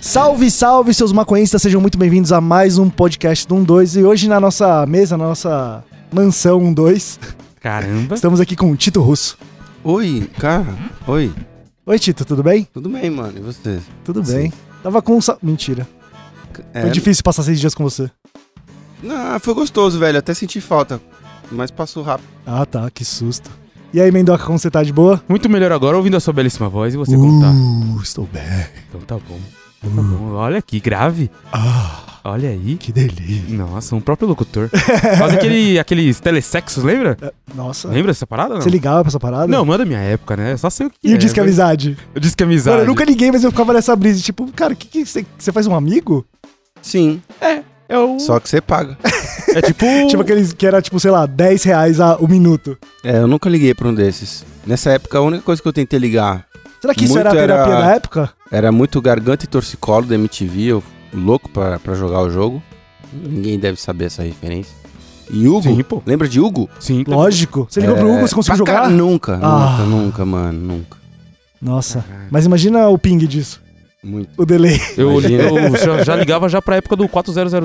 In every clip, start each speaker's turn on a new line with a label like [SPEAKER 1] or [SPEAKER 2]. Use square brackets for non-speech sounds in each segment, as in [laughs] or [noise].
[SPEAKER 1] Salve, salve, seus maconhistas, sejam muito bem-vindos a mais um podcast do 12. E hoje na nossa mesa, na nossa mansão 12,
[SPEAKER 2] Caramba.
[SPEAKER 1] estamos aqui com o Tito Russo.
[SPEAKER 3] Oi, cara. Oi.
[SPEAKER 1] Oi, Tito, tudo bem?
[SPEAKER 3] Tudo bem, mano? E você?
[SPEAKER 1] Tudo
[SPEAKER 3] Sim.
[SPEAKER 1] bem. Tava com. sa- Mentira.
[SPEAKER 3] É,
[SPEAKER 1] Foi difícil passar seis dias com você.
[SPEAKER 3] Ah, foi gostoso, velho. Até senti falta. Mas passou rápido.
[SPEAKER 1] Ah, tá, que susto. E aí, Mendoca, como você tá de boa?
[SPEAKER 2] Muito melhor agora ouvindo a sua belíssima voz e você contar.
[SPEAKER 1] Uh, estou bem.
[SPEAKER 2] Então tá bom. Então Tá bom. Olha que grave.
[SPEAKER 1] Ah,
[SPEAKER 2] Olha aí.
[SPEAKER 1] que delícia.
[SPEAKER 2] Nossa, um próprio locutor.
[SPEAKER 1] [laughs]
[SPEAKER 2] Faz aquele, aqueles telesexos, lembra?
[SPEAKER 1] Ah. Nossa.
[SPEAKER 2] Lembra essa parada? ou
[SPEAKER 1] Você
[SPEAKER 2] Não?
[SPEAKER 1] ligava pra essa parada?
[SPEAKER 2] Não, manda minha época, né? Eu Só sei o que
[SPEAKER 1] E
[SPEAKER 2] é.
[SPEAKER 1] o Disque
[SPEAKER 2] mas-
[SPEAKER 1] Amizade?
[SPEAKER 2] O Disque Amizade.
[SPEAKER 1] Mano, eu nunca liguei, mas eu ficava nessa brisa. Tipo, cara, o que que você você faz um amigo?
[SPEAKER 3] Sim.
[SPEAKER 2] É, o...
[SPEAKER 3] Só que você paga.
[SPEAKER 2] é
[SPEAKER 1] [laughs]
[SPEAKER 2] tipo...
[SPEAKER 1] Tipo aqueles que era, tipo, sei lá, 10 reais a, o minuto.
[SPEAKER 3] É, eu nunca liguei pra um desses. Nessa época, a única coisa que eu tentei ligar
[SPEAKER 1] Será que isso
[SPEAKER 3] Muito
[SPEAKER 1] era a terapia
[SPEAKER 3] era-
[SPEAKER 1] da época?
[SPEAKER 3] era muito garganta e torcicolo da MTV. Eu louco pra, pra jogar o jogo. Ninguém deve saber essa referência. E Hugo?
[SPEAKER 2] Sim, pô.
[SPEAKER 3] Lembra de Hugo? É,
[SPEAKER 2] Sim. tá-
[SPEAKER 1] Lógico. É. Você ligou pro Hugo, você conseguiu
[SPEAKER 3] pra
[SPEAKER 1] jogar?
[SPEAKER 3] cara- Nunca,
[SPEAKER 1] Ah.
[SPEAKER 3] nunca, nunca, mano. Nunca.
[SPEAKER 1] Nossa. Mas imagina o ping disso.
[SPEAKER 3] Muito.
[SPEAKER 1] O [laughs] delay.
[SPEAKER 2] Eu,
[SPEAKER 3] Imagina.
[SPEAKER 2] eu já, já ligava já pra época do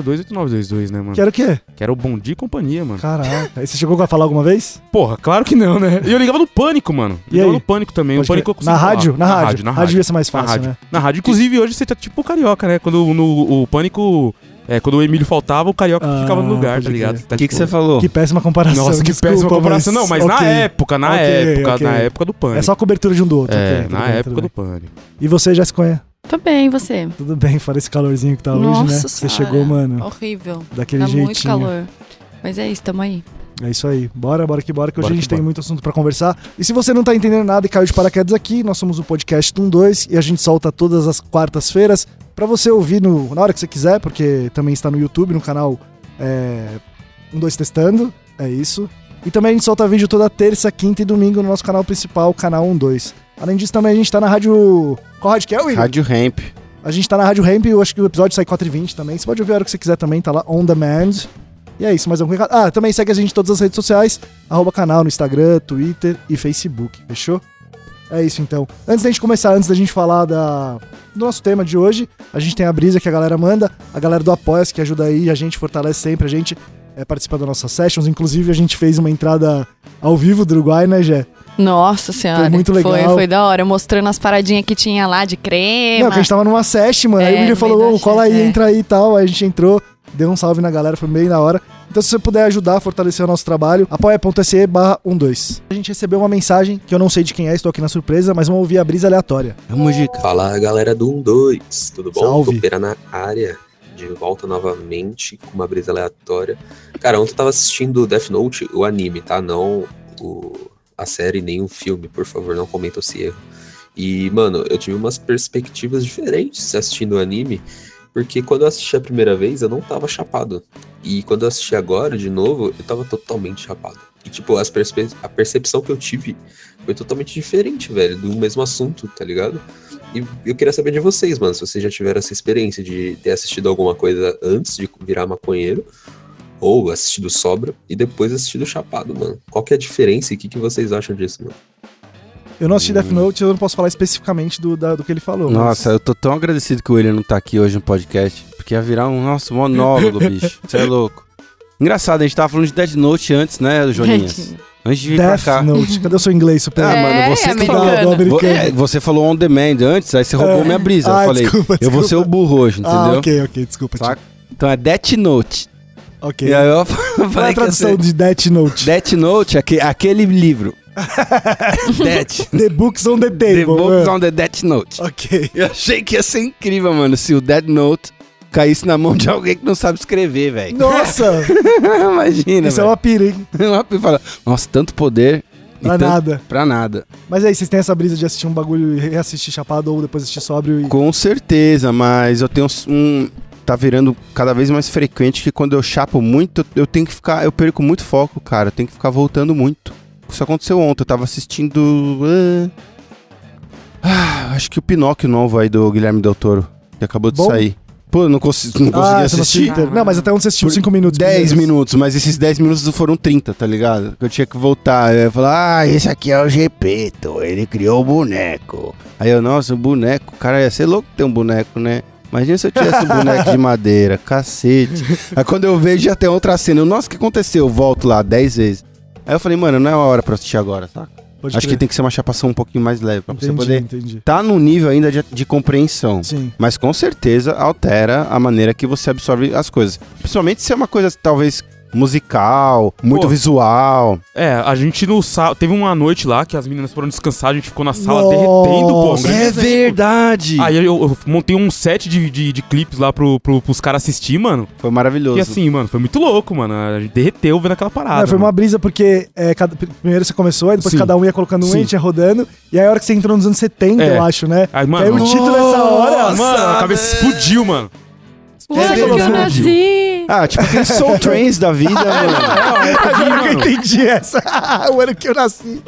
[SPEAKER 2] 4002-8922, né, mano?
[SPEAKER 1] Que era o quê?
[SPEAKER 2] Que era o Bom Dia e Companhia, mano.
[SPEAKER 1] Caraca. Aí você chegou a falar alguma vez?
[SPEAKER 2] Porra, claro que não, né? E eu ligava no Pânico, mano.
[SPEAKER 1] E
[SPEAKER 2] ligava
[SPEAKER 1] aí?
[SPEAKER 2] no Pânico também. O
[SPEAKER 1] Pode
[SPEAKER 2] um Pânico eu
[SPEAKER 1] crer. na,
[SPEAKER 2] consigo falar.
[SPEAKER 1] rádio, na, rádio,
[SPEAKER 2] Na
[SPEAKER 1] rádio
[SPEAKER 2] rádio.
[SPEAKER 1] devia ser mais
[SPEAKER 2] Na
[SPEAKER 1] fácil,
[SPEAKER 2] rádio.
[SPEAKER 1] né?
[SPEAKER 2] Na rádio, inclusive, hoje você tá tipo o carioca, né? Quando no, o pânico. É, quando o Emílio faltava, o carioca
[SPEAKER 1] Ah,
[SPEAKER 2] ficava no lugar,
[SPEAKER 1] pode
[SPEAKER 2] tá ligado?
[SPEAKER 1] crer.
[SPEAKER 2] Tá,
[SPEAKER 3] O que,
[SPEAKER 2] tipo,
[SPEAKER 3] que você falou?
[SPEAKER 1] Que péssima comparação.
[SPEAKER 2] Nossa, que
[SPEAKER 1] desculpa,
[SPEAKER 2] péssima comparação. Não, mas na
[SPEAKER 1] ok.
[SPEAKER 2] época, na
[SPEAKER 1] Ok,
[SPEAKER 2] época,
[SPEAKER 1] ok.
[SPEAKER 2] na época do pânico.
[SPEAKER 1] É só a cobertura de um do outro.
[SPEAKER 2] É,
[SPEAKER 1] ok, tudo
[SPEAKER 2] na
[SPEAKER 1] bem,
[SPEAKER 2] época
[SPEAKER 1] tudo
[SPEAKER 2] do
[SPEAKER 1] bem.
[SPEAKER 2] pânico.
[SPEAKER 1] E você, Jessica?
[SPEAKER 4] Tô bem, e você?
[SPEAKER 1] Tudo bem, fora esse calorzinho que tá hoje,
[SPEAKER 4] Nossa
[SPEAKER 1] né? Você
[SPEAKER 4] Senhora.
[SPEAKER 1] chegou, mano,
[SPEAKER 4] Horrível.
[SPEAKER 1] daquele
[SPEAKER 4] tá
[SPEAKER 1] jeitinho.
[SPEAKER 4] muito calor. Mas é isso, tamo aí.
[SPEAKER 1] É isso aí. Bora, bora que bora, que hoje
[SPEAKER 2] Bora
[SPEAKER 1] a
[SPEAKER 2] que
[SPEAKER 1] gente tem
[SPEAKER 2] bora.
[SPEAKER 1] muito assunto pra conversar. E se você não tá entendendo nada e caiu de paraquedas aqui, nós somos o podcast Tum 2 e a gente solta todas as quartas-feiras pra você ouvir no- na hora que você quiser, porque também está no YouTube, no canal é, 1, 2 Testando. É isso. E também a gente solta vídeo toda terça, quinta e domingo no nosso canal principal, canal 12. Além disso, também a gente tá na rádio. Qual rádio que é, William?
[SPEAKER 3] Rádio Ramp.
[SPEAKER 1] A gente tá na Rádio Ramp, eu acho que o episódio sai 4h20 também. Você pode ouvir a hora que você quiser também, tá lá on demand. E é isso, mais algum recado? Ah, também segue a gente em todas as redes sociais, arroba canal no Instagram, Twitter e Facebook, fechou? É isso então. Antes da gente começar, antes da gente falar da- do nosso tema de hoje, a gente tem a brisa que a galera manda, a galera do Apoia-se que ajuda aí, a gente fortalece sempre, a gente é, participa das nossas sessions. Inclusive, a gente fez uma entrada ao vivo do Uruguai, né, Gé?
[SPEAKER 4] Nossa senhora.
[SPEAKER 1] muito legal.
[SPEAKER 4] Foi, foi da hora, mostrando as paradinhas que tinha lá de creme.
[SPEAKER 1] Não, que a gente tava numa session, mano. aí
[SPEAKER 4] É,
[SPEAKER 1] o William
[SPEAKER 4] no meio
[SPEAKER 1] falou,
[SPEAKER 4] da
[SPEAKER 1] ô, cola aí,
[SPEAKER 4] session, é.
[SPEAKER 1] entra aí e tal. Aí a gente entrou, deu um salve na galera, foi bem na hora. Então se você puder ajudar a fortalecer o nosso trabalho, apoia.se barra 12. A gente recebeu uma mensagem, que eu não sei de quem é, estou aqui na surpresa, mas vamos ouvir a brisa aleatória.
[SPEAKER 3] É uma dica.
[SPEAKER 5] Fala galera do 1-2, tudo bom?
[SPEAKER 1] Salve.
[SPEAKER 5] Topeira na área, de volta novamente com uma brisa aleatória. Cara, ontem eu tava assistindo Death Note, o anime, tá? Não o- a série nem o filme, por favor, não comenta esse erro. E, mano, eu tive umas perspectivas diferentes assistindo o anime, porque quando eu assisti a primeira vez eu não tava chapado. E quando eu assisti agora de novo, eu tava totalmente chapado. E, tipo, as perspe- a percepção que eu tive foi totalmente diferente, velho, do mesmo assunto, tá ligado? E eu queria saber de vocês, mano, se vocês já tiveram essa experiência de ter assistido alguma coisa antes de virar maconheiro, ou assistido sobra, e depois assistido chapado, mano. Qual que é a diferença e o que, que vocês acham disso, mano?
[SPEAKER 1] Eu não assisti
[SPEAKER 3] Hum.
[SPEAKER 1] Death Note, eu não posso falar especificamente do, da- do que ele falou. mas-
[SPEAKER 3] Nossa, eu tô tão agradecido que o William não tá aqui hoje no podcast, porque ia virar um nosso monólogo, bicho. Você é louco. Engraçado, a gente tava falando de Dead Note antes, né, Joninhas? Antes de vir
[SPEAKER 1] Death
[SPEAKER 3] pra cá.
[SPEAKER 1] Note. Cadê o seu inglês, super?
[SPEAKER 3] [laughs] Ah,
[SPEAKER 4] É,
[SPEAKER 3] mano, você que
[SPEAKER 4] americana.
[SPEAKER 1] tá do
[SPEAKER 3] Vo-
[SPEAKER 1] americano.
[SPEAKER 3] é, Você falou on demand antes, aí você roubou
[SPEAKER 1] É.
[SPEAKER 3] minha brisa.
[SPEAKER 1] Ah,
[SPEAKER 3] eu falei,
[SPEAKER 1] desculpa,
[SPEAKER 3] eu vou ser o burro hoje, entendeu?
[SPEAKER 1] Ah, ok, ok, desculpa.
[SPEAKER 3] Saca?
[SPEAKER 1] Tio.
[SPEAKER 3] Então é Death Note.
[SPEAKER 1] Ok.
[SPEAKER 3] E aí eu [laughs]
[SPEAKER 1] Qual é a
[SPEAKER 3] falei que ia
[SPEAKER 1] tradução
[SPEAKER 3] ser
[SPEAKER 1] de Death Note?
[SPEAKER 3] Death Note, aque- aquele
[SPEAKER 1] [laughs]
[SPEAKER 3] livro. Death.
[SPEAKER 1] The Books on the Table. é.
[SPEAKER 3] The Books
[SPEAKER 1] mano.
[SPEAKER 3] on the Death Note.
[SPEAKER 1] Ok.
[SPEAKER 3] Eu achei que ia ser incrível, mano, se o Dead Note caísse na mão de alguém que não sabe
[SPEAKER 1] [laughs]
[SPEAKER 3] escrever, velho. [laughs]
[SPEAKER 1] Nossa,
[SPEAKER 3] Imagina,
[SPEAKER 1] isso é
[SPEAKER 3] velho.
[SPEAKER 1] uma pira, hein?
[SPEAKER 3] Uma... fala, nossa, tanto poder e
[SPEAKER 1] Pra
[SPEAKER 3] tanto-
[SPEAKER 1] nada.
[SPEAKER 3] pra nada.
[SPEAKER 1] Mas aí, vocês têm essa brisa de assistir um bagulho e reassistir chapado ou depois assistir sóbrio e.
[SPEAKER 3] Com certeza, mas eu tenho um... Tá virando cada vez mais frequente que quando eu chapo muito, eu tenho que ficar... Eu perco muito foco, cara. Eu tenho que ficar voltando muito. Isso aconteceu ontem. Eu tava assistindo... ah, ah, acho que o Pinóquio novo aí do Guilherme Del Toro, que acabou de
[SPEAKER 1] Bom. Ah,
[SPEAKER 3] sair. Pô, eu não, cons
[SPEAKER 1] você
[SPEAKER 3] não consegui
[SPEAKER 1] não assistiu
[SPEAKER 3] assistir.
[SPEAKER 1] inteiro. Não, mas até onde você assistiu?
[SPEAKER 3] Por
[SPEAKER 1] 5 minutos.
[SPEAKER 3] 10
[SPEAKER 1] primeiros.
[SPEAKER 3] minutos, mas esses 10 minutos foram 30, tá ligado? Eu tinha que voltar. Eu ia falar, ah, esse aqui é o Gepeto, ele criou o boneco. Aí eu, nossa, o boneco, cara, ia ser louco ter um boneco, né? Imagina se eu tivesse um boneco de madeira, [laughs] cacete. Aí quando eu vejo já tem outra cena. eu, Nossa, o que aconteceu? Eu volto lá 10 vezes. Aí eu falei, mano, não é a hora pra assistir agora, saca?
[SPEAKER 1] Pode
[SPEAKER 3] Acho que
[SPEAKER 1] crer.
[SPEAKER 3] tem que ser uma chapação um pouquinho mais leve pra você
[SPEAKER 1] Entendi,
[SPEAKER 3] poder.
[SPEAKER 1] entendi.
[SPEAKER 3] Tá num nível ainda de, de compreensão.
[SPEAKER 1] Sim.
[SPEAKER 3] Mas com certeza altera a maneira que você absorve as coisas. Principalmente se é uma coisa, talvez, musical, muito
[SPEAKER 2] Pô.
[SPEAKER 3] visual.
[SPEAKER 2] É, a gente no sal... teve uma noite lá que as meninas foram descansar, a gente ficou na sala derretendo, pô. um
[SPEAKER 1] Nossa.
[SPEAKER 2] grande
[SPEAKER 1] É
[SPEAKER 2] exemplo.
[SPEAKER 3] verdade!
[SPEAKER 2] Aí eu, eu montei um set de, de, de clipes lá pro, pro, pros caras assistir, mano.
[SPEAKER 3] Foi maravilhoso.
[SPEAKER 2] E assim, mano, foi muito louco, mano. A gente derreteu vendo aquela parada.
[SPEAKER 1] É, foi uma
[SPEAKER 2] mano.
[SPEAKER 1] brisa porque é, cada- primeiro você começou, aí depois
[SPEAKER 2] Sim.
[SPEAKER 1] cada um ia colocando um,
[SPEAKER 2] Sim.
[SPEAKER 1] a gente ia rodando. E aí a hora que você entrou nos anos 70,
[SPEAKER 2] É.
[SPEAKER 1] eu acho, né?
[SPEAKER 2] Aí,
[SPEAKER 1] Que aí o
[SPEAKER 2] mano,
[SPEAKER 1] título dessa hora. [laughs]
[SPEAKER 2] mano, a cabeça explodiu, mano.
[SPEAKER 4] Ué,
[SPEAKER 1] Quer
[SPEAKER 4] que é
[SPEAKER 1] ver
[SPEAKER 4] eu
[SPEAKER 1] o vídeo?
[SPEAKER 4] nasci!
[SPEAKER 3] Ah,
[SPEAKER 2] [laughs]
[SPEAKER 3] tipo aqueles Soul Trains
[SPEAKER 1] [laughs]
[SPEAKER 3] da vida, mano.
[SPEAKER 1] Agora que eu
[SPEAKER 2] mano.
[SPEAKER 1] entendi essa.
[SPEAKER 2] Ah,
[SPEAKER 1] o ano que eu nasci.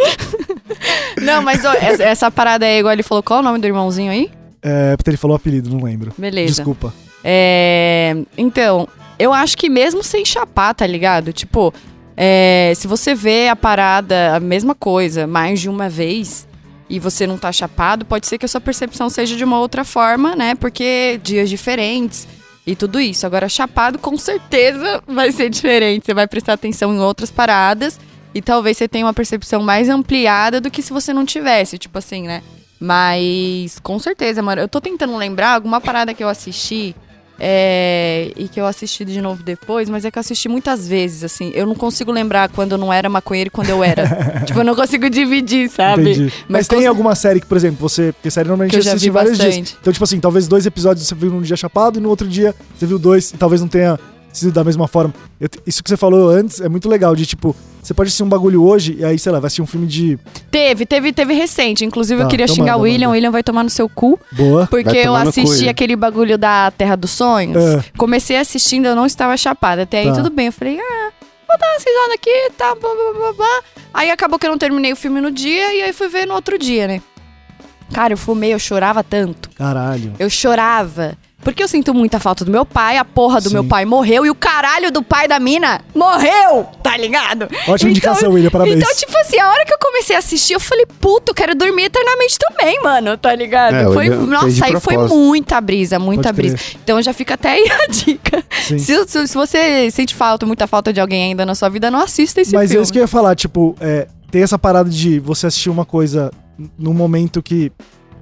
[SPEAKER 4] Não, mas ó, essa, essa parada aí, igual ele falou, qual é o nome do irmãozinho aí?
[SPEAKER 1] É, porque ele falou o apelido, não lembro.
[SPEAKER 4] Beleza.
[SPEAKER 1] Desculpa.
[SPEAKER 4] É, então, eu acho que mesmo sem chapar, tá ligado? Tipo, é, se você vê a parada, a mesma coisa, mais de uma vez, e você não tá chapado, pode ser que a sua percepção seja de uma outra forma, né? Porque dias diferentes e tudo isso. Agora, chapado, com certeza vai ser diferente. Você vai prestar atenção em outras paradas e talvez você tenha uma percepção mais ampliada do que se você não tivesse, tipo assim, né? Mas, com certeza, mano. Eu tô tentando lembrar alguma parada que eu assisti é, e que eu assisti de novo depois, mas é que eu assisti muitas vezes, assim. Eu não consigo lembrar quando eu não era maconheiro e quando eu era. tipo, eu não consigo dividir, sabe?
[SPEAKER 1] Entendi. Mas,
[SPEAKER 4] Mas
[SPEAKER 1] tem
[SPEAKER 4] com-
[SPEAKER 1] alguma série que, por exemplo, você. Porque série normalmente
[SPEAKER 4] Que eu já
[SPEAKER 1] assiste
[SPEAKER 4] vi
[SPEAKER 1] vários dias.
[SPEAKER 4] bastante.
[SPEAKER 1] Então, tipo assim, talvez dois episódios você viu num dia chapado e no outro dia você viu dois e talvez não tenha sido da mesma forma. Eu te- isso que você falou antes é muito legal, de tipo, você pode assistir um bagulho hoje e aí, sei lá, vai assistir um filme de
[SPEAKER 4] Teve, teve, teve recente. Inclusive,
[SPEAKER 1] Tá,
[SPEAKER 4] eu queria
[SPEAKER 1] então
[SPEAKER 4] xingar
[SPEAKER 1] manda,
[SPEAKER 4] o William.
[SPEAKER 1] manda.
[SPEAKER 4] O William vai tomar no seu cu.
[SPEAKER 1] boa.
[SPEAKER 4] Porque
[SPEAKER 3] Vai
[SPEAKER 4] eu
[SPEAKER 3] tomar no cu,
[SPEAKER 4] assisti
[SPEAKER 3] ele.
[SPEAKER 4] aquele bagulho da Terra dos Sonhos.
[SPEAKER 1] É.
[SPEAKER 4] Comecei assistindo, eu não estava chapada. Até aí
[SPEAKER 1] Tá.
[SPEAKER 4] tudo bem. Eu falei, ah, vou dar uma risada aqui, tá, blá, blá, blá, blá. Aí acabou que eu não terminei o filme no dia e aí fui ver no outro dia, né? Cara, eu fumei, eu chorava tanto.
[SPEAKER 1] Caralho.
[SPEAKER 4] Eu chorava. Porque eu sinto muita falta do meu pai, a porra do
[SPEAKER 1] Sim.
[SPEAKER 4] meu pai morreu e o caralho do pai da mina morreu, tá ligado?
[SPEAKER 1] Ótima indicação, William, parabéns.
[SPEAKER 4] Então, tipo assim, a hora que eu comecei a assistir, eu falei, puto, eu quero dormir eternamente também, mano, tá ligado?
[SPEAKER 3] É, o
[SPEAKER 4] foi,
[SPEAKER 3] William fez de
[SPEAKER 4] nossa, aí foi
[SPEAKER 3] propósito.
[SPEAKER 4] muita brisa, muita
[SPEAKER 1] Pode
[SPEAKER 4] brisa. Então já fica até aí a dica.
[SPEAKER 1] Sim.
[SPEAKER 4] Se, se- se você sente falta, muita falta de alguém ainda na sua vida, não assista esse
[SPEAKER 1] Mas é
[SPEAKER 4] filme.
[SPEAKER 1] isso que eu ia falar, tipo, é, tem essa parada de você assistir uma coisa num momento que.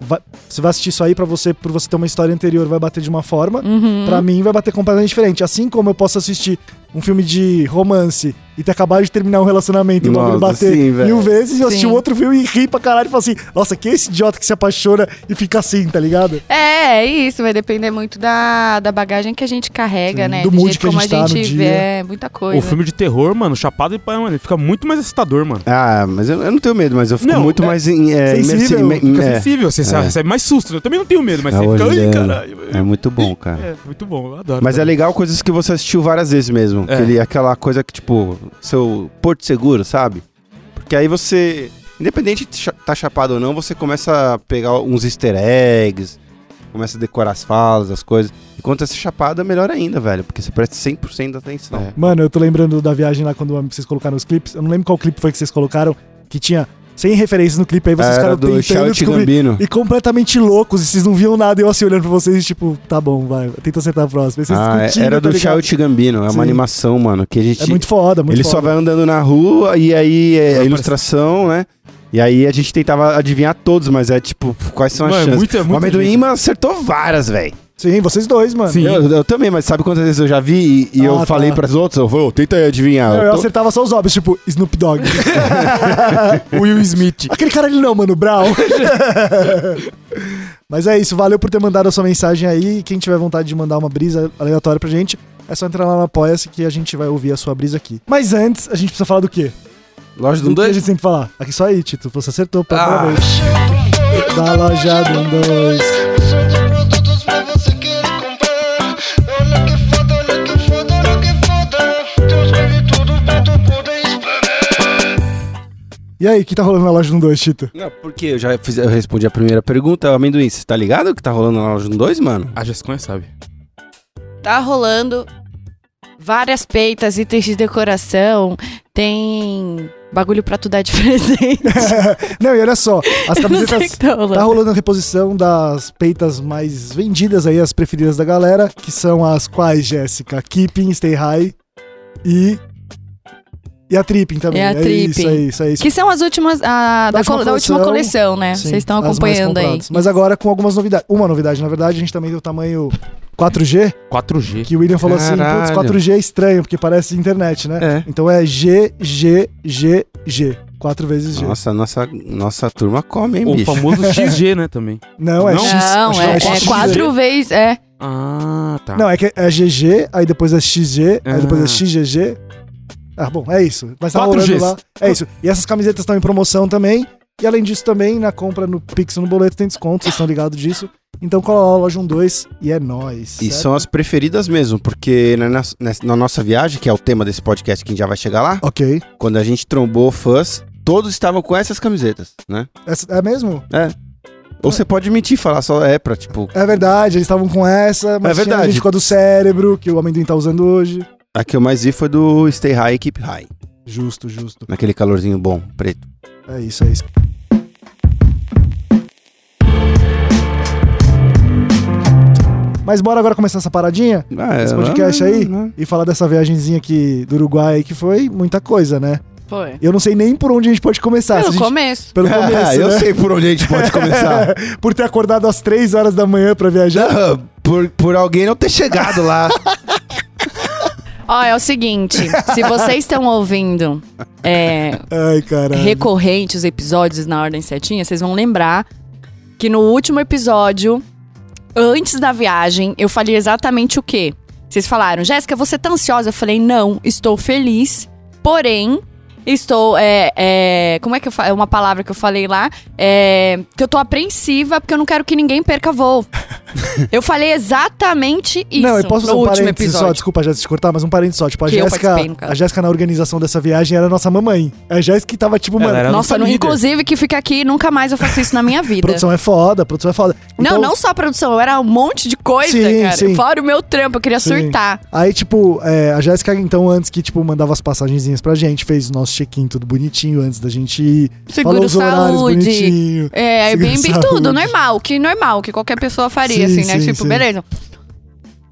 [SPEAKER 1] vai- você vai assistir isso aí pra você, por você ter uma história anterior, vai bater de uma forma.
[SPEAKER 4] Uhum.
[SPEAKER 1] Pra mim vai bater completamente diferente. Assim como eu posso assistir um filme de romance e ter acabado de terminar um relacionamento e o bagulho
[SPEAKER 3] Nossa,
[SPEAKER 1] bater
[SPEAKER 3] sim, velho.
[SPEAKER 1] mil vezes, eu assisti um
[SPEAKER 4] Sim.
[SPEAKER 1] outro filme e ri pra caralho e falo assim, nossa, que esse idiota que se apaixona e fica assim, tá ligado?
[SPEAKER 4] É, é isso, vai depender muito da, da bagagem que a gente carrega,
[SPEAKER 1] Sim,
[SPEAKER 4] né?
[SPEAKER 1] do
[SPEAKER 4] Do,
[SPEAKER 1] mood
[SPEAKER 4] jeito
[SPEAKER 1] que a
[SPEAKER 4] como
[SPEAKER 1] gente tá no dia.
[SPEAKER 4] vê, é, muita coisa.
[SPEAKER 2] O filme de terror, mano, chapado e pai, mano, ele fica muito mais assustador, mano.
[SPEAKER 3] Ah, mas eu, eu não tenho medo, mas eu fico
[SPEAKER 2] Não,
[SPEAKER 3] muito
[SPEAKER 2] é-
[SPEAKER 3] mais em, é,
[SPEAKER 1] Sensível,
[SPEAKER 3] imersi-
[SPEAKER 1] fica
[SPEAKER 3] em- é,
[SPEAKER 2] Sensível, você sabe, recebe mais susto. né? Eu também não tenho medo, mas
[SPEAKER 3] Ah,
[SPEAKER 2] você fica,
[SPEAKER 3] olha.
[SPEAKER 2] ai, caralho.
[SPEAKER 3] é muito bom, cara.
[SPEAKER 2] É, muito bom, eu adoro.
[SPEAKER 3] Mas é legal coisas que você assistiu várias vezes mesmo.
[SPEAKER 2] É.
[SPEAKER 3] Aquele, aquela coisa que, tipo, seu porto seguro, sabe? Porque aí você, independente de cha- tá chapado ou não, você começa a pegar uns easter eggs, começa a decorar as falas, as coisas. E quando você é chapado, é melhor ainda, velho, porque você presta 100% da atenção.
[SPEAKER 1] Mano, eu tô lembrando da viagem lá quando vocês colocaram os clipes. Eu não lembro qual clipe foi que vocês colocaram, que tinha 100 referências no clipe, aí vocês
[SPEAKER 3] Ah, Era
[SPEAKER 1] ficaram
[SPEAKER 3] do
[SPEAKER 1] tentando
[SPEAKER 3] Shout
[SPEAKER 1] descobrir.
[SPEAKER 3] Gambino.
[SPEAKER 1] E completamente loucos, e vocês não viam nada, eu assim olhando pra vocês, tipo, tá bom, vai, tenta acertar a próxima. Aí Vocês
[SPEAKER 3] Ah,
[SPEAKER 1] discutindo,
[SPEAKER 3] era
[SPEAKER 1] tá
[SPEAKER 3] do
[SPEAKER 1] ligado?
[SPEAKER 3] Shout Gambino. É
[SPEAKER 1] Sim.
[SPEAKER 3] uma animação, mano, que a gente...
[SPEAKER 1] É muito foda, muito
[SPEAKER 3] ele
[SPEAKER 1] foda.
[SPEAKER 3] só vai andando na rua e aí é a
[SPEAKER 2] Vai
[SPEAKER 3] ilustração, né? E aí a gente tentava adivinhar todos, mas é tipo, quais são as
[SPEAKER 2] Mano, é
[SPEAKER 3] chances?
[SPEAKER 2] muito- é
[SPEAKER 3] o
[SPEAKER 2] muito
[SPEAKER 3] amendoim
[SPEAKER 2] difícil.
[SPEAKER 3] mano, acertou várias, velho.
[SPEAKER 1] Sim, vocês dois, mano.
[SPEAKER 2] Sim.
[SPEAKER 3] Eu, eu também, mas sabe quantas vezes eu já vi e, e
[SPEAKER 1] Ah,
[SPEAKER 3] eu
[SPEAKER 1] tá.
[SPEAKER 3] falei pras outras? Eu falei, "Ô, tenta aí
[SPEAKER 4] Ah,
[SPEAKER 3] adivinhar.
[SPEAKER 1] Eu,
[SPEAKER 3] Eu
[SPEAKER 1] eu
[SPEAKER 3] tô-
[SPEAKER 1] acertava só os óbvios, tipo, Snoop
[SPEAKER 4] [laughs]
[SPEAKER 1] Dogg.
[SPEAKER 2] Will Smith.
[SPEAKER 1] Aquele cara ele não, mano,
[SPEAKER 4] [laughs]
[SPEAKER 1] Brown. Mas é isso, valeu por ter mandado a sua mensagem aí. Quem tiver vontade de mandar uma brisa aleatória pra gente, é só entrar lá no Apoia-se que a gente vai ouvir a sua brisa aqui. Mas antes, a gente precisa falar do quê?
[SPEAKER 3] Loja
[SPEAKER 1] Do
[SPEAKER 3] do um
[SPEAKER 1] que a
[SPEAKER 3] dois.
[SPEAKER 1] gente sempre fala? Aqui só aí, Tito, você acertou, pô,
[SPEAKER 4] Ah.
[SPEAKER 1] parabéns. Da loja do um dois.
[SPEAKER 6] Son sobre todos mas você quer comprar Olha que foda, olha que foda, olha que foda Deus escolhe tudo pra tu poder esperar
[SPEAKER 1] E aí, o que tá rolando na loja do um dois, Tito?
[SPEAKER 3] Não, porque eu já fiz- eu respondi a primeira pergunta. Amendoim, você tá ligado o que tá rolando na loja do 2, mano?
[SPEAKER 2] A Jessicona sabe.
[SPEAKER 4] Tá rolando várias peitas, itens de decoração, tem Bagulho pra tu dar de [laughs] presente.
[SPEAKER 1] Não, e olha só, as
[SPEAKER 4] Eu não sei o
[SPEAKER 1] camisetas.
[SPEAKER 4] que tá rolando.
[SPEAKER 1] Tá rolando a reposição das peitas mais vendidas aí, as preferidas da galera, que são as quais, Jéssica? Keeping, Stay High e. E a Tripping também.
[SPEAKER 4] E a
[SPEAKER 1] é
[SPEAKER 4] Tripping.
[SPEAKER 1] isso, é isso, é isso.
[SPEAKER 4] Que são as últimas. a- da,
[SPEAKER 1] Tá última
[SPEAKER 4] col- da última
[SPEAKER 1] coleção,
[SPEAKER 4] coleção, né?
[SPEAKER 1] Sim,
[SPEAKER 4] Vocês estão
[SPEAKER 1] as mais
[SPEAKER 4] acompanhando aí.
[SPEAKER 1] compradas. Mas agora com algumas novidades. Uma novidade, na verdade, a gente também tem o tamanho 4G,
[SPEAKER 2] 4G.
[SPEAKER 1] que o William falou assim,
[SPEAKER 3] Caralho.
[SPEAKER 1] putz, 4G é estranho, porque parece internet, né?
[SPEAKER 2] É.
[SPEAKER 1] Então é G, G, G, G. Quatro vezes G.
[SPEAKER 3] Nossa, nossa, nossa turma come, hein,
[SPEAKER 2] O
[SPEAKER 3] bicho?
[SPEAKER 2] famoso XG, né, também.
[SPEAKER 1] Não, é
[SPEAKER 2] Não?
[SPEAKER 1] X.
[SPEAKER 4] Não,
[SPEAKER 1] acho
[SPEAKER 4] é,
[SPEAKER 1] que
[SPEAKER 4] é
[SPEAKER 1] X.
[SPEAKER 4] quatro vezes. É.
[SPEAKER 2] Ah, tá.
[SPEAKER 1] Não, é que é GG, aí depois é XG, aí depois é
[SPEAKER 2] Ah.
[SPEAKER 1] XGG. Ah, bom, é isso. Mas tá
[SPEAKER 2] Quatro
[SPEAKER 1] rolando
[SPEAKER 2] Gs.
[SPEAKER 1] lá. É isso. E essas camisetas estão em promoção também. E além disso, também na compra no Pix ou no boleto tem desconto, vocês estão ligados disso. Então cola lá, loja 12 e é nóis.
[SPEAKER 3] E
[SPEAKER 1] certo?
[SPEAKER 3] são as preferidas mesmo, porque na, nas- nessa- na nossa viagem, que é o tema desse podcast que já vai chegar lá,
[SPEAKER 1] Ok.
[SPEAKER 3] quando a gente trombou fãs, todos estavam com essas camisetas, né?
[SPEAKER 1] Essa- é mesmo?
[SPEAKER 3] Ou você pode mentir, falar só é pra, tipo,
[SPEAKER 1] É verdade, eles estavam com essa, mas
[SPEAKER 3] É
[SPEAKER 1] tinha
[SPEAKER 3] verdade.
[SPEAKER 1] gente com a do cérebro, que o amendoim tá usando hoje.
[SPEAKER 3] a que eu mais vi foi do Stay High e Keep High,
[SPEAKER 1] Justo, justo.
[SPEAKER 3] naquele calorzinho bom, preto.
[SPEAKER 1] É isso, é isso. Mas bora agora começar essa paradinha?
[SPEAKER 4] É.
[SPEAKER 3] Ah, né?
[SPEAKER 1] Esse podcast aí? E falar dessa viagenzinha aqui do Uruguai aí, que foi muita coisa, né?
[SPEAKER 4] Foi.
[SPEAKER 1] Eu não sei nem por onde a gente pode começar. Tá, se
[SPEAKER 4] Pelo
[SPEAKER 1] a gente-
[SPEAKER 4] começo. [laughs]
[SPEAKER 1] Pelo começo,
[SPEAKER 3] Ah, eu
[SPEAKER 1] né?
[SPEAKER 3] sei por onde a gente pode começar.
[SPEAKER 1] [laughs] Por ter acordado às três horas da manhã pra viajar.
[SPEAKER 3] Ah, por, por alguém não ter chegado
[SPEAKER 4] [laughs]
[SPEAKER 3] lá.
[SPEAKER 4] Ó, é o seguinte. se vocês estão ouvindo é,
[SPEAKER 1] Ai, caralho.
[SPEAKER 4] recorrente os episódios na ordem certinha, vocês vão lembrar que no último episódio, antes da viagem, eu falei exatamente o quê? Vocês falaram, Jéssica, você tá ansiosa? Eu falei, não, estou feliz, porém, estou. É, é, como é que eu falo? É uma palavra que eu falei lá. é, que eu tô apreensiva porque eu não quero que ninguém
[SPEAKER 1] [laughs]
[SPEAKER 4] perca voo. eu falei exatamente isso
[SPEAKER 1] não, eu posso fazer
[SPEAKER 4] no
[SPEAKER 1] um
[SPEAKER 4] último
[SPEAKER 1] parênteses só,
[SPEAKER 4] episódio.
[SPEAKER 1] desculpa, Jéssica, te cortar, mas um parênteses só. Tipo, a
[SPEAKER 4] Que eu
[SPEAKER 1] Jéssica,
[SPEAKER 4] participei, no caso.
[SPEAKER 1] a Jéssica na organização dessa viagem era nossa mamãe. A Jéssica que tava, tipo,
[SPEAKER 2] Ela
[SPEAKER 1] mano,
[SPEAKER 2] era-
[SPEAKER 4] Nossa,
[SPEAKER 2] nossa
[SPEAKER 4] não-
[SPEAKER 2] líder.
[SPEAKER 4] inclusive que fica aqui, nunca mais eu faço isso na minha
[SPEAKER 1] [laughs]
[SPEAKER 4] vida.
[SPEAKER 1] produção é foda, produção é foda.
[SPEAKER 4] Não,
[SPEAKER 1] Então-
[SPEAKER 4] não só a produção, eu era um monte de coisa,
[SPEAKER 1] Sim,
[SPEAKER 4] cara.
[SPEAKER 1] sim.
[SPEAKER 4] Fora o meu trampo, eu queria
[SPEAKER 1] Sim.
[SPEAKER 4] surtar.
[SPEAKER 1] Aí, tipo, é, a Jéssica, então, antes que, tipo, mandava as passagenzinhas pra gente, fez o nosso check-in tudo bonitinho antes da gente ir. falou
[SPEAKER 4] Seguro
[SPEAKER 1] os horários
[SPEAKER 4] saúde.
[SPEAKER 1] bonitinho.
[SPEAKER 4] É,
[SPEAKER 1] Seguro
[SPEAKER 4] bem, bem
[SPEAKER 1] saúde.
[SPEAKER 4] tudo, normal, que normal, que qualquer pessoa faria,
[SPEAKER 1] Sim,
[SPEAKER 4] assim, né?
[SPEAKER 1] sim,
[SPEAKER 4] tipo,
[SPEAKER 1] sim.
[SPEAKER 4] beleza.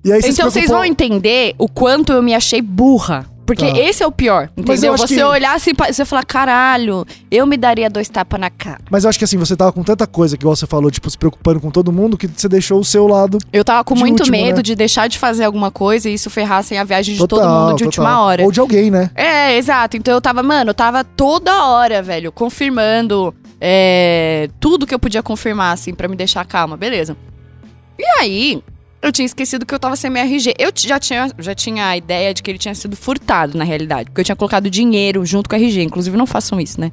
[SPEAKER 1] E aí,
[SPEAKER 4] então vocês vão entender o quanto eu me achei burra. Porque
[SPEAKER 1] Tá.
[SPEAKER 4] esse é o pior,
[SPEAKER 1] eu
[SPEAKER 4] entendeu?
[SPEAKER 1] acho
[SPEAKER 4] Você
[SPEAKER 1] que-
[SPEAKER 4] olhar assim, pra- você falar, caralho, eu me daria dois tapas na cara.
[SPEAKER 1] Mas eu acho que assim, você tava com tanta coisa que igual você falou, tipo, se preocupando com todo mundo, que você deixou o seu lado.
[SPEAKER 4] Eu tava com
[SPEAKER 1] De
[SPEAKER 4] muito
[SPEAKER 1] último,
[SPEAKER 4] medo
[SPEAKER 1] né?
[SPEAKER 4] de deixar de fazer alguma coisa e isso ferrassem a viagem de
[SPEAKER 1] total,
[SPEAKER 4] todo mundo de
[SPEAKER 1] total.
[SPEAKER 4] última hora.
[SPEAKER 1] Ou de alguém, né?
[SPEAKER 4] É, exato. Então eu tava, mano, eu tava toda hora, velho, confirmando é, tudo que eu podia confirmar, assim, pra me deixar calma, beleza. E aí, eu tinha esquecido que eu tava sem MRG. Eu ti- já tinha, já tinha a ideia de que ele tinha sido furtado, na realidade, porque eu tinha colocado dinheiro junto com a RG. Inclusive, não façam isso, né?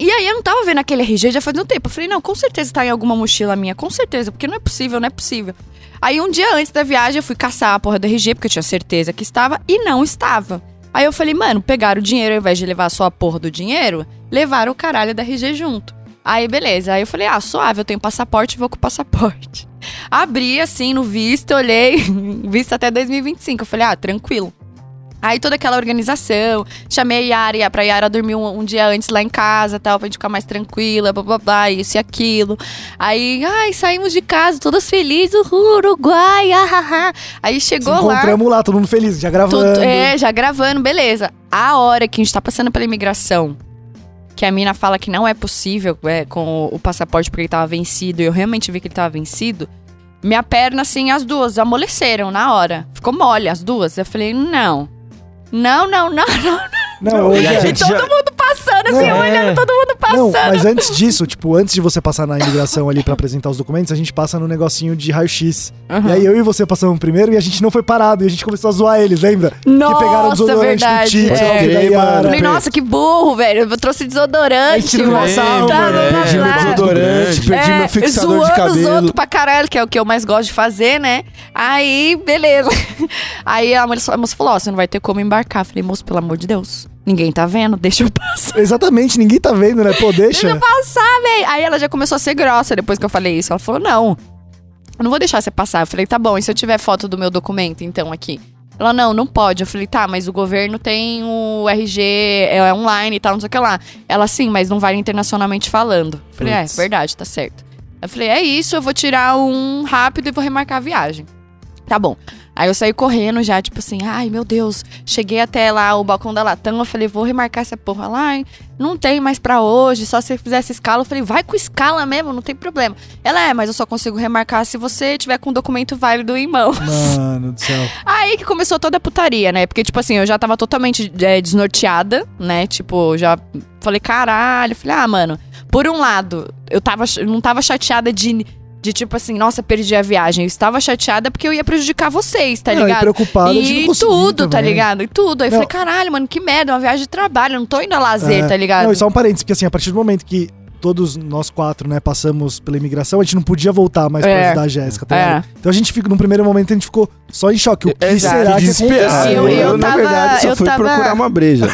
[SPEAKER 4] E aí eu não tava vendo aquele RG já fazia um tempo. Eu falei, não, com certeza tá em alguma mochila minha, com certeza, porque não é possível, não é possível. Aí um dia antes da viagem eu fui caçar a porra do RG, porque eu tinha certeza que estava, e não estava. Aí eu falei, mano, pegaram o dinheiro, ao invés de levar só a porra do dinheiro, levaram o caralho da RG junto. Aí, beleza. Aí eu falei, ah, suave, eu tenho passaporte, vou com o passaporte. Abri, assim, no visto, olhei, [laughs] visto até 2025. Eu falei, ah, tranquilo. Aí toda aquela organização, chamei a Yara, e a- pra Yara dormir um, um dia antes lá em casa, tal, pra gente ficar mais tranquila, blá, blá, blá, isso e aquilo. Aí, ai, saímos de casa, todas felizes, uhul, Uruguai, ah, ah, ah. Aí
[SPEAKER 1] Se
[SPEAKER 4] chegou lá...
[SPEAKER 1] encontramos lá, todo mundo feliz, já
[SPEAKER 4] Tu- tu-
[SPEAKER 1] gravando.
[SPEAKER 4] é, já gravando, beleza. A hora que a gente tá passando pela imigração, que a mina fala que não é possível é, com o, o passaporte porque ele tava vencido, e eu realmente vi que ele tava vencido, minha perna, assim, as duas amoleceram na hora. Ficou mole, as duas. Eu falei, não. Não, não, não, não. [laughs]
[SPEAKER 1] Não, hoje
[SPEAKER 2] E a
[SPEAKER 1] é.
[SPEAKER 2] gente
[SPEAKER 4] todo
[SPEAKER 2] já-
[SPEAKER 4] mundo passando, assim,
[SPEAKER 1] É.
[SPEAKER 4] olhando, todo mundo
[SPEAKER 1] Não,
[SPEAKER 4] passando.
[SPEAKER 1] mas antes disso, tipo, antes de você passar na imigração ali pra apresentar os documentos, a gente passa no negocinho de raio-x.
[SPEAKER 4] Uhum.
[SPEAKER 1] E aí eu e você passamos primeiro e a gente não foi parado e a gente começou a zoar eles, lembra? que pegaram um
[SPEAKER 4] Nossa,
[SPEAKER 1] desodorante do
[SPEAKER 4] verdade.
[SPEAKER 1] Tito,
[SPEAKER 4] é.
[SPEAKER 1] que daí
[SPEAKER 3] Mano,
[SPEAKER 1] era-
[SPEAKER 4] Eu Falei, nossa, que burro, velho. Eu trouxe
[SPEAKER 1] A
[SPEAKER 4] desodorante.
[SPEAKER 1] gente tirou uma
[SPEAKER 4] velho.
[SPEAKER 1] sarro,
[SPEAKER 4] Tá,
[SPEAKER 1] mano.
[SPEAKER 4] blá, blá,
[SPEAKER 3] Perdi
[SPEAKER 4] blá.
[SPEAKER 3] meu desodorante,
[SPEAKER 1] É,
[SPEAKER 3] perdi meu fixador
[SPEAKER 4] É, zoando
[SPEAKER 3] de
[SPEAKER 4] os outros
[SPEAKER 3] cabelo.
[SPEAKER 4] pra caralho, que é o que eu mais gosto de fazer, né? Aí, beleza. [laughs] Aí a moça, a moça falou, ó, você não vai ter como embarcar. Eu Falei, moço, pelo amor de Deus, ninguém tá vendo, deixa eu passar.
[SPEAKER 1] Exatamente, ninguém tá vendo, né? Pô,
[SPEAKER 4] Deixa eu
[SPEAKER 1] deixa.
[SPEAKER 4] passar, velho. Aí ela já começou a ser grossa depois que eu falei isso. Ela falou, não, eu não vou deixar você passar. Eu falei, tá bom, e se eu tiver foto do meu documento, então, aqui? Ela, não, não pode. Eu falei, tá, mas o governo tem o RG é online e tal, não sei o que lá. Ela, sim, mas não vale internacionalmente falando. Eu falei,
[SPEAKER 1] Putz.
[SPEAKER 4] é, verdade, tá certo. Eu falei, é isso, eu vou tirar um rápido e vou remarcar a viagem. Tá bom. Aí eu saí correndo já, tipo assim, ai meu Deus, cheguei até lá o balcão da Latam, eu falei, vou remarcar essa porra lá, ai, não tem mais pra hoje, só se você fizesse escala. Eu falei, vai com escala mesmo, não tem problema. Ela é, mas eu só consigo remarcar se você tiver com um documento válido em mão.
[SPEAKER 1] Mano do céu.
[SPEAKER 4] [laughs] Aí que começou toda a putaria, né? Porque, tipo assim, eu já tava totalmente é, desnorteada, né? Tipo, já falei, caralho. Falei, ah, mano, por um lado, eu tava, ch- não tava chateada de, de, tipo assim, nossa, perdi a viagem. Eu estava chateada porque eu ia prejudicar vocês, tá
[SPEAKER 1] Não, E
[SPEAKER 4] ligado?
[SPEAKER 1] preocupado de não
[SPEAKER 4] E
[SPEAKER 1] conseguir
[SPEAKER 4] tudo, tá
[SPEAKER 1] também.
[SPEAKER 4] ligado? E tudo. Aí
[SPEAKER 1] Não.
[SPEAKER 4] falei, caralho, mano, que merda, é uma viagem de trabalho, eu não tô indo a lazer,
[SPEAKER 1] É.
[SPEAKER 4] tá ligado?
[SPEAKER 1] Não, e só um parênteses, porque assim, a partir do momento que todos nós quatro, né, passamos pela imigração, a gente não podia voltar mais pra
[SPEAKER 4] É.
[SPEAKER 1] ajudar a Jéssica, tá
[SPEAKER 4] É.
[SPEAKER 1] ligado? Então a gente fica, num primeiro momento, a gente ficou só em choque. O que
[SPEAKER 4] Exato.
[SPEAKER 1] será que
[SPEAKER 2] Desesperado.
[SPEAKER 1] aconteceu?
[SPEAKER 4] Eu- eu
[SPEAKER 3] na
[SPEAKER 4] tava-
[SPEAKER 3] verdade, só
[SPEAKER 4] eu
[SPEAKER 3] fui
[SPEAKER 4] tava-
[SPEAKER 3] procurar uma breja.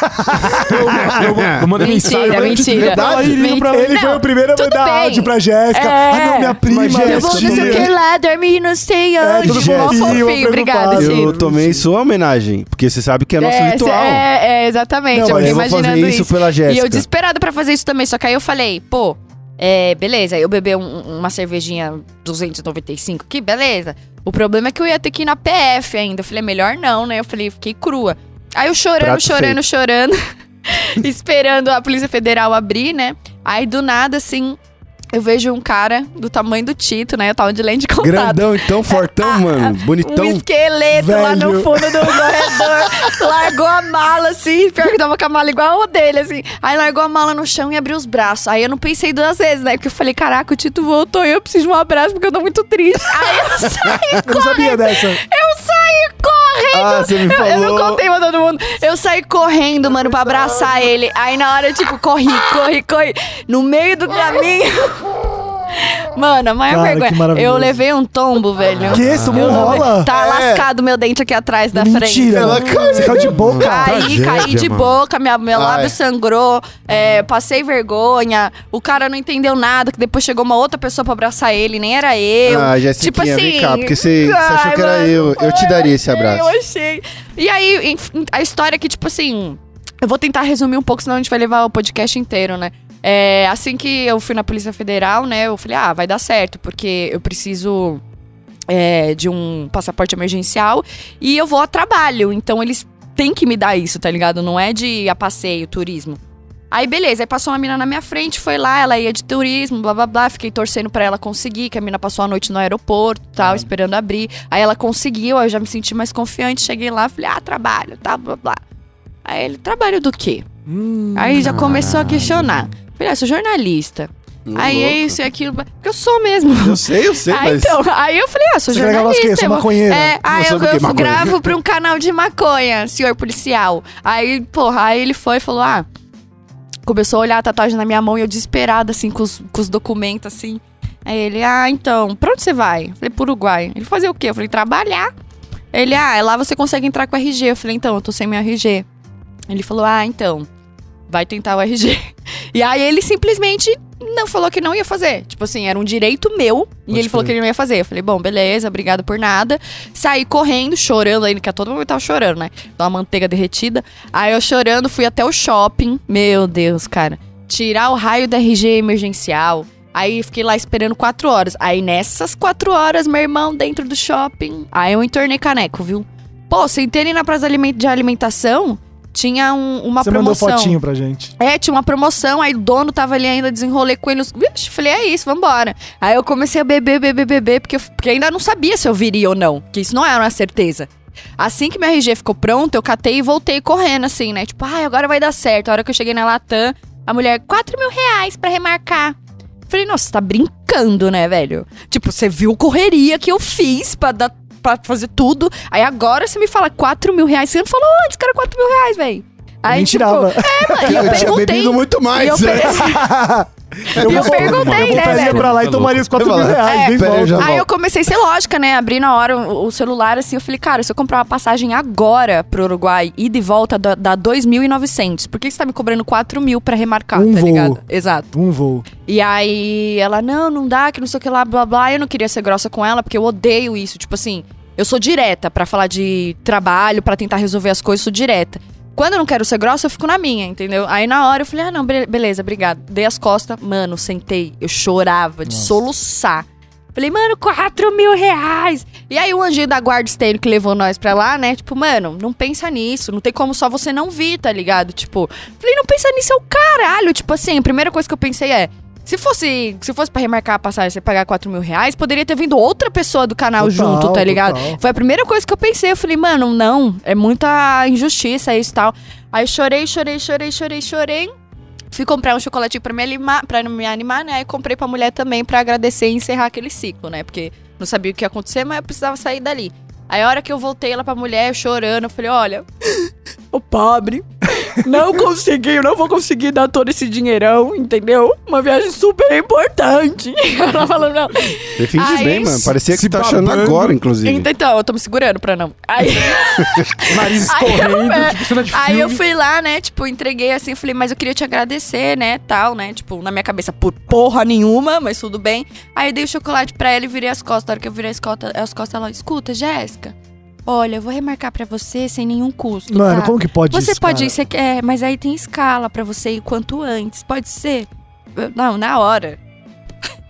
[SPEAKER 2] Eu mandei mensagem.
[SPEAKER 4] Mentira,
[SPEAKER 2] pra-
[SPEAKER 4] mentira.
[SPEAKER 2] Ela iria pra-
[SPEAKER 1] Ele foi o primeiro a
[SPEAKER 4] tudo
[SPEAKER 1] mandar
[SPEAKER 4] bem.
[SPEAKER 1] áudio pra Jéssica.
[SPEAKER 4] É.
[SPEAKER 1] Ah, não, minha prima. tipo
[SPEAKER 3] Mas
[SPEAKER 4] Eu vou não sei o que lá, dormir não sei
[SPEAKER 1] É,
[SPEAKER 4] onde.
[SPEAKER 1] tudo
[SPEAKER 4] Mó
[SPEAKER 1] fofinho,
[SPEAKER 4] fofinho, obrigada,
[SPEAKER 1] preocupado.
[SPEAKER 4] Chico.
[SPEAKER 3] Eu tomei sua homenagem, porque você sabe que é nosso
[SPEAKER 4] É,
[SPEAKER 3] ritual.
[SPEAKER 4] cê- É, é, exatamente.
[SPEAKER 1] Não,
[SPEAKER 4] eu
[SPEAKER 1] mas
[SPEAKER 4] fiquei
[SPEAKER 3] eu vou fazer
[SPEAKER 4] imaginando
[SPEAKER 3] isso, pela
[SPEAKER 4] E
[SPEAKER 3] Jéssica.
[SPEAKER 4] eu desesperada pra fazer isso também. Só que aí eu falei, pô, é, beleza, eu bebi um- uma cervejinha 295 aqui, beleza. O problema é que eu ia ter que ir na PF ainda. Eu falei, melhor não, né? Eu falei, fiquei crua. Aí eu chorando,
[SPEAKER 3] Prato
[SPEAKER 4] chorando, chorando, [laughs] esperando a Polícia Federal abrir, né? Aí do nada, assim, eu vejo um cara do tamanho do Tito, né? Eu tava de lente de contato.
[SPEAKER 3] Grandão,
[SPEAKER 4] [laughs]
[SPEAKER 3] então, fortão, mano.
[SPEAKER 4] Um
[SPEAKER 3] Bonitão.
[SPEAKER 4] esqueleto lá
[SPEAKER 1] velho.
[SPEAKER 4] no fundo do corredor. largou a mala, assim. Pior que tava com a mala igual o dele, assim. Aí largou a mala no chão e abriu os braços. Aí eu não pensei duas vezes, né? Porque eu falei, caraca, o Tito voltou e eu preciso de um abraço porque eu tô muito triste. Aí eu saí
[SPEAKER 1] [laughs] Eu não sabia dessa.
[SPEAKER 4] eu saí correndo.
[SPEAKER 3] Ah, você me
[SPEAKER 4] Eu- Eu,
[SPEAKER 3] falou.
[SPEAKER 4] não contei pra todo mundo. Eu saí correndo, mano, pra abraçar ele. Aí na hora, eu, tipo, corri, corri, corri. No meio do caminho. Mano, a maior
[SPEAKER 1] Cara, que
[SPEAKER 4] vergonha.
[SPEAKER 1] maravilhoso.
[SPEAKER 4] Eu levei um tombo, velho.
[SPEAKER 1] Que isso,
[SPEAKER 4] Eu
[SPEAKER 1] não
[SPEAKER 4] levei-
[SPEAKER 1] rola?
[SPEAKER 4] Tá
[SPEAKER 3] É.
[SPEAKER 4] lascado meu dente aqui atrás da frente.
[SPEAKER 1] Mentira. tá
[SPEAKER 3] Ela caiu.
[SPEAKER 1] Você caiu de boca.
[SPEAKER 4] Caí,
[SPEAKER 3] Tragédia,
[SPEAKER 4] caí de
[SPEAKER 3] mano.
[SPEAKER 4] boca, minha, meu
[SPEAKER 3] Ai.
[SPEAKER 4] lábio sangrou, é, passei vergonha, o cara não entendeu nada, que depois chegou uma outra pessoa pra abraçar ele, nem era eu.
[SPEAKER 3] Ah, Jéssica,
[SPEAKER 4] tipo assim,
[SPEAKER 3] vem cá, porque você, você achou
[SPEAKER 4] ai,
[SPEAKER 3] que era
[SPEAKER 4] mano,
[SPEAKER 3] eu. Eu te daria esse
[SPEAKER 4] achei,
[SPEAKER 3] abraço.
[SPEAKER 4] Eu achei. E aí, enfim, a história é que, tipo assim, eu vou tentar resumir um pouco, senão a gente vai levar o podcast inteiro, né? É, assim que eu fui na Polícia Federal, né, eu falei, ah, vai dar certo, porque eu preciso é, de um passaporte emergencial e eu vou a trabalho, então eles têm que me dar isso, tá ligado? Não é de a passeio, turismo. Aí beleza, aí passou uma mina na minha frente, foi lá, ela ia de turismo, blá blá blá, fiquei torcendo pra ela conseguir, que a mina passou a noite no aeroporto, tal, esperando abrir. Aí ela conseguiu, aí eu já me senti mais confiante, cheguei lá, falei: "Ah, trabalho", tá, blá blá. Aí ele trabalho do quê?
[SPEAKER 1] Hum,
[SPEAKER 4] Aí já começou a questionar. Falei: "Ah, sou jornalista". aí é isso e aquilo, porque eu sou mesmo.
[SPEAKER 3] Eu sei, eu sei,
[SPEAKER 4] Ah,
[SPEAKER 3] mas.
[SPEAKER 4] então, aí eu falei, ah, sou
[SPEAKER 1] Você quer gravar
[SPEAKER 4] jornalista.
[SPEAKER 1] os quê? Eu sou
[SPEAKER 4] eu vou-
[SPEAKER 1] maconheira.
[SPEAKER 4] É, ah,
[SPEAKER 3] Você
[SPEAKER 4] eu,
[SPEAKER 3] do quê,
[SPEAKER 4] eu
[SPEAKER 3] maconha?
[SPEAKER 4] gravo pra um canal de maconha, senhor policial. Aí, porra, aí ele foi e falou, ah... Começou a olhar a tatuagem na minha mão e eu desesperada, assim, com os, com os documentos, assim. Aí ele, ah, então, pra onde você vai? Eu falei, pro Uruguai. Ele, fazer o quê? Eu falei, trabalhar. Ele, ah, lá você consegue entrar com RG. Eu falei, então, eu tô sem meu RG. Ele falou, ah, então, vai tentar o RG. [laughs] E aí ele simplesmente não falou que não ia fazer. Tipo assim, era um direito meu. e ele
[SPEAKER 1] Pode
[SPEAKER 4] falou que ele não ia fazer. Eu falei, bom, beleza, obrigado por nada. Saí correndo, chorando ainda, que a todo momento eu tava chorando, né? Dá uma manteiga derretida. Aí eu chorando, fui até o shopping. Meu Deus, cara. Tirar o raio da RG emergencial. Aí fiquei lá esperando quatro horas. Aí nessas quatro horas, meu irmão, dentro do shopping. Aí eu entornei caneco, viu? Pô, sentei ali na praça aliment- de alimentação, tinha um- uma
[SPEAKER 1] Você mandou
[SPEAKER 4] promoção.
[SPEAKER 1] fotinho pra gente.
[SPEAKER 4] É, tinha uma promoção, aí o dono tava ali ainda, desenrolei com ele. os- Vixe, falei, é isso, vambora. Aí eu comecei a beber, beber, beber, porque, eu- porque ainda não sabia se eu viria ou não. Que isso não era uma certeza. Assim que minha RG ficou pronta, eu catei e voltei correndo, assim, né? Tipo, ai, agora vai dar certo. A hora que eu cheguei na Latam, a mulher, 4 mil reais pra remarcar. Falei, nossa, você tá brincando, né, velho? Tipo, você viu a correria que eu fiz pra, dar, pra fazer tudo. Aí agora você me fala 4 mil reais. Você não falou antes que era 4 mil reais, velho.
[SPEAKER 1] Eu
[SPEAKER 4] Aí,
[SPEAKER 1] nem tirava.
[SPEAKER 4] é, mano, e eu
[SPEAKER 3] eu tinha
[SPEAKER 4] perguntei.
[SPEAKER 3] bebido muito
[SPEAKER 4] e eu
[SPEAKER 3] mais. tá
[SPEAKER 4] per-
[SPEAKER 1] eu
[SPEAKER 4] eu
[SPEAKER 1] vou-
[SPEAKER 4] perguntei,
[SPEAKER 1] Eu
[SPEAKER 4] né,
[SPEAKER 1] voltaria
[SPEAKER 4] velho?
[SPEAKER 1] pra lá e tomaria os 4 mil
[SPEAKER 3] Eu vou lá.
[SPEAKER 1] reais.
[SPEAKER 4] É,
[SPEAKER 1] nem
[SPEAKER 3] pera, eu
[SPEAKER 1] volta.
[SPEAKER 3] já
[SPEAKER 4] Aí
[SPEAKER 3] volto.
[SPEAKER 4] eu comecei a ser lógica, né? Abri na hora o, o celular, assim, eu falei, cara, se eu comprar uma passagem agora pro Uruguai, ida e volta, dá, dá 2.900. Por que você tá me cobrando 4 mil pra remarcar,
[SPEAKER 1] Um
[SPEAKER 4] tá
[SPEAKER 1] voo.
[SPEAKER 4] ligado? Exato.
[SPEAKER 1] Um voo.
[SPEAKER 4] E aí ela, não, não dá, que não sei o que lá, blá blá. Eu não queria ser grossa com ela, porque eu odeio isso. Tipo assim, Eu sou direta pra falar de trabalho, pra tentar resolver as coisas, sou direta. Quando eu não quero ser grossa, eu fico na minha, entendeu? Aí na hora eu falei, ah, não, be- beleza, obrigado. Dei as costas, mano, sentei. Eu chorava de
[SPEAKER 1] Nossa.
[SPEAKER 4] soluçar. Falei, mano, 4 mil reais. E aí o anjinho da guarda estênio que levou nós pra lá, né? Tipo, mano, não pensa nisso. Não tem como só você não vir, tá ligado? Tipo, falei, não pensa nisso, é o caralho. Tipo assim, a primeira coisa que eu pensei é. Se fosse, se fosse pra remarcar a passagem, você pagar 4 mil reais, poderia ter vindo outra pessoa do canal
[SPEAKER 1] Total,
[SPEAKER 4] junto, tá ligado?
[SPEAKER 1] total.
[SPEAKER 4] Foi a primeira coisa que eu pensei. Eu falei, mano, não, é muita injustiça isso e tal. Aí chorei, chorei, chorei, chorei, chorei. Fui comprar um chocolatinho pra me animar, para me animar, né? Aí comprei pra mulher também pra agradecer e encerrar aquele ciclo, né? Porque não sabia o que ia acontecer, mas eu precisava sair dali. Aí a hora que eu voltei lá pra mulher, eu chorando, eu falei, [laughs] olha, o pobre não conseguiu, não vou conseguir dar todo esse dinheirão, entendeu? Uma viagem super importante. [laughs] Ela falando, não,
[SPEAKER 3] Defende
[SPEAKER 4] Ah,
[SPEAKER 3] bem,
[SPEAKER 4] isso.
[SPEAKER 3] mano. Parecia que
[SPEAKER 2] Se
[SPEAKER 3] você tá achando
[SPEAKER 2] babando.
[SPEAKER 3] agora, inclusive.
[SPEAKER 4] Então, então, eu tô me segurando pra não. Aí,
[SPEAKER 2] Nariz
[SPEAKER 4] Aí eu-
[SPEAKER 2] escorrendo,
[SPEAKER 4] é.
[SPEAKER 2] tipo cena de filme.
[SPEAKER 4] aí eu fui lá, né? Tipo, entreguei assim, falei, mas eu queria te agradecer, né? Tal, né? Tipo, na minha cabeça, por porra nenhuma, mas tudo bem. Aí eu dei o chocolate pra ela e virei as costas. Na hora que eu virei as costas, as costas ela, escuta, Jéssica, olha, eu vou remarcar pra você sem nenhum custo.
[SPEAKER 1] Mano,
[SPEAKER 4] tá?
[SPEAKER 1] como que pode
[SPEAKER 4] Você
[SPEAKER 1] isso,
[SPEAKER 4] pode
[SPEAKER 1] cara?
[SPEAKER 4] ir, você quer, mas aí tem escala pra você ir quanto antes. Pode ser? Eu, Não, na hora.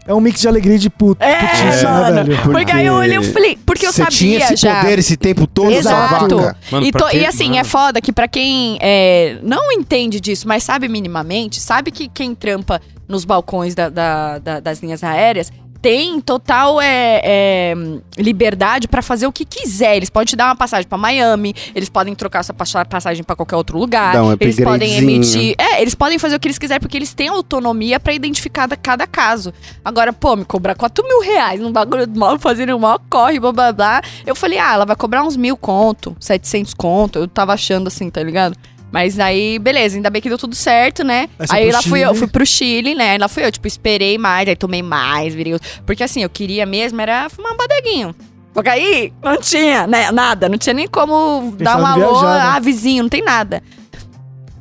[SPEAKER 1] É um mix de alegria e de puto.
[SPEAKER 4] É,
[SPEAKER 1] putice, né,
[SPEAKER 4] mano.
[SPEAKER 1] velho?
[SPEAKER 4] Porque aí eu olhei e falei, porque eu
[SPEAKER 3] Você
[SPEAKER 4] sabia
[SPEAKER 3] tinha esse
[SPEAKER 4] já.
[SPEAKER 3] poder esse tempo todo,
[SPEAKER 4] Exato.
[SPEAKER 3] sua vaca.
[SPEAKER 2] Mano,
[SPEAKER 4] e,
[SPEAKER 2] pra
[SPEAKER 4] to-
[SPEAKER 2] quê?
[SPEAKER 4] e assim,
[SPEAKER 2] Mano.
[SPEAKER 4] é foda que pra quem é, não entende disso, mas sabe minimamente, sabe que quem trampa nos balcões da- da- da- das linhas aéreas tem total é, é, liberdade pra fazer o que quiser. Eles podem te dar uma passagem pra Miami, eles podem trocar sua passa- passagem pra qualquer outro lugar,
[SPEAKER 3] Dá um
[SPEAKER 4] eles podem
[SPEAKER 3] upgradezinho.
[SPEAKER 4] emitir. É, eles podem fazer o que eles quiserem, porque eles têm autonomia pra identificar da- cada caso. Agora, pô, me cobrar 4 mil reais num bagulho do mal, fazendo mal, corre, blá blá blá. Eu falei, ah, ela vai cobrar uns mil conto, 700 conto. Eu tava achando assim, tá ligado? Mas aí, beleza, ainda bem que deu tudo certo, né?
[SPEAKER 1] Aí você
[SPEAKER 4] Aí
[SPEAKER 1] pro
[SPEAKER 4] lá fui eu,
[SPEAKER 1] Chile.
[SPEAKER 4] fui pro Chile, né? Aí lá fui eu, tipo, esperei mais, aí tomei mais, virei. outro- Porque assim, eu queria mesmo era fumar um bodeguinho. Porque aí não tinha, né? Nada, não tinha nem como dar
[SPEAKER 1] sabe
[SPEAKER 4] um alô,
[SPEAKER 1] viajar, né?
[SPEAKER 4] ah, vizinho, não tem nada.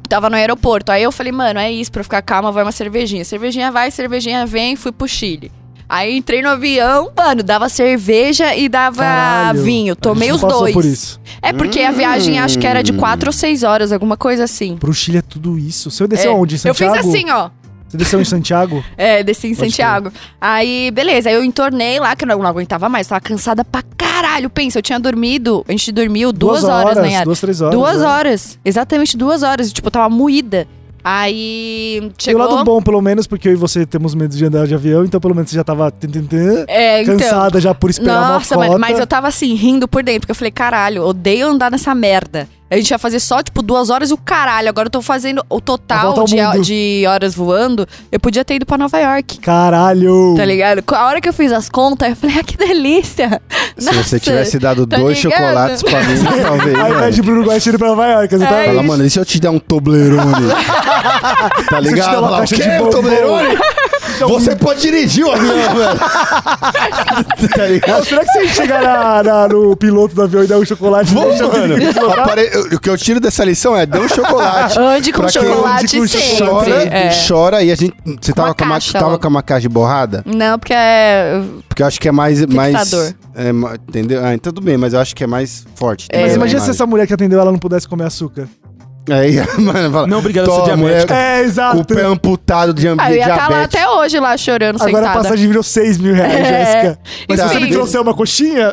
[SPEAKER 4] Tava no aeroporto. Aí eu falei, mano, é isso, pra eu ficar calma, vai uma cervejinha. Cervejinha vai, cervejinha vem, fui pro Chile. Aí entrei no avião, mano, dava cerveja e dava
[SPEAKER 1] Caralho.
[SPEAKER 4] vinho. Tomei
[SPEAKER 1] A
[SPEAKER 4] os
[SPEAKER 1] gente não passou
[SPEAKER 4] dois.
[SPEAKER 1] por isso.
[SPEAKER 4] É porque a viagem acho que era de quatro ou seis horas, alguma coisa assim.
[SPEAKER 1] Pro Chile é tudo isso. Você desceu
[SPEAKER 4] É.
[SPEAKER 1] onde? Em
[SPEAKER 4] Eu
[SPEAKER 1] Santiago?
[SPEAKER 4] fiz assim, ó.
[SPEAKER 1] Você desceu em Santiago?
[SPEAKER 4] [laughs] É, desci em
[SPEAKER 1] Pode
[SPEAKER 4] Santiago. Aí, beleza, aí eu entornei lá, que eu não, não aguentava mais, tava cansada pra caralho. Pensa, eu tinha dormido, a gente dormiu duas, horas, né? Yara?
[SPEAKER 1] Duas, três horas.
[SPEAKER 4] Duas
[SPEAKER 1] né?
[SPEAKER 4] horas. Exatamente duas horas. Tipo, eu tava moída. Aí
[SPEAKER 1] Tem o
[SPEAKER 4] chegou.
[SPEAKER 1] lado bom, pelo menos, porque eu e você temos medo de andar de avião, então pelo menos você já tava tum, tum, tum,
[SPEAKER 4] é, então.
[SPEAKER 1] cansada já por esperar
[SPEAKER 4] Nossa,
[SPEAKER 1] uma
[SPEAKER 4] mano,
[SPEAKER 1] cota.
[SPEAKER 4] mas eu tava assim, rindo por dentro, porque eu falei, caralho, odeio andar nessa merda. A gente ia fazer só, tipo, duas horas e o caralho. Agora eu tô fazendo o
[SPEAKER 1] A volta
[SPEAKER 4] total
[SPEAKER 1] ao
[SPEAKER 4] de,
[SPEAKER 1] mundo.
[SPEAKER 4] de horas voando. Eu podia ter ido pra Nova York.
[SPEAKER 1] Caralho!
[SPEAKER 4] Tá ligado? A hora que eu fiz as contas, eu falei, ah, que delícia!
[SPEAKER 3] Se você tivesse dado
[SPEAKER 4] tá
[SPEAKER 3] dois
[SPEAKER 4] ligado?
[SPEAKER 3] chocolates pra mim,
[SPEAKER 4] [laughs]
[SPEAKER 3] talvez. né?
[SPEAKER 1] Ao invés
[SPEAKER 3] velho.
[SPEAKER 1] de pro Uruguai, tira pra Nova York. Você tá
[SPEAKER 4] É
[SPEAKER 3] Fala, mano, e se eu te der um Toblerone? tá
[SPEAKER 1] Se eu te
[SPEAKER 3] ligado?
[SPEAKER 1] der uma
[SPEAKER 3] Fala,
[SPEAKER 1] caixa
[SPEAKER 3] "O quê?
[SPEAKER 1] de bombom?"
[SPEAKER 3] um Toblerone? Você pode dirigir o avião, velho. tá ligado?
[SPEAKER 1] Será que você chegar na, na- no piloto do avião e dar um chocolate?
[SPEAKER 3] Vamos,
[SPEAKER 1] Deixa eu-
[SPEAKER 3] mano. Apare- eu- O que eu tiro dessa lição é dê um chocolate.
[SPEAKER 4] Ande com
[SPEAKER 3] Pra quem
[SPEAKER 1] ande
[SPEAKER 4] chocolate
[SPEAKER 1] com
[SPEAKER 4] sempre.
[SPEAKER 3] Chora,
[SPEAKER 4] É.
[SPEAKER 3] chora e a gente. Você
[SPEAKER 4] Com
[SPEAKER 3] tava,
[SPEAKER 4] a
[SPEAKER 3] com uma,
[SPEAKER 4] caixa
[SPEAKER 3] tava
[SPEAKER 4] logo.
[SPEAKER 3] com uma caixa de borrada?
[SPEAKER 4] Não, porque é.
[SPEAKER 3] Porque eu acho que é mais. mais
[SPEAKER 4] Fixador.
[SPEAKER 3] é, ma- entendeu? Ah, então tudo bem, mas eu acho que é mais forte.
[SPEAKER 4] É,
[SPEAKER 1] Mas
[SPEAKER 3] Tem
[SPEAKER 1] imagina se
[SPEAKER 3] mais-
[SPEAKER 1] essa mulher que atendeu ela não pudesse comer açúcar.
[SPEAKER 3] Aí, [laughs] mano, fala.
[SPEAKER 2] Não, obrigado, eu sou
[SPEAKER 3] "Toma,
[SPEAKER 2] diabética."
[SPEAKER 3] é,
[SPEAKER 1] É,
[SPEAKER 3] Com
[SPEAKER 1] exato.
[SPEAKER 3] o pé amputado de ambi-
[SPEAKER 4] Ah, eu ia estar lá
[SPEAKER 3] diabetes.
[SPEAKER 4] até hoje, lá chorando,
[SPEAKER 1] Agora a
[SPEAKER 4] sentada.
[SPEAKER 1] passagem virou 6 mil reais,
[SPEAKER 4] É.
[SPEAKER 1] Jéssica. Mas se
[SPEAKER 3] Tá.
[SPEAKER 1] você me trouxer uma coxinha,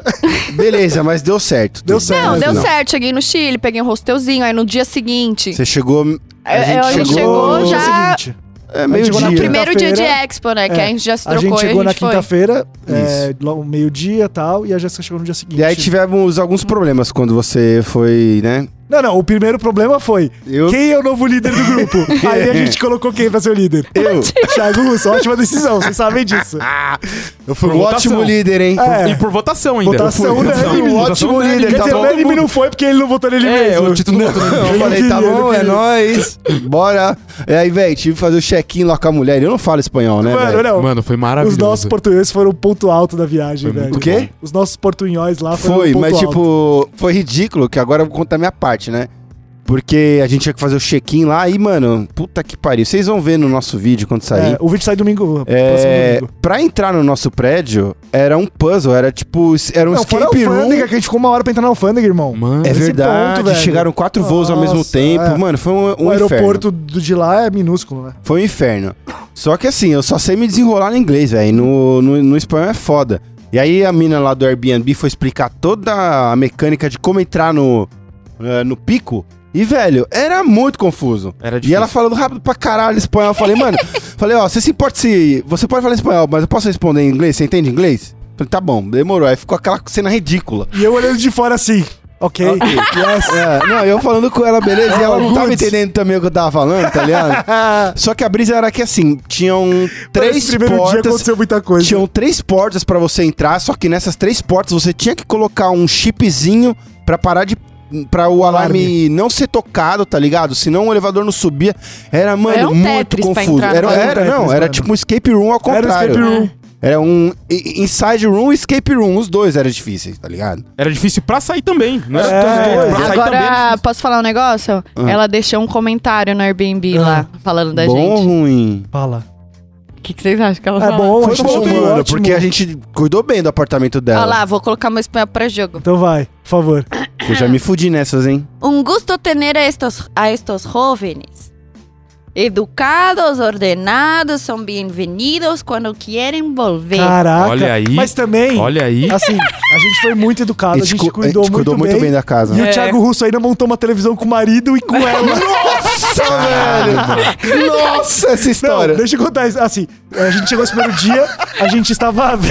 [SPEAKER 3] Beleza, mas deu certo.
[SPEAKER 1] Deu
[SPEAKER 3] tudo
[SPEAKER 1] certo.
[SPEAKER 3] bem,
[SPEAKER 4] Não,
[SPEAKER 3] mas
[SPEAKER 4] deu certo. Cheguei no Chile, peguei um hostelzinho. Aí no dia seguinte.
[SPEAKER 3] Você chegou. A
[SPEAKER 4] É,
[SPEAKER 3] gente
[SPEAKER 4] é, a gente
[SPEAKER 3] chegou
[SPEAKER 1] no
[SPEAKER 4] já-
[SPEAKER 1] dia seguinte.
[SPEAKER 3] É
[SPEAKER 1] A gente
[SPEAKER 3] meio
[SPEAKER 1] chegou na
[SPEAKER 3] dia.
[SPEAKER 1] primeira-
[SPEAKER 4] Primeiro dia de
[SPEAKER 1] quinta-feira-
[SPEAKER 4] Expo, né?
[SPEAKER 1] é,
[SPEAKER 4] que a gente já se
[SPEAKER 1] A
[SPEAKER 4] trocou
[SPEAKER 1] gente chegou
[SPEAKER 4] e a
[SPEAKER 1] na
[SPEAKER 4] gente foi.
[SPEAKER 1] quinta-feira, é, lo- meio-dia e tal, e a Jéssica chegou no dia seguinte.
[SPEAKER 3] E aí tivemos alguns problemas quando você foi, né?
[SPEAKER 1] Não, não, o primeiro problema foi
[SPEAKER 3] Eu.
[SPEAKER 1] quem é o novo líder do grupo?
[SPEAKER 3] [laughs]
[SPEAKER 1] aí a gente colocou quem pra ser o líder?
[SPEAKER 3] Eu.
[SPEAKER 1] [laughs] Thiago Russo, ótima decisão, vocês sabem disso.
[SPEAKER 3] Ah, eu fui
[SPEAKER 2] Por
[SPEAKER 3] um
[SPEAKER 2] votação.
[SPEAKER 3] ótimo líder, hein?
[SPEAKER 1] É.
[SPEAKER 2] E por votação ainda.
[SPEAKER 1] Votação
[SPEAKER 2] Por-
[SPEAKER 1] unânime,
[SPEAKER 2] votação
[SPEAKER 3] ótimo
[SPEAKER 2] unânime,
[SPEAKER 3] líder,
[SPEAKER 1] Quer
[SPEAKER 3] tá
[SPEAKER 1] dizer,
[SPEAKER 3] bom.
[SPEAKER 1] o Anime não foi porque ele não votou nele
[SPEAKER 2] É,
[SPEAKER 1] mesmo.
[SPEAKER 2] o título não votou nele.
[SPEAKER 3] [laughs] Eu falei, tá
[SPEAKER 1] queria,
[SPEAKER 3] bom,
[SPEAKER 1] ele
[SPEAKER 3] é
[SPEAKER 1] queria.
[SPEAKER 3] nóis. Bora. E aí, velho, tive que fazer o check-in lá com a mulher. Eu não falo espanhol, né,
[SPEAKER 1] Mano,
[SPEAKER 3] velho?
[SPEAKER 1] não.
[SPEAKER 2] Mano, foi maravilhoso.
[SPEAKER 1] Os nossos portugueses foram o ponto alto da viagem,
[SPEAKER 2] Foi muito
[SPEAKER 1] velho.
[SPEAKER 3] O quê?
[SPEAKER 1] Os nossos portunhóis lá foram
[SPEAKER 3] Foi,
[SPEAKER 1] o um ponto
[SPEAKER 3] mas
[SPEAKER 1] alto.
[SPEAKER 3] tipo, foi ridículo, que agora eu vou contar a minha parte, né? Porque a gente tinha que fazer o check-in lá e, mano, puta que pariu. Vocês vão ver no nosso vídeo quando sair.
[SPEAKER 1] É, o vídeo sai domingo,
[SPEAKER 3] É,
[SPEAKER 1] próximo domingo.
[SPEAKER 3] pra entrar no nosso prédio, era um puzzle, era tipo, era um
[SPEAKER 1] não, fora a
[SPEAKER 3] escape room.
[SPEAKER 1] alfândega, que a gente ficou uma hora pra entrar na alfândega, irmão.
[SPEAKER 2] Mano.
[SPEAKER 3] É
[SPEAKER 1] Esse
[SPEAKER 3] verdade,
[SPEAKER 1] ponto, velho.
[SPEAKER 3] chegaram quatro voos ao mesmo
[SPEAKER 1] Nossa,
[SPEAKER 3] tempo.
[SPEAKER 1] é.
[SPEAKER 3] Mano, foi um, um
[SPEAKER 1] o
[SPEAKER 3] inferno.
[SPEAKER 1] aeroporto do, de lá é minúsculo, né?
[SPEAKER 3] Foi um inferno. Só que assim, eu só sei me desenrolar no inglês, velho. No, no, no espanhol é foda. E aí a mina lá do Airbnb foi explicar toda a mecânica de como entrar no, eh, no pico. E, velho, era muito confuso.
[SPEAKER 2] Era
[SPEAKER 3] E ela falando rápido pra caralho espanhol. Eu falei, mano, falei, ó, você se importa se. Você pode falar espanhol, mas eu posso responder em inglês? Você entende inglês? Falei, tá bom, demorou. Aí ficou aquela cena ridícula.
[SPEAKER 1] E eu olhando de fora assim, ok, [laughs]
[SPEAKER 3] Ok.
[SPEAKER 1] yes.
[SPEAKER 3] É, não, eu falando com ela, beleza, e ela não tava
[SPEAKER 1] Good.
[SPEAKER 3] entendendo também o que eu tava falando, tá ligado?
[SPEAKER 1] Ah,
[SPEAKER 3] Só que a brisa era que assim, tinham
[SPEAKER 1] Esse
[SPEAKER 3] três
[SPEAKER 1] primeiro dia
[SPEAKER 3] portas.
[SPEAKER 1] aconteceu muita coisa.
[SPEAKER 3] Tinham três portas pra você entrar, só que nessas três portas você tinha que colocar um chipzinho pra parar de Pra o alarme,
[SPEAKER 1] Alarme.
[SPEAKER 3] não ser tocado, tá ligado? Senão o elevador não subia. Era, mano,
[SPEAKER 4] Era um
[SPEAKER 3] muito
[SPEAKER 4] Tetris pra
[SPEAKER 3] confuso.
[SPEAKER 4] entrar no
[SPEAKER 3] Era,
[SPEAKER 4] bagulho.
[SPEAKER 1] Era
[SPEAKER 3] era,
[SPEAKER 1] um
[SPEAKER 3] não,
[SPEAKER 1] Tetris,
[SPEAKER 3] era
[SPEAKER 1] mano.
[SPEAKER 3] tipo um escape room ao
[SPEAKER 1] Era
[SPEAKER 3] contrário.
[SPEAKER 1] o escape room.
[SPEAKER 3] Era um i- inside room e escape room. Os dois eram difíceis, tá ligado?
[SPEAKER 2] Era difícil pra sair também. Não era
[SPEAKER 1] É,
[SPEAKER 2] todos dois,
[SPEAKER 1] é.
[SPEAKER 2] pra sair também né? era
[SPEAKER 4] Agora,
[SPEAKER 2] difícil.
[SPEAKER 4] posso falar um negócio? Ela deixou um comentário no Airbnb
[SPEAKER 1] Ah.
[SPEAKER 4] lá, falando da
[SPEAKER 3] Bom ou
[SPEAKER 4] gente.
[SPEAKER 3] ruim?
[SPEAKER 1] Fala.
[SPEAKER 4] O que, que vocês acham que ela
[SPEAKER 1] É
[SPEAKER 4] falou?
[SPEAKER 1] bom,
[SPEAKER 3] Foi
[SPEAKER 1] a gente
[SPEAKER 3] Tá bom,
[SPEAKER 1] achou
[SPEAKER 3] mano,
[SPEAKER 1] ótimo.
[SPEAKER 3] porque a gente cuidou bem do apartamento dela.
[SPEAKER 4] Olha lá, vou colocar meu espanhol pra jogo.
[SPEAKER 1] Então vai, por favor.
[SPEAKER 3] Eu já me fudi nessas, hein?
[SPEAKER 7] Un Um gusto tener a estos, a estos jóvenes. Educados, ordenados, son bienvenidos cuando quieren volver.
[SPEAKER 1] Caraca.
[SPEAKER 2] Olha aí.
[SPEAKER 1] Mas também,
[SPEAKER 2] Olha aí.
[SPEAKER 1] assim, a gente foi muito educado, a gente,
[SPEAKER 3] cu-
[SPEAKER 1] cuidou,
[SPEAKER 3] a gente cuidou
[SPEAKER 1] muito, bem.
[SPEAKER 3] da casa.
[SPEAKER 1] E
[SPEAKER 4] É.
[SPEAKER 1] o Thiago Russo ainda montou uma televisão com o marido e
[SPEAKER 3] [laughs]
[SPEAKER 1] com ela.
[SPEAKER 3] Nossa, velho! Nossa,
[SPEAKER 1] Não,
[SPEAKER 3] essa
[SPEAKER 1] deixa eu contar isso. Assim, a gente chegou esse primeiro dia, a gente estava. [laughs]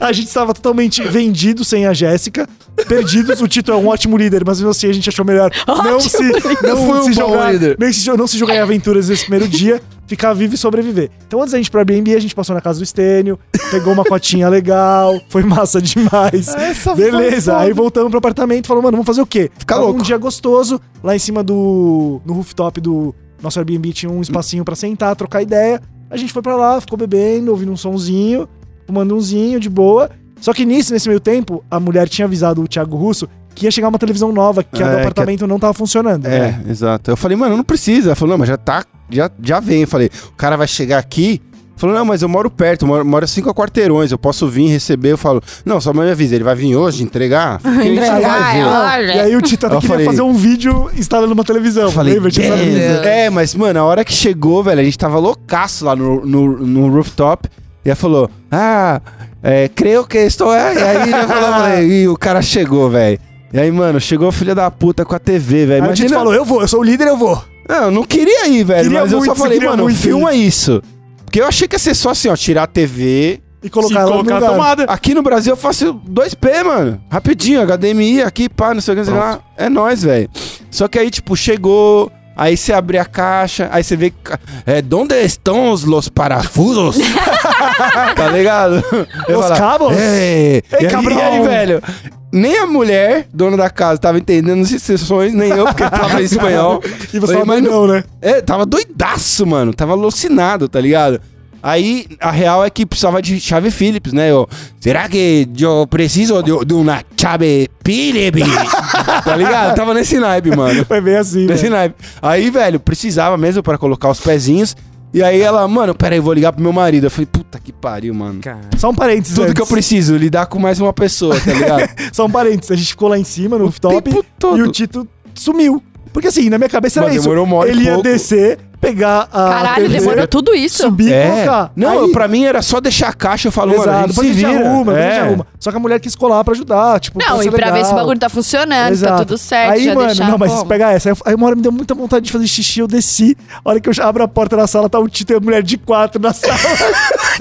[SPEAKER 1] A gente estava totalmente vendido sem a Jéssica. Perdidos, o Tito é um ótimo líder, mas mesmo assim a gente achou melhor não se, não
[SPEAKER 3] Foi um
[SPEAKER 1] se
[SPEAKER 3] bom
[SPEAKER 1] jogar.
[SPEAKER 3] líder.
[SPEAKER 1] nem se- não se jogar em aventuras nesse primeiro dia, ficar vivo e sobreviver. Então, antes da gente ir pro Airbnb, a gente passou na casa do Estênio, pegou uma cotinha legal, foi massa [laughs] demais.
[SPEAKER 2] Tá,
[SPEAKER 1] Beleza, aí voltamos pro apartamento e falou, mano, vamos fazer o quê?
[SPEAKER 3] Ficar
[SPEAKER 1] Tava Um
[SPEAKER 3] louco.
[SPEAKER 1] dia gostoso, lá em cima do. no rooftop do nosso Airbnb tinha um espacinho pra sentar, trocar ideia. A gente foi pra lá, ficou bebendo, ouvindo um sonzinho, fumando umzinho de boa. Só que nisso, nesse meio tempo, a mulher tinha avisado o Thiago Russo que ia chegar uma televisão nova, que a
[SPEAKER 3] É,
[SPEAKER 1] do
[SPEAKER 3] que a-
[SPEAKER 1] apartamento não tava funcionando. né?
[SPEAKER 3] É, exato. Eu falei, mano, não precisa. Ela falou, não, mas já tá. Já, já vem. Eu falei, o cara vai chegar aqui. Falou, não, mas eu moro perto, eu moro, moro a cinco quarteirões, eu posso vir receber. Eu falo, não, só me avisa, ele vai vir hoje entregar? Porque a gente não
[SPEAKER 1] é
[SPEAKER 3] vai ver.
[SPEAKER 1] E aí o Tito até
[SPEAKER 3] Eu
[SPEAKER 1] queria
[SPEAKER 3] falei-
[SPEAKER 1] fazer um vídeo instalando uma televisão.
[SPEAKER 3] Eu falei,
[SPEAKER 1] lembra? Tinha essa
[SPEAKER 3] "Damn".
[SPEAKER 1] brisa.
[SPEAKER 3] é, mas, mano, a hora que chegou, velho, a gente tava loucaço lá no, no, no rooftop. E ela falou, ah, é, creio que estou. é." E aí eu falei, eu falei, e o cara chegou, velho. E aí, mano, chegou o filho da puta com a TV, velho.
[SPEAKER 1] Aí o Tito
[SPEAKER 3] Imagina.
[SPEAKER 1] falou, eu vou, eu sou o líder, eu vou.
[SPEAKER 3] Não, eu não queria ir, velho.
[SPEAKER 1] Queria
[SPEAKER 3] mas eu só
[SPEAKER 1] muito,
[SPEAKER 3] falei,
[SPEAKER 1] queria
[SPEAKER 3] mano,
[SPEAKER 1] muito
[SPEAKER 3] filma isso. Porque eu achei que ia ser só assim, ó, tirar a TV.
[SPEAKER 1] E
[SPEAKER 2] Se
[SPEAKER 1] colocar ela no
[SPEAKER 2] colocar a
[SPEAKER 1] lugar.
[SPEAKER 2] tomada.
[SPEAKER 3] Aqui no Brasil eu faço 2P, mano. Rapidinho, HDMI aqui, pá, não sei o que, não sei o que lá. É nóis, velho. Só que aí, tipo, chegou, aí você abre a caixa, aí você vê. que- É, onde estão os los
[SPEAKER 1] [laughs]
[SPEAKER 3] parafusos? tá ligado? Eu
[SPEAKER 1] Os
[SPEAKER 3] falo,
[SPEAKER 1] cabos?
[SPEAKER 3] "Ei". E aí-
[SPEAKER 1] cabrão.
[SPEAKER 3] E aí, velho? Nem a mulher, dona da casa, tava entendendo as instruções, nem eu, porque tava em espanhol.
[SPEAKER 1] [laughs] E você
[SPEAKER 3] Falei,
[SPEAKER 1] falou,
[SPEAKER 3] mas
[SPEAKER 1] não, né?
[SPEAKER 3] é, tava doidaço, mano. Tava alucinado, tá ligado? Aí, a real é que precisava de chave Phillips, né? Eu, será que eu preciso de, de uma chave
[SPEAKER 1] [laughs]
[SPEAKER 3] Phillips? tá ligado? Tava nesse naipe, mano.
[SPEAKER 1] Foi bem assim,
[SPEAKER 3] Nesse
[SPEAKER 1] velho.
[SPEAKER 3] naipe. Aí, velho, precisava mesmo pra colocar os pezinhos. E aí ela, mano, peraí, vou ligar pro meu marido. Eu falei, puta que pariu, mano.
[SPEAKER 1] Só um parênteses
[SPEAKER 3] Tudo
[SPEAKER 1] antes.
[SPEAKER 3] que eu preciso, lidar com mais uma pessoa, tá ligado?
[SPEAKER 1] Só um parênteses, a gente ficou lá em cima, no rooftop,
[SPEAKER 3] tempo todo.
[SPEAKER 1] e o Tito sumiu. Porque assim, na minha cabeça era
[SPEAKER 3] Mas
[SPEAKER 1] isso.
[SPEAKER 3] demorou uma hora e
[SPEAKER 1] Ele ia
[SPEAKER 3] pouco.
[SPEAKER 1] descer, pegar a
[SPEAKER 4] Caralho,
[SPEAKER 1] TV,
[SPEAKER 4] demorou tudo isso.
[SPEAKER 1] subir [laughs] e
[SPEAKER 3] É.
[SPEAKER 1] colocar.
[SPEAKER 3] Não,
[SPEAKER 1] Aí-
[SPEAKER 3] eu- pra mim era só deixar a caixa, eu falo,
[SPEAKER 1] Exato,
[SPEAKER 3] mano, a gente
[SPEAKER 1] depois
[SPEAKER 3] se
[SPEAKER 1] a gente
[SPEAKER 3] vira.
[SPEAKER 1] arruma, depois a
[SPEAKER 3] É.
[SPEAKER 1] gente arruma. Só que a mulher quis colar pra ajudar, tipo,
[SPEAKER 4] Não,
[SPEAKER 1] ser
[SPEAKER 4] e pra ver
[SPEAKER 1] legal.
[SPEAKER 4] se o bagulho tá funcionando, se tá
[SPEAKER 1] Exato.
[SPEAKER 4] tudo certo,
[SPEAKER 1] Aí,
[SPEAKER 4] já
[SPEAKER 1] mano,
[SPEAKER 4] deixar.
[SPEAKER 1] não, mas
[SPEAKER 4] como?
[SPEAKER 1] pega essa. Aí eu- Aí uma hora me deu muita vontade de fazer xixi, eu desci. A hora que eu abro a porta da sala, tá o Tito e a mulher de quatro na sala.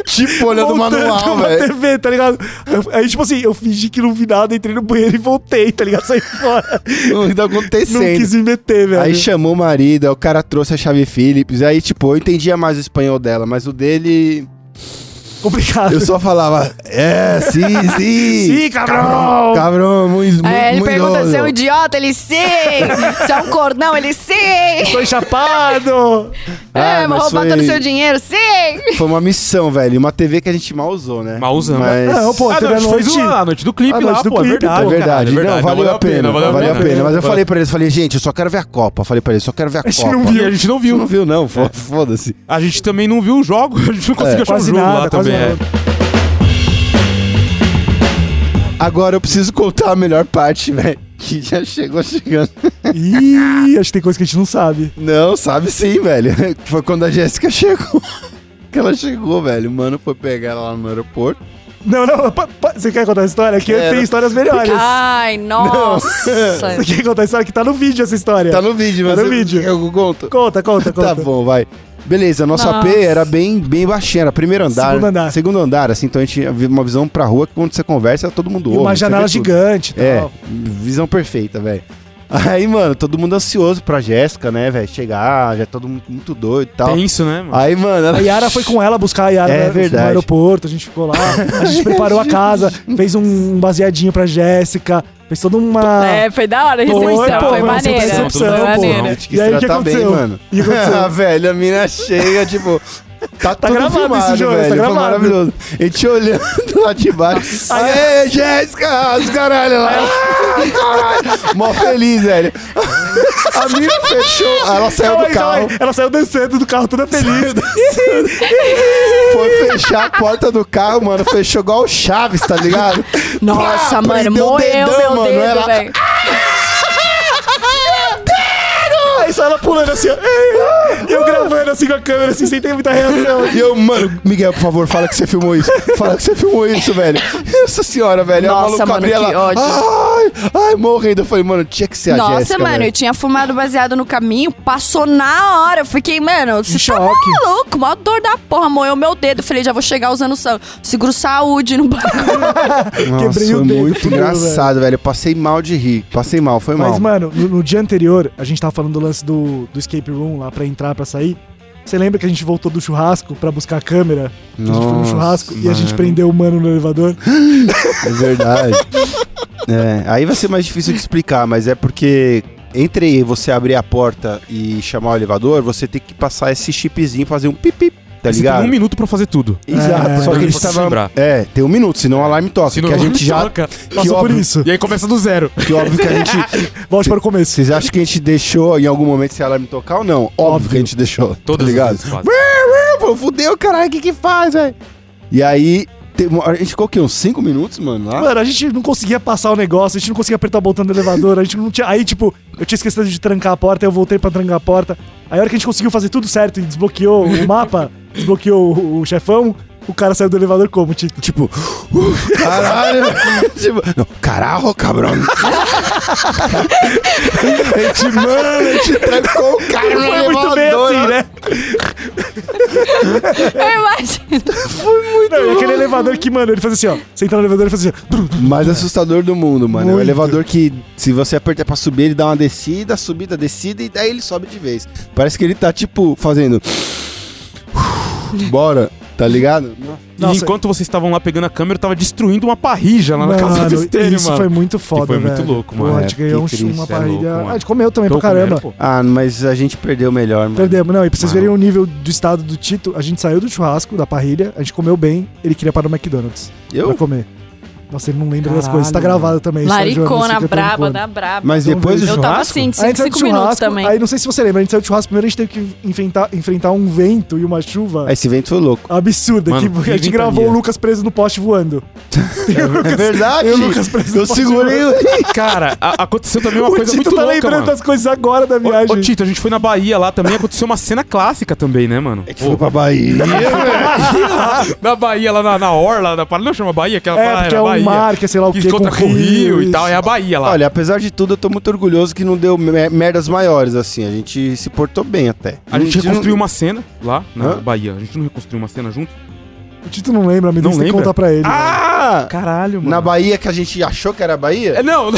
[SPEAKER 3] Tipo, olhando o
[SPEAKER 1] montando
[SPEAKER 3] manual,
[SPEAKER 1] uma
[SPEAKER 3] velho.
[SPEAKER 1] TV, tá ligado? Eu- Aí, tipo assim, eu fingi que não vi nada, entrei no banheiro e voltei, tá ligado? Saí
[SPEAKER 3] [laughs]
[SPEAKER 1] fora.
[SPEAKER 3] Não tá acontecendo.
[SPEAKER 1] Não quis me meter, velho.
[SPEAKER 3] Aí chamou o marido, aí o cara trouxe a chave Phillips. Aí, tipo, eu entendia mais o espanhol dela, mas o dele.
[SPEAKER 1] Complicado.
[SPEAKER 3] Eu só falava, é, sim, [laughs] sim.
[SPEAKER 1] Sim, cabrão.
[SPEAKER 3] Cabrão, muito, muito,
[SPEAKER 4] É, ele
[SPEAKER 3] muito
[SPEAKER 4] pergunta se é um
[SPEAKER 3] doido.
[SPEAKER 4] idiota, ele [laughs] sim! se é um cordão, ele sim!
[SPEAKER 1] Tô chapado!
[SPEAKER 3] Ah,
[SPEAKER 4] é, mas
[SPEAKER 3] mas
[SPEAKER 4] roubar
[SPEAKER 3] foi-
[SPEAKER 4] todo o seu dinheiro, sim!
[SPEAKER 3] Foi uma missão, velho. Uma TV que a gente mal usou, né?
[SPEAKER 2] Mal usamos.
[SPEAKER 3] Mas...
[SPEAKER 1] Não, pô,
[SPEAKER 2] ah,
[SPEAKER 1] teve
[SPEAKER 2] não, a
[SPEAKER 1] a
[SPEAKER 2] gente fez
[SPEAKER 1] noite-
[SPEAKER 2] o- a noite do clipe
[SPEAKER 1] a
[SPEAKER 2] lá,
[SPEAKER 1] noite do
[SPEAKER 2] pô,
[SPEAKER 1] clipe,
[SPEAKER 2] é verdade.
[SPEAKER 1] pô,
[SPEAKER 3] É
[SPEAKER 2] cara,
[SPEAKER 3] verdade, não, valeu, a pena, valeu, a pena. Mas eu
[SPEAKER 2] Valeu.
[SPEAKER 3] falei pra eles, falei, gente, eu só quero ver a Copa. Falei pra eles, só quero ver a,
[SPEAKER 2] A
[SPEAKER 3] Copa.
[SPEAKER 2] gente não viu, a gente não
[SPEAKER 3] Viu,
[SPEAKER 2] viu.
[SPEAKER 3] [laughs] não viu, não, fo- foda-se.
[SPEAKER 2] A gente também não viu o jogo, [laughs] a gente não conseguiu achar o
[SPEAKER 1] quase
[SPEAKER 2] jogo
[SPEAKER 1] nada,
[SPEAKER 2] lá
[SPEAKER 1] quase
[SPEAKER 2] também.
[SPEAKER 1] nada.
[SPEAKER 2] é.
[SPEAKER 3] Agora eu preciso contar a melhor parte, velho. Que já chegou chegando.
[SPEAKER 2] é.
[SPEAKER 1] Ih, acho que tem coisa que a gente não sabe.
[SPEAKER 3] Não, sabe sim, velho. [laughs] Foi quando a Jéssica chegou. [laughs] Que ela chegou, velho. O mano foi pegar ela lá no aeroporto.
[SPEAKER 1] Não, não, pa- pa- você quer contar a história? Aqui
[SPEAKER 3] É,
[SPEAKER 1] tem
[SPEAKER 3] não-
[SPEAKER 1] histórias melhores.
[SPEAKER 4] Ai, [laughs] nossa!
[SPEAKER 1] Você quer contar a história que tá no vídeo essa história?
[SPEAKER 3] Tá no vídeo,
[SPEAKER 1] Tá
[SPEAKER 3] mas
[SPEAKER 1] no
[SPEAKER 3] eu-
[SPEAKER 1] vídeo.
[SPEAKER 3] Eu conto.
[SPEAKER 1] Conta, conta, conta.
[SPEAKER 3] Tá bom, vai. Beleza, nosso AP era bem, bem baixinho, era primeiro andar.
[SPEAKER 1] Segundo andar.
[SPEAKER 3] Segundo andar, assim, então a gente havia uma visão pra rua que quando você conversa, todo mundo
[SPEAKER 1] E
[SPEAKER 3] ouve.
[SPEAKER 1] uma
[SPEAKER 3] você
[SPEAKER 1] janela
[SPEAKER 3] vê tudo.
[SPEAKER 1] gigante e tal.
[SPEAKER 3] É, visão perfeita, velho. [laughs] Aí, mano, todo mundo ansioso pra Jéssica, né, velho? Chegar, já todo mundo muito doido e tal.
[SPEAKER 2] Tem isso, né, mano?
[SPEAKER 3] Aí, mano, ela...
[SPEAKER 1] A Yara foi com ela buscar a Yara
[SPEAKER 3] É
[SPEAKER 1] no-
[SPEAKER 3] verdade.
[SPEAKER 1] no aeroporto, a gente ficou lá, a gente preparou a casa, fez um baseadinho pra Jéssica, fez toda uma...
[SPEAKER 4] É, foi da hora a recepção,
[SPEAKER 1] pô,
[SPEAKER 4] foi
[SPEAKER 1] uma
[SPEAKER 4] maneira.
[SPEAKER 1] recepção,
[SPEAKER 4] Foi
[SPEAKER 1] pô.
[SPEAKER 4] maneira.
[SPEAKER 3] Tinha
[SPEAKER 1] E aí, o que
[SPEAKER 3] tratar
[SPEAKER 1] aconteceu? E o que aconteceu?
[SPEAKER 3] ah, velho, [laughs] a mina chega, tipo. Tá,
[SPEAKER 1] Tá
[SPEAKER 3] tudo
[SPEAKER 1] gravado
[SPEAKER 3] filmado,
[SPEAKER 1] esse jogo,
[SPEAKER 3] velho.
[SPEAKER 1] tá
[SPEAKER 3] Foi
[SPEAKER 1] gravado.
[SPEAKER 3] maravilhoso. A gente olhando [laughs] lá de baixo. Aê, Jéssica! Os caralho lá. Ah, caralho. Mó feliz, velho. A mina fechou. Ela saiu
[SPEAKER 1] Calma
[SPEAKER 3] do
[SPEAKER 1] aí, calma
[SPEAKER 3] carro.
[SPEAKER 1] aí. Ela saiu dançando do carro toda feliz.
[SPEAKER 3] Foi fechar a porta do carro, mano. Fechou igual o Chaves, tá ligado? Pá,
[SPEAKER 4] Nossa, mano,
[SPEAKER 3] prendeu o
[SPEAKER 4] morreu
[SPEAKER 3] dedão,
[SPEAKER 4] meu
[SPEAKER 3] mano,
[SPEAKER 4] dedo,
[SPEAKER 3] ela-
[SPEAKER 4] velho.
[SPEAKER 1] aí só ela pulando assim, ó. E eu gravando assim com a câmera, assim, sem ter muita reação.
[SPEAKER 3] [laughs] E eu, mano, Miguel, por favor, fala que você filmou isso. Fala que você filmou isso, velho. Nossa senhora, velho. É a maluca
[SPEAKER 4] Nossa, mano,
[SPEAKER 3] abria
[SPEAKER 4] que
[SPEAKER 3] ela,
[SPEAKER 4] ódio.
[SPEAKER 3] Ai, ai, morrendo. Eu falei, mano, tinha que ser a
[SPEAKER 4] Nossa,
[SPEAKER 3] Jéssica,
[SPEAKER 4] mano, eu
[SPEAKER 3] velho.
[SPEAKER 4] tinha fumado baseado no caminho, passou na hora. Eu fiquei, mano, você tá
[SPEAKER 1] choque.
[SPEAKER 4] maluco, maior dor da porra, moeu meu dedo. Falei, já vou chegar usando sa- seguro saúde no bagulho.
[SPEAKER 3] Nossa,
[SPEAKER 1] Quebrei
[SPEAKER 3] foi
[SPEAKER 1] o dedo,
[SPEAKER 3] muito
[SPEAKER 1] fudeu,
[SPEAKER 3] engraçado, velho. Eu passei mal de rir. Passei mal, foi mal.
[SPEAKER 1] Mas, mano, no, no dia anterior, a gente tava falando do lance do, do escape room lá pra entrar, pra sair. Você lembra que a gente voltou do churrasco pra buscar a câmera? Que a gente foi no
[SPEAKER 3] Nossa,
[SPEAKER 1] churrasco e a gente
[SPEAKER 3] mano.
[SPEAKER 1] prendeu o mano no elevador?
[SPEAKER 3] É [laughs] verdade. É, aí vai ser mais difícil de explicar, mas é porque entre você abrir a porta e chamar o elevador, você tem que passar esse chipzinho, fazer um pipi, tá
[SPEAKER 2] Você tem
[SPEAKER 3] ligado?
[SPEAKER 2] um minuto pra fazer tudo.
[SPEAKER 3] Exato,
[SPEAKER 1] É,
[SPEAKER 3] só
[SPEAKER 2] pra
[SPEAKER 3] que
[SPEAKER 2] você
[SPEAKER 3] ele
[SPEAKER 2] se
[SPEAKER 3] estava.
[SPEAKER 2] lembrar.
[SPEAKER 3] É, tem um minuto, senão o alarme toca.
[SPEAKER 2] Senão
[SPEAKER 3] que a
[SPEAKER 2] não
[SPEAKER 3] gente já.
[SPEAKER 2] toca.
[SPEAKER 1] Passou por
[SPEAKER 3] óbvio.
[SPEAKER 1] isso.
[SPEAKER 2] E aí começa do zero.
[SPEAKER 3] Que óbvio que a gente.
[SPEAKER 1] Volte para o começo.
[SPEAKER 3] Vocês acham que a gente deixou em algum momento esse alarme tocar ou não? Óbvio,
[SPEAKER 1] Óbvio.
[SPEAKER 3] que a gente deixou.
[SPEAKER 2] Todas
[SPEAKER 3] tá ligado?
[SPEAKER 2] as vezes quase.
[SPEAKER 3] Eu falei, fudeu, caralho, o que que faz, velho? E aí. tem uma- A gente ficou o quê? Uns 5 minutos, mano? Lá?
[SPEAKER 1] Mano, a gente não conseguia passar o negócio, a gente não conseguia apertar o botão do elevador, a gente não tinha. Aí, tipo, eu tinha esquecido de trancar a porta, eu voltei pra trancar a porta. Aí a hora que a gente conseguiu fazer tudo certo e desbloqueou
[SPEAKER 2] [laughs]
[SPEAKER 1] o mapa, desbloqueou o, o chefão, o cara saiu do elevador como, Tito?
[SPEAKER 3] Tipo, uh, caralho. [laughs] tipo, não, caralho, cabrão. [laughs] a gente, mano, a gente trancou o cara no
[SPEAKER 1] Foi muito bem
[SPEAKER 3] elevador,
[SPEAKER 1] assim, né?
[SPEAKER 4] [laughs] Eu imagino.
[SPEAKER 1] Não, e aquele elevador que, mano, ele fazia assim, ó. Você entra no elevador e fazia assim, ó.
[SPEAKER 3] Mais assustador do mundo, mano. É um
[SPEAKER 1] Muito.
[SPEAKER 3] elevador que, se você apertar pra subir, ele dá uma descida, subida, descida, e daí ele sobe de vez. Parece que ele tá, tipo,
[SPEAKER 1] [laughs]
[SPEAKER 3] fazendo. Bora, tá ligado?
[SPEAKER 1] Nossa.
[SPEAKER 2] E enquanto vocês estavam lá pegando a câmera, eu tava destruindo uma parrija lá na casa do estênio,
[SPEAKER 1] isso
[SPEAKER 2] mano.
[SPEAKER 1] foi muito foda,
[SPEAKER 2] Que foi muito
[SPEAKER 1] velho.
[SPEAKER 2] louco,
[SPEAKER 1] Pô,
[SPEAKER 2] mano.
[SPEAKER 1] a
[SPEAKER 3] É,
[SPEAKER 1] gente ganhou um,
[SPEAKER 3] fiquei triste,
[SPEAKER 1] uma
[SPEAKER 2] é louco,
[SPEAKER 1] parrilha.
[SPEAKER 2] mano. né?
[SPEAKER 1] a gente comeu também
[SPEAKER 2] Tô
[SPEAKER 1] pra caramba.
[SPEAKER 2] comendo, pô.
[SPEAKER 3] Ah, mas a gente perdeu o melhor, mano.
[SPEAKER 1] Perdemos, não, e pra vocês
[SPEAKER 3] Mano.
[SPEAKER 1] verem o nível do estado do Tito, a gente saiu do churrasco, da parrilha, a gente comeu bem, ele queria parar no McDonald's pra
[SPEAKER 3] Eu?
[SPEAKER 1] comer. Nossa, ele não lembra das
[SPEAKER 2] Caralho,
[SPEAKER 1] coisas, tá gravado também. isso tá, Joana? Isso
[SPEAKER 4] Laricona,
[SPEAKER 1] que eu tô
[SPEAKER 4] braba,
[SPEAKER 1] lembrando.
[SPEAKER 4] da braba.
[SPEAKER 3] Mas depois do
[SPEAKER 4] eu tava
[SPEAKER 3] churrasco.
[SPEAKER 4] assim, de
[SPEAKER 1] A gente saiu do
[SPEAKER 4] 5 minutos
[SPEAKER 1] churrasco,
[SPEAKER 4] também.
[SPEAKER 1] aí não sei se você lembra, a gente saiu do churrasco, primeiro a gente teve que enfrentar, enfrentar um vento e uma chuva
[SPEAKER 3] Ah, Esse vento foi louco.
[SPEAKER 1] absurda,
[SPEAKER 2] Mano,
[SPEAKER 1] que
[SPEAKER 2] que
[SPEAKER 1] a gente gravou o
[SPEAKER 2] ventania.
[SPEAKER 1] Lucas preso no poste voando.
[SPEAKER 3] É verdade.
[SPEAKER 1] eu e o Lucas né? preso
[SPEAKER 3] Eu
[SPEAKER 1] no poste
[SPEAKER 3] segurei o.
[SPEAKER 2] Cara, a- aconteceu também uma
[SPEAKER 1] [laughs] o
[SPEAKER 2] coisa
[SPEAKER 1] Tito
[SPEAKER 2] muito
[SPEAKER 1] tá
[SPEAKER 2] louca,
[SPEAKER 1] lembrando
[SPEAKER 2] mano.
[SPEAKER 1] das coisas agora da
[SPEAKER 2] Ô,
[SPEAKER 1] viagem.
[SPEAKER 2] ô, Tito, a gente foi na Bahia lá também, aconteceu uma cena clássica também, né, mano?
[SPEAKER 3] [laughs] É que foi pra Bahia.
[SPEAKER 2] Na Bahia, lá na, na Orla, na Pará, não chama Bahia, aquela
[SPEAKER 1] é,
[SPEAKER 2] Pará
[SPEAKER 1] porque
[SPEAKER 2] era
[SPEAKER 1] é um
[SPEAKER 2] Bahia.
[SPEAKER 1] mar, que é sei lá o
[SPEAKER 2] que
[SPEAKER 1] quê,
[SPEAKER 2] encontra com o Rio e tal, é a Bahia lá.
[SPEAKER 3] Olha, apesar de tudo, eu tô muito orgulhoso que não deu me- merdas maiores, assim. A gente se portou bem até.
[SPEAKER 2] a gente
[SPEAKER 3] não- um-
[SPEAKER 2] reconstruiu uma cena lá na
[SPEAKER 3] Hã?
[SPEAKER 2] Bahia. A gente não reconstruiu uma cena junto?
[SPEAKER 1] O Tito não lembra, me
[SPEAKER 2] Não
[SPEAKER 1] tem que
[SPEAKER 2] lembra?
[SPEAKER 1] contar pra ele.
[SPEAKER 3] Ah!
[SPEAKER 2] Caralho,
[SPEAKER 1] É
[SPEAKER 3] [laughs] Na Bahia que a gente achou que era Bahia?
[SPEAKER 2] É, não,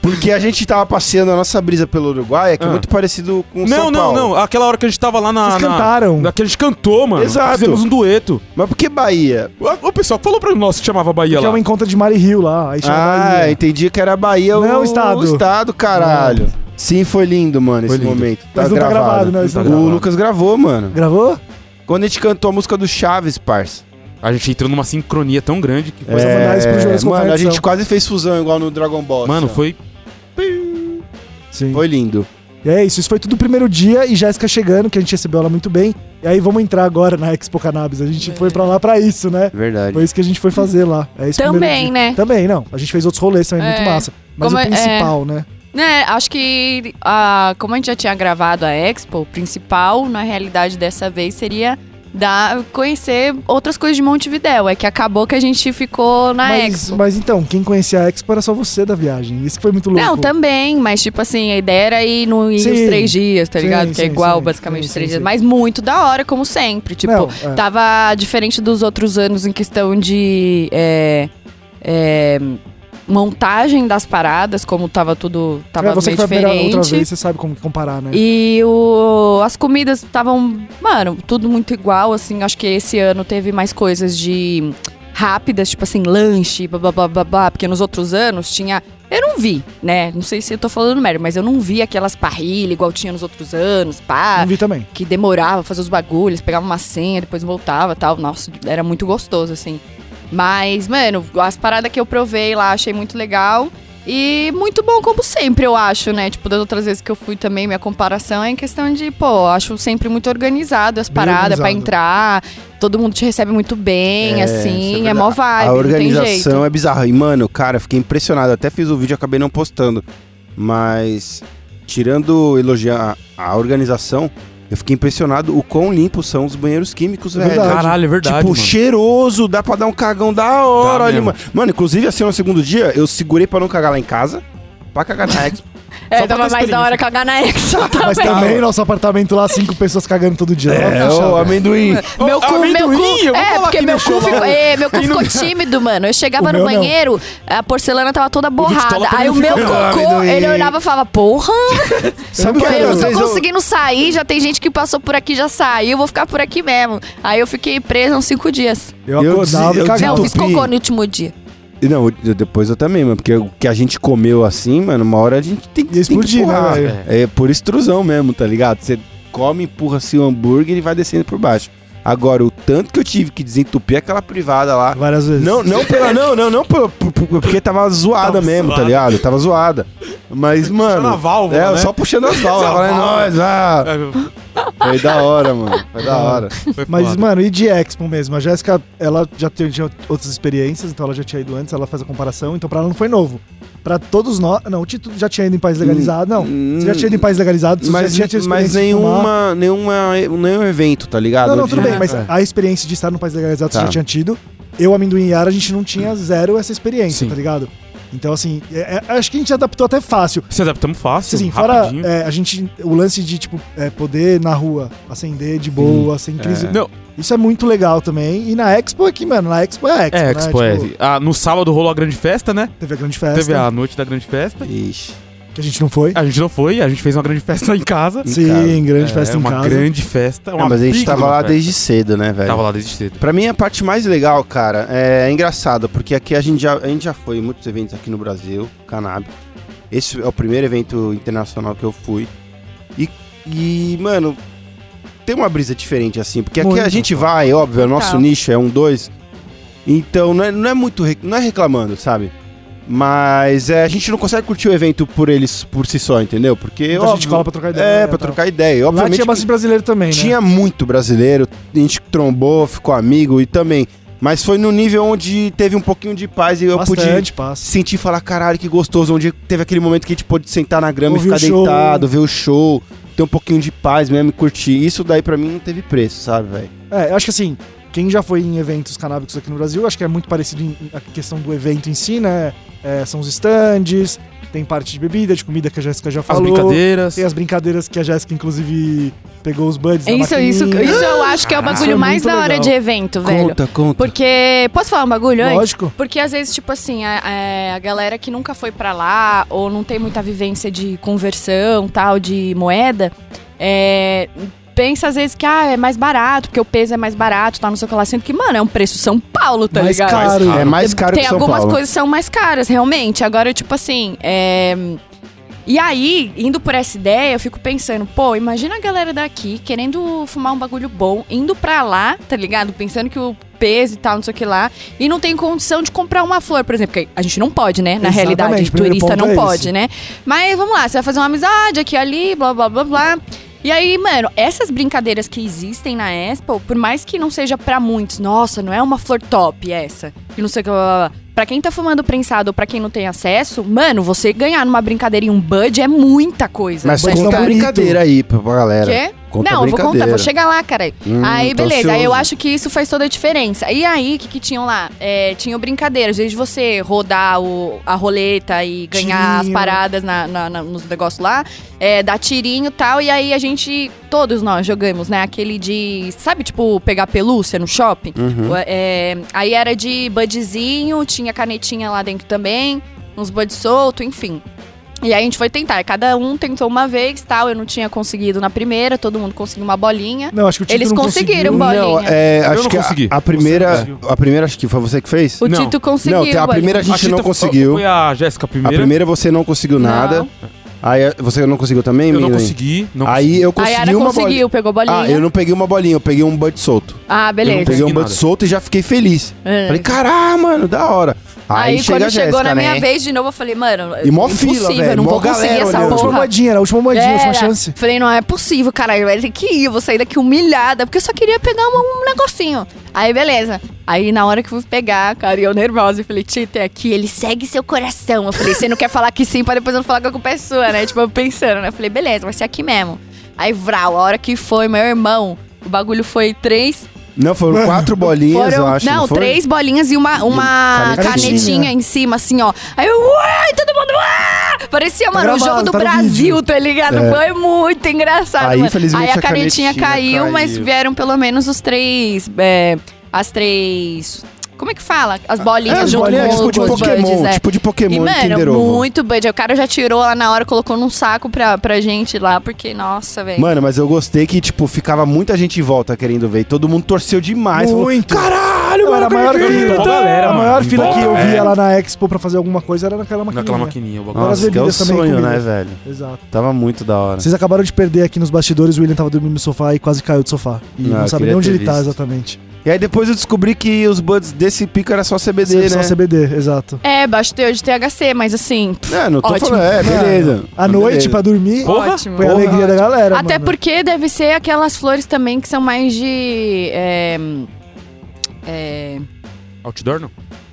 [SPEAKER 3] Porque a gente tava passeando a nossa brisa pelo Uruguai, é que é
[SPEAKER 2] Ah.
[SPEAKER 3] muito parecido com
[SPEAKER 2] não,
[SPEAKER 3] São
[SPEAKER 2] não,
[SPEAKER 3] Paulo.
[SPEAKER 2] não. Aquela hora que a gente tava lá na.
[SPEAKER 1] Vocês
[SPEAKER 2] na-
[SPEAKER 1] cantaram.
[SPEAKER 2] na- que a gente cantou, mano.
[SPEAKER 3] Exato.
[SPEAKER 2] Fizemos um dueto.
[SPEAKER 3] Mas por que Bahia?
[SPEAKER 2] O, o pessoal que falou pra nós que chamava Bahia
[SPEAKER 1] Que é
[SPEAKER 2] lá.
[SPEAKER 1] uma encontro de Mari Rio lá. Aí chama
[SPEAKER 3] Ah,
[SPEAKER 1] Bahia.
[SPEAKER 3] entendi que era Bahia
[SPEAKER 1] Não,
[SPEAKER 3] o
[SPEAKER 1] estado.
[SPEAKER 3] o estado, caralho. Sim, foi lindo, mano,
[SPEAKER 2] Foi
[SPEAKER 3] esse
[SPEAKER 2] lindo.
[SPEAKER 3] momento. Tá
[SPEAKER 1] Mas não tá
[SPEAKER 3] gravado.
[SPEAKER 1] gravado, né? Isso
[SPEAKER 2] Tá
[SPEAKER 1] não-
[SPEAKER 3] o
[SPEAKER 2] gravado.
[SPEAKER 3] Lucas gravou, mano.
[SPEAKER 1] Gravou?
[SPEAKER 3] Quando a gente cantou a música do Chaves, parça. É,
[SPEAKER 2] A gente entrou numa sincronia tão grande que foi.
[SPEAKER 1] Força Vandares pro Jonas com
[SPEAKER 3] mano, a
[SPEAKER 1] tradição.
[SPEAKER 3] gente quase fez fusão igual no Dragon Ball.
[SPEAKER 2] Mano,
[SPEAKER 3] assim, ó.
[SPEAKER 2] foi.
[SPEAKER 1] Sim.
[SPEAKER 3] Foi lindo.
[SPEAKER 1] E é isso, isso foi tudo o primeiro dia e Jéssica chegando, que a gente recebeu ela muito bem. E aí vamos entrar agora na Expo Cannabis. A gente foi pra lá pra isso, né?
[SPEAKER 3] Verdade.
[SPEAKER 1] Foi isso que a gente foi fazer lá. É esse primeiro
[SPEAKER 4] Também,
[SPEAKER 1] dia.
[SPEAKER 4] né?
[SPEAKER 1] Também, não. A gente fez outros rolês também, muito
[SPEAKER 4] É.
[SPEAKER 1] massa. Mas
[SPEAKER 4] Como
[SPEAKER 1] o
[SPEAKER 4] é-
[SPEAKER 1] principal, né?
[SPEAKER 4] Né, acho que a, como a gente já tinha gravado a Expo, o principal, na realidade, dessa vez seria dar, conhecer outras coisas de Montevidéu. É que acabou que a gente ficou na
[SPEAKER 1] Mas,
[SPEAKER 4] Expo.
[SPEAKER 1] mas então, quem conhecia a Expo era só você da viagem. Isso que foi muito louco.
[SPEAKER 4] Não, também, mas tipo assim, a ideia era ir, no, ir
[SPEAKER 1] Sim.
[SPEAKER 4] os três dias, tá
[SPEAKER 1] Sim,
[SPEAKER 4] ligado? que é
[SPEAKER 1] sim,
[SPEAKER 4] igual
[SPEAKER 1] sim.
[SPEAKER 4] basicamente
[SPEAKER 1] Sim,
[SPEAKER 4] os três
[SPEAKER 1] sim,
[SPEAKER 4] dias.
[SPEAKER 1] sim.
[SPEAKER 4] Mas muito da hora, como sempre. Tipo,
[SPEAKER 1] Não, é.
[SPEAKER 4] Tava diferente dos outros anos em questão de é, é, montagem das paradas, como tava tudo tava
[SPEAKER 1] é, você que
[SPEAKER 4] meio
[SPEAKER 1] foi a primeira outra
[SPEAKER 4] diferente.
[SPEAKER 1] vez, você sabe como comparar, né?
[SPEAKER 4] E o, as comidas estavam, mano, tudo muito igual, assim. Acho que esse ano teve mais coisas de rápidas, tipo assim, lanche, blá, blá, blá, blá, blá, porque nos outros anos tinha... Eu não vi, né? Não sei se eu tô falando merda, mas eu não vi aquelas parrilhas igual tinha nos outros anos, pá
[SPEAKER 1] Não vi
[SPEAKER 4] [laughs]
[SPEAKER 1] também.
[SPEAKER 4] que demorava fazer os bagulhos, pegava uma senha, depois voltava tal. Nossa, era muito gostoso, assim. Mas, mano, as paradas que eu provei lá, achei muito legal. E muito bom, como sempre, eu acho, né? Tipo, das outras vezes que eu fui também, minha comparação é em questão de, pô, acho sempre muito organizado as
[SPEAKER 1] Bem
[SPEAKER 4] paradas pra
[SPEAKER 1] organizado.
[SPEAKER 4] entrar. Todo mundo te recebe muito bem,
[SPEAKER 3] É, isso é
[SPEAKER 4] assim. É,
[SPEAKER 3] verdade.
[SPEAKER 4] mó vibe,
[SPEAKER 3] A
[SPEAKER 4] não tem
[SPEAKER 3] organização
[SPEAKER 4] jeito.
[SPEAKER 3] é bizarra. E, mano, cara, eu fiquei impressionado. Até fiz o vídeo e acabei não postando. Mas, tirando elogiar a, a organização, eu fiquei impressionado o quão limpos são os banheiros químicos,
[SPEAKER 1] É
[SPEAKER 3] velho.
[SPEAKER 1] verdade.
[SPEAKER 2] Caralho, é verdade.
[SPEAKER 3] Tipo,
[SPEAKER 2] mano.
[SPEAKER 3] cheiroso, dá pra dar um cagão da hora
[SPEAKER 2] Dá
[SPEAKER 3] ali,
[SPEAKER 2] mesmo.
[SPEAKER 3] mano. Mano, inclusive, assim, no segundo dia, eu segurei pra não cagar lá em casa, pra cagar na Expo.
[SPEAKER 4] É,
[SPEAKER 3] só pra
[SPEAKER 4] tava
[SPEAKER 3] ter
[SPEAKER 4] mais da hora cagar na [laughs] Exo
[SPEAKER 1] Mas
[SPEAKER 4] também.
[SPEAKER 1] também nosso apartamento lá, cinco pessoas cagando todo
[SPEAKER 2] [laughs]
[SPEAKER 1] dia.
[SPEAKER 3] É,
[SPEAKER 1] Nossa,
[SPEAKER 3] o
[SPEAKER 1] chata.
[SPEAKER 3] amendoim.
[SPEAKER 2] Ô,
[SPEAKER 4] Meu cu, meu
[SPEAKER 2] amendoim, eu
[SPEAKER 4] cu.
[SPEAKER 2] vou
[SPEAKER 4] É,
[SPEAKER 2] falar
[SPEAKER 4] porque
[SPEAKER 2] que
[SPEAKER 4] meu
[SPEAKER 2] mexeu
[SPEAKER 4] cu,
[SPEAKER 2] lá.
[SPEAKER 4] ficou, é, meu cu
[SPEAKER 2] Quem não-
[SPEAKER 4] ficou tímido, mano. Eu
[SPEAKER 1] O
[SPEAKER 4] chegava no
[SPEAKER 1] meu não.
[SPEAKER 4] banheiro, a porcelana tava toda borrada.
[SPEAKER 2] Victola também
[SPEAKER 4] Aí o
[SPEAKER 2] não
[SPEAKER 4] meu
[SPEAKER 2] fica-
[SPEAKER 4] cocô,
[SPEAKER 3] Amendoim.
[SPEAKER 4] ele olhava e falava, porra,
[SPEAKER 3] Sabe o
[SPEAKER 1] é?
[SPEAKER 3] que
[SPEAKER 4] eu
[SPEAKER 3] era?
[SPEAKER 4] não tô
[SPEAKER 3] Vocês-
[SPEAKER 4] conseguindo sair, já tem gente que passou por aqui, já saiu, vou ficar por aqui mesmo. Aí eu fiquei presa uns cinco dias.
[SPEAKER 1] Eu
[SPEAKER 3] Eu
[SPEAKER 1] acordava
[SPEAKER 3] desi- eu
[SPEAKER 1] e
[SPEAKER 4] Não,
[SPEAKER 1] cagava.
[SPEAKER 4] eu fiz
[SPEAKER 3] Tupi.
[SPEAKER 4] cocô no último dia.
[SPEAKER 3] Não, eu- depois eu também, mano. Porque o que a gente comeu assim, mano, uma hora a gente tem,
[SPEAKER 1] Ia
[SPEAKER 3] que- tem que
[SPEAKER 1] explodir, né,
[SPEAKER 3] empurrar.
[SPEAKER 1] velho?
[SPEAKER 3] É por extrusão mesmo, tá ligado? Você come, empurra assim o hambúrguer e vai descendo por baixo. Agora, o tanto que eu tive que desentupir aquela privada lá.
[SPEAKER 1] Várias vezes.
[SPEAKER 3] Não, não pela. Não, não, não pela- por- por- porque tava zoada
[SPEAKER 2] Tava
[SPEAKER 3] mesmo,
[SPEAKER 2] zoada.
[SPEAKER 3] tá ligado? Tava zoada. Mas,
[SPEAKER 2] Puxando a
[SPEAKER 3] mano.
[SPEAKER 2] válvula,
[SPEAKER 3] É,
[SPEAKER 2] né?
[SPEAKER 3] só puxando as válvulas.
[SPEAKER 2] Puxa a
[SPEAKER 3] Falei,
[SPEAKER 2] válvula.
[SPEAKER 3] nós, ah.
[SPEAKER 2] É,
[SPEAKER 3] Foi da hora, mano. Foi
[SPEAKER 1] [laughs]
[SPEAKER 3] da hora.
[SPEAKER 2] foi
[SPEAKER 1] Mas,
[SPEAKER 2] foda.
[SPEAKER 1] mano, e de Expo mesmo? A Jéssica, ela já tinha tinha outras experiências, então ela já tinha ido antes, ela faz a comparação, então pra ela não foi novo. Pra todos nós. Não, o Tito já tinha ido em país legalizado, não. Você já tinha ido em país legalizado, você
[SPEAKER 3] Mas,
[SPEAKER 1] já tinha tido
[SPEAKER 3] mas
[SPEAKER 1] experiência de fumar.
[SPEAKER 3] nenhuma, nenhuma, nenhum evento, tá ligado?
[SPEAKER 1] Não, não,
[SPEAKER 3] Onde-
[SPEAKER 1] tudo bem,
[SPEAKER 4] Ah,
[SPEAKER 1] mas
[SPEAKER 2] tá.
[SPEAKER 1] a experiência de estar no país legalizado você
[SPEAKER 3] Tá.
[SPEAKER 1] já tinha tido. Eu, amendoim e Yara, a gente não tinha zero essa experiência,
[SPEAKER 2] Sim.
[SPEAKER 1] tá ligado? Então, assim, é- é- acho que a gente adaptou até fácil.
[SPEAKER 2] Se adaptamos é, fácil.
[SPEAKER 1] Assim, fora
[SPEAKER 2] rapidinho.
[SPEAKER 1] é, a gente, o lance de, tipo, é, poder na rua acender de boa, sem crise.
[SPEAKER 2] Não,
[SPEAKER 1] Isso é muito legal também. E na Expo aqui, mano, na Expo é a Expo,
[SPEAKER 2] é,
[SPEAKER 1] né?
[SPEAKER 2] Expo, é.
[SPEAKER 1] Tipo,
[SPEAKER 2] Ah, no sábado rolou a grande festa, né?
[SPEAKER 1] Teve a grande festa,
[SPEAKER 2] Teve a noite da grande festa.
[SPEAKER 3] Ixi.
[SPEAKER 1] que a gente não foi.
[SPEAKER 2] A gente não foi, a gente fez uma grande festa em casa.
[SPEAKER 1] Sim,
[SPEAKER 3] casa.
[SPEAKER 1] grande
[SPEAKER 2] É,
[SPEAKER 1] festa em
[SPEAKER 2] uma
[SPEAKER 1] casa.
[SPEAKER 2] grande festa. É Uma
[SPEAKER 3] Não, mas a gente
[SPEAKER 2] pica
[SPEAKER 3] tava
[SPEAKER 2] de uma
[SPEAKER 3] lá
[SPEAKER 2] festa.
[SPEAKER 3] desde cedo, né, velho?
[SPEAKER 2] Tava lá desde cedo.
[SPEAKER 3] Pra mim, a parte mais legal, cara, é engraçado, porque aqui a gente já, a gente já foi em muitos eventos aqui no Brasil, cannabis. Esse é o primeiro evento internacional que eu fui. E, e, mano, tem uma brisa diferente, assim, porque aqui
[SPEAKER 1] Muito.
[SPEAKER 3] a gente vai, óbvio, o nosso
[SPEAKER 4] Total.
[SPEAKER 3] nicho é um, dois. Então, não é, não é muito, rec- não é reclamando, sabe? Mas é, a gente não consegue curtir o evento por eles, por si só, entendeu? Porque,
[SPEAKER 1] Então a gente
[SPEAKER 3] óbvio,
[SPEAKER 1] cola pra trocar ideia.
[SPEAKER 3] É,
[SPEAKER 1] né,
[SPEAKER 3] pra
[SPEAKER 1] tal.
[SPEAKER 3] trocar ideia. E,
[SPEAKER 1] Lá
[SPEAKER 3] Obviamente
[SPEAKER 1] tinha
[SPEAKER 3] que-
[SPEAKER 1] bastante brasileiro também, né?
[SPEAKER 3] tinha muito brasileiro, a gente trombou, ficou amigo e também. Mas foi no nível onde teve um pouquinho de paz e eu pude
[SPEAKER 1] bastante passa.
[SPEAKER 3] sentir e falar, caralho, que gostoso. Onde teve aquele momento que a gente pôde sentar na grama
[SPEAKER 1] Ouvir
[SPEAKER 3] e
[SPEAKER 1] o
[SPEAKER 3] ficar
[SPEAKER 1] show.
[SPEAKER 3] deitado, ver o show, ter um pouquinho de paz mesmo e curtir. Isso daí pra mim não teve preço, sabe, velho?
[SPEAKER 1] É, eu acho que assim, quem já foi em eventos canábicos aqui no Brasil, acho que é muito parecido em, a questão do evento em si, né? É, são os stands, tem parte de bebida, de comida que a Jéssica já
[SPEAKER 2] As
[SPEAKER 1] falou.
[SPEAKER 2] brincadeiras.
[SPEAKER 1] Tem as brincadeiras que a Jéssica, inclusive, Pegou os buds da
[SPEAKER 4] Isso, isso,
[SPEAKER 1] maquininha.
[SPEAKER 4] isso eu acho que é o
[SPEAKER 1] Isso é
[SPEAKER 4] bagulho mais
[SPEAKER 1] muito
[SPEAKER 4] da hora
[SPEAKER 1] legal.
[SPEAKER 4] de evento, velho.
[SPEAKER 3] Conta, conta.
[SPEAKER 4] Porque. Posso falar um bagulho antes?
[SPEAKER 1] Lógico.
[SPEAKER 4] Porque às vezes, tipo assim, a, é, a galera que nunca foi pra lá ou não tem muita vivência de conversão, tal, de moeda, é, pensa às vezes que ah, é mais barato, porque o peso é mais barato, tá, não sei o que lá, sendo que, mano, é um preço São Paulo, tá
[SPEAKER 1] mais
[SPEAKER 4] ligado?
[SPEAKER 1] caro. né?
[SPEAKER 3] É mais caro
[SPEAKER 4] tem
[SPEAKER 3] que São
[SPEAKER 4] algumas
[SPEAKER 3] Paulo.
[SPEAKER 4] coisas que são mais caras, realmente. Agora, tipo assim, é... E aí, indo por essa ideia, eu fico pensando, pô, imagina a galera daqui querendo fumar um bagulho bom, indo pra lá, tá ligado? Pensando que o peso e tal, não sei o que lá, e não tem condição de comprar uma flor, por exemplo, que a gente não pode, né? Na
[SPEAKER 1] Exatamente,
[SPEAKER 4] realidade,
[SPEAKER 1] primeiro
[SPEAKER 4] turista
[SPEAKER 1] ponto
[SPEAKER 4] não
[SPEAKER 1] é
[SPEAKER 4] pode,
[SPEAKER 1] esse.
[SPEAKER 4] né? Mas vamos lá, você vai fazer uma amizade aqui ali, blá blá blá blá. E aí, mano, essas brincadeiras que existem na Expo, por mais que não seja pra muitos, nossa, não é uma flor top essa, que não sei o que, blá, blá, blá. Pra quem tá fumando prensado ou pra quem não tem acesso, mano, você ganhar numa brincadeira em um bud é muita coisa.
[SPEAKER 3] Mas
[SPEAKER 1] Mas
[SPEAKER 3] conta
[SPEAKER 1] tá
[SPEAKER 3] a
[SPEAKER 1] bonito.
[SPEAKER 3] brincadeira aí pra, pra galera.
[SPEAKER 4] Quê?
[SPEAKER 3] Conta a
[SPEAKER 4] não, vou
[SPEAKER 3] brincadeira.
[SPEAKER 4] contar, vou chegar lá, cara.
[SPEAKER 3] Hum,
[SPEAKER 4] aí,
[SPEAKER 3] tô
[SPEAKER 4] beleza. Aí eu
[SPEAKER 3] ansioso.
[SPEAKER 4] acho que isso faz toda a diferença. E aí, o que, que tinham lá? É, tinham brincadeiras. Desde você rodar o- a roleta e ganhar
[SPEAKER 1] Tirinho.
[SPEAKER 4] as paradas na, na- na- nos negócios lá, é, dar tirinho e tal. E aí a gente, todos nós jogamos, né? Aquele de, sabe, tipo, pegar pelúcia no shopping?
[SPEAKER 3] Uhum.
[SPEAKER 4] É, aí era de budzinho, tinha canetinha lá dentro também, uns buds solto, enfim. E aí a gente foi tentar. Cada um tentou uma vez, tal. Eu não tinha conseguido na primeira, todo mundo conseguiu uma bolinha.
[SPEAKER 1] Não, acho que o Tito
[SPEAKER 4] Eles
[SPEAKER 1] não conseguiu.
[SPEAKER 4] conseguiram, bola.
[SPEAKER 3] Não,
[SPEAKER 4] bolinha.
[SPEAKER 3] é,
[SPEAKER 2] Eu
[SPEAKER 3] acho
[SPEAKER 2] não
[SPEAKER 3] que a-
[SPEAKER 2] consegui.
[SPEAKER 3] a, primeira,
[SPEAKER 1] Você conseguiu.
[SPEAKER 3] a primeira acho que foi você que fez?
[SPEAKER 4] né? O
[SPEAKER 2] Não.
[SPEAKER 4] Tito conseguiu.
[SPEAKER 3] não, tem a
[SPEAKER 4] bolinha.
[SPEAKER 3] primeira a gente
[SPEAKER 2] Tita
[SPEAKER 3] não
[SPEAKER 2] foi-
[SPEAKER 3] conseguiu.
[SPEAKER 2] Foi a Jéssica
[SPEAKER 3] A
[SPEAKER 2] primeiro.
[SPEAKER 3] primeira você não conseguiu
[SPEAKER 4] Não.
[SPEAKER 3] nada. Aí a- você não conseguiu também,
[SPEAKER 2] Eu não
[SPEAKER 3] Milen?
[SPEAKER 2] consegui. Não
[SPEAKER 3] Aí eu
[SPEAKER 4] A
[SPEAKER 3] consegui
[SPEAKER 4] Yara
[SPEAKER 3] uma
[SPEAKER 4] conseguiu,
[SPEAKER 3] bolinha.
[SPEAKER 4] pegou bolinha.
[SPEAKER 3] Ah, eu não peguei uma bolinha, eu peguei um bud solto.
[SPEAKER 4] Ah,
[SPEAKER 2] Eu não
[SPEAKER 4] beleza.
[SPEAKER 3] Peguei um
[SPEAKER 2] consegui
[SPEAKER 3] bud
[SPEAKER 2] nada.
[SPEAKER 3] solto e já fiquei feliz.
[SPEAKER 4] É.
[SPEAKER 3] Falei, caralho, mano, da hora. Aí,
[SPEAKER 4] Aí,
[SPEAKER 3] chega
[SPEAKER 4] quando
[SPEAKER 3] a
[SPEAKER 4] chegou
[SPEAKER 3] Jéssica,
[SPEAKER 4] na minha
[SPEAKER 3] né?
[SPEAKER 4] vez de novo, eu falei, mano,
[SPEAKER 3] E mó fila,
[SPEAKER 4] impossível,
[SPEAKER 3] velho,
[SPEAKER 4] eu não
[SPEAKER 3] mó
[SPEAKER 4] vou conseguir
[SPEAKER 3] galera
[SPEAKER 4] essa
[SPEAKER 1] Era a
[SPEAKER 3] olhando.
[SPEAKER 1] última
[SPEAKER 4] porra.
[SPEAKER 1] moedinha, era a última moedinha, a última
[SPEAKER 4] Tá. Era.
[SPEAKER 1] chance.
[SPEAKER 4] Falei, não é possível, caralho, vai ter que ir, eu vou sair daqui humilhada, porque eu só queria pegar um, um negocinho. Aí, beleza. Aí, na hora que eu fui pegar, cara, e eu nervosa, eu falei, Tita, é aqui, ele segue seu coração. Eu falei, você não quer falar que sim, pra depois eu não falar que a culpa é sua, né? Tipo, eu pensando, né? Eu falei, beleza, vai ser aqui mesmo. Aí, vral, a hora que foi, meu irmão, o bagulho foi três
[SPEAKER 3] Não,
[SPEAKER 2] [laughs]
[SPEAKER 3] foram
[SPEAKER 1] Mano.
[SPEAKER 3] quatro bolinhas, eu
[SPEAKER 4] Foram-
[SPEAKER 3] acho.
[SPEAKER 4] não,
[SPEAKER 3] foi?
[SPEAKER 4] três bolinhas e uma, uma
[SPEAKER 3] um canetinha.
[SPEAKER 4] canetinha. em cima, assim, ó. Aí eu, uai, todo mundo, uai! Parecia, mano, o jogo
[SPEAKER 1] gravado,
[SPEAKER 4] do
[SPEAKER 1] tá no
[SPEAKER 4] Brasil,
[SPEAKER 1] vídeo.
[SPEAKER 4] tá ligado?
[SPEAKER 3] É.
[SPEAKER 4] Foi muito engraçado.
[SPEAKER 3] Aí,
[SPEAKER 4] mano.
[SPEAKER 3] infelizmente,
[SPEAKER 4] Aí a,
[SPEAKER 3] a canetinha
[SPEAKER 4] canetinha, caiu, mas
[SPEAKER 3] caiu.
[SPEAKER 4] vieram pelo menos os três. é, as três. Como é que fala? As bolinhas
[SPEAKER 3] É,
[SPEAKER 4] junto
[SPEAKER 3] bolinha,
[SPEAKER 4] com,
[SPEAKER 3] tipo de
[SPEAKER 4] com os buds,
[SPEAKER 3] Pokémon,
[SPEAKER 4] é.
[SPEAKER 3] tipo de
[SPEAKER 4] E,
[SPEAKER 3] Pokémon, Kinder
[SPEAKER 4] mano,
[SPEAKER 3] Ovo.
[SPEAKER 4] muito bud. O cara já tirou lá na hora, colocou num saco pra, pra gente lá, porque, nossa, velho.
[SPEAKER 3] Mano, mas eu gostei que, tipo, ficava muita gente em volta querendo ver. E todo mundo torceu demais. falou,
[SPEAKER 1] Muito.
[SPEAKER 3] Caralho,
[SPEAKER 1] Não,
[SPEAKER 3] mano,
[SPEAKER 1] era a maior
[SPEAKER 3] acredito."
[SPEAKER 2] acredito.
[SPEAKER 1] fila.
[SPEAKER 2] Mó galera,
[SPEAKER 1] a
[SPEAKER 2] mano.
[SPEAKER 1] maior fila
[SPEAKER 2] Mó
[SPEAKER 1] que eu
[SPEAKER 2] galera.
[SPEAKER 3] é.
[SPEAKER 1] via lá na Expo pra fazer alguma coisa era naquela maquininha.
[SPEAKER 2] Naquela maquininha. o bagulho.
[SPEAKER 1] Agora as
[SPEAKER 3] Nossa, que é o
[SPEAKER 1] bebidas também,
[SPEAKER 3] sonho,
[SPEAKER 1] comida.
[SPEAKER 3] né, velho?
[SPEAKER 1] Exato.
[SPEAKER 3] Tava muito da hora.
[SPEAKER 1] Vocês acabaram de perder aqui nos bastidores, o William tava dormindo no sofá e quase caiu do sofá. E
[SPEAKER 3] Ah,
[SPEAKER 1] não
[SPEAKER 3] eu
[SPEAKER 1] sabe
[SPEAKER 3] queria
[SPEAKER 1] nem onde
[SPEAKER 3] ter
[SPEAKER 1] ele tá
[SPEAKER 3] visto.
[SPEAKER 1] exatamente.
[SPEAKER 3] E aí depois eu descobri que os buds desse pico era só CBD,
[SPEAKER 1] Só
[SPEAKER 3] né?
[SPEAKER 1] CBD, exato.
[SPEAKER 4] É, baixo teu de THC, mas assim. pff,
[SPEAKER 3] É, não tô
[SPEAKER 4] Ótimo.
[SPEAKER 3] falando, é, beleza.
[SPEAKER 1] À
[SPEAKER 3] Beleza.
[SPEAKER 1] noite, pra dormir,
[SPEAKER 2] Porra.
[SPEAKER 4] ótimo.
[SPEAKER 1] foi a alegria da galera,
[SPEAKER 4] Até
[SPEAKER 1] mano.
[SPEAKER 4] porque deve ser aquelas flores também que são mais de. é, é,
[SPEAKER 2] Outdoor não?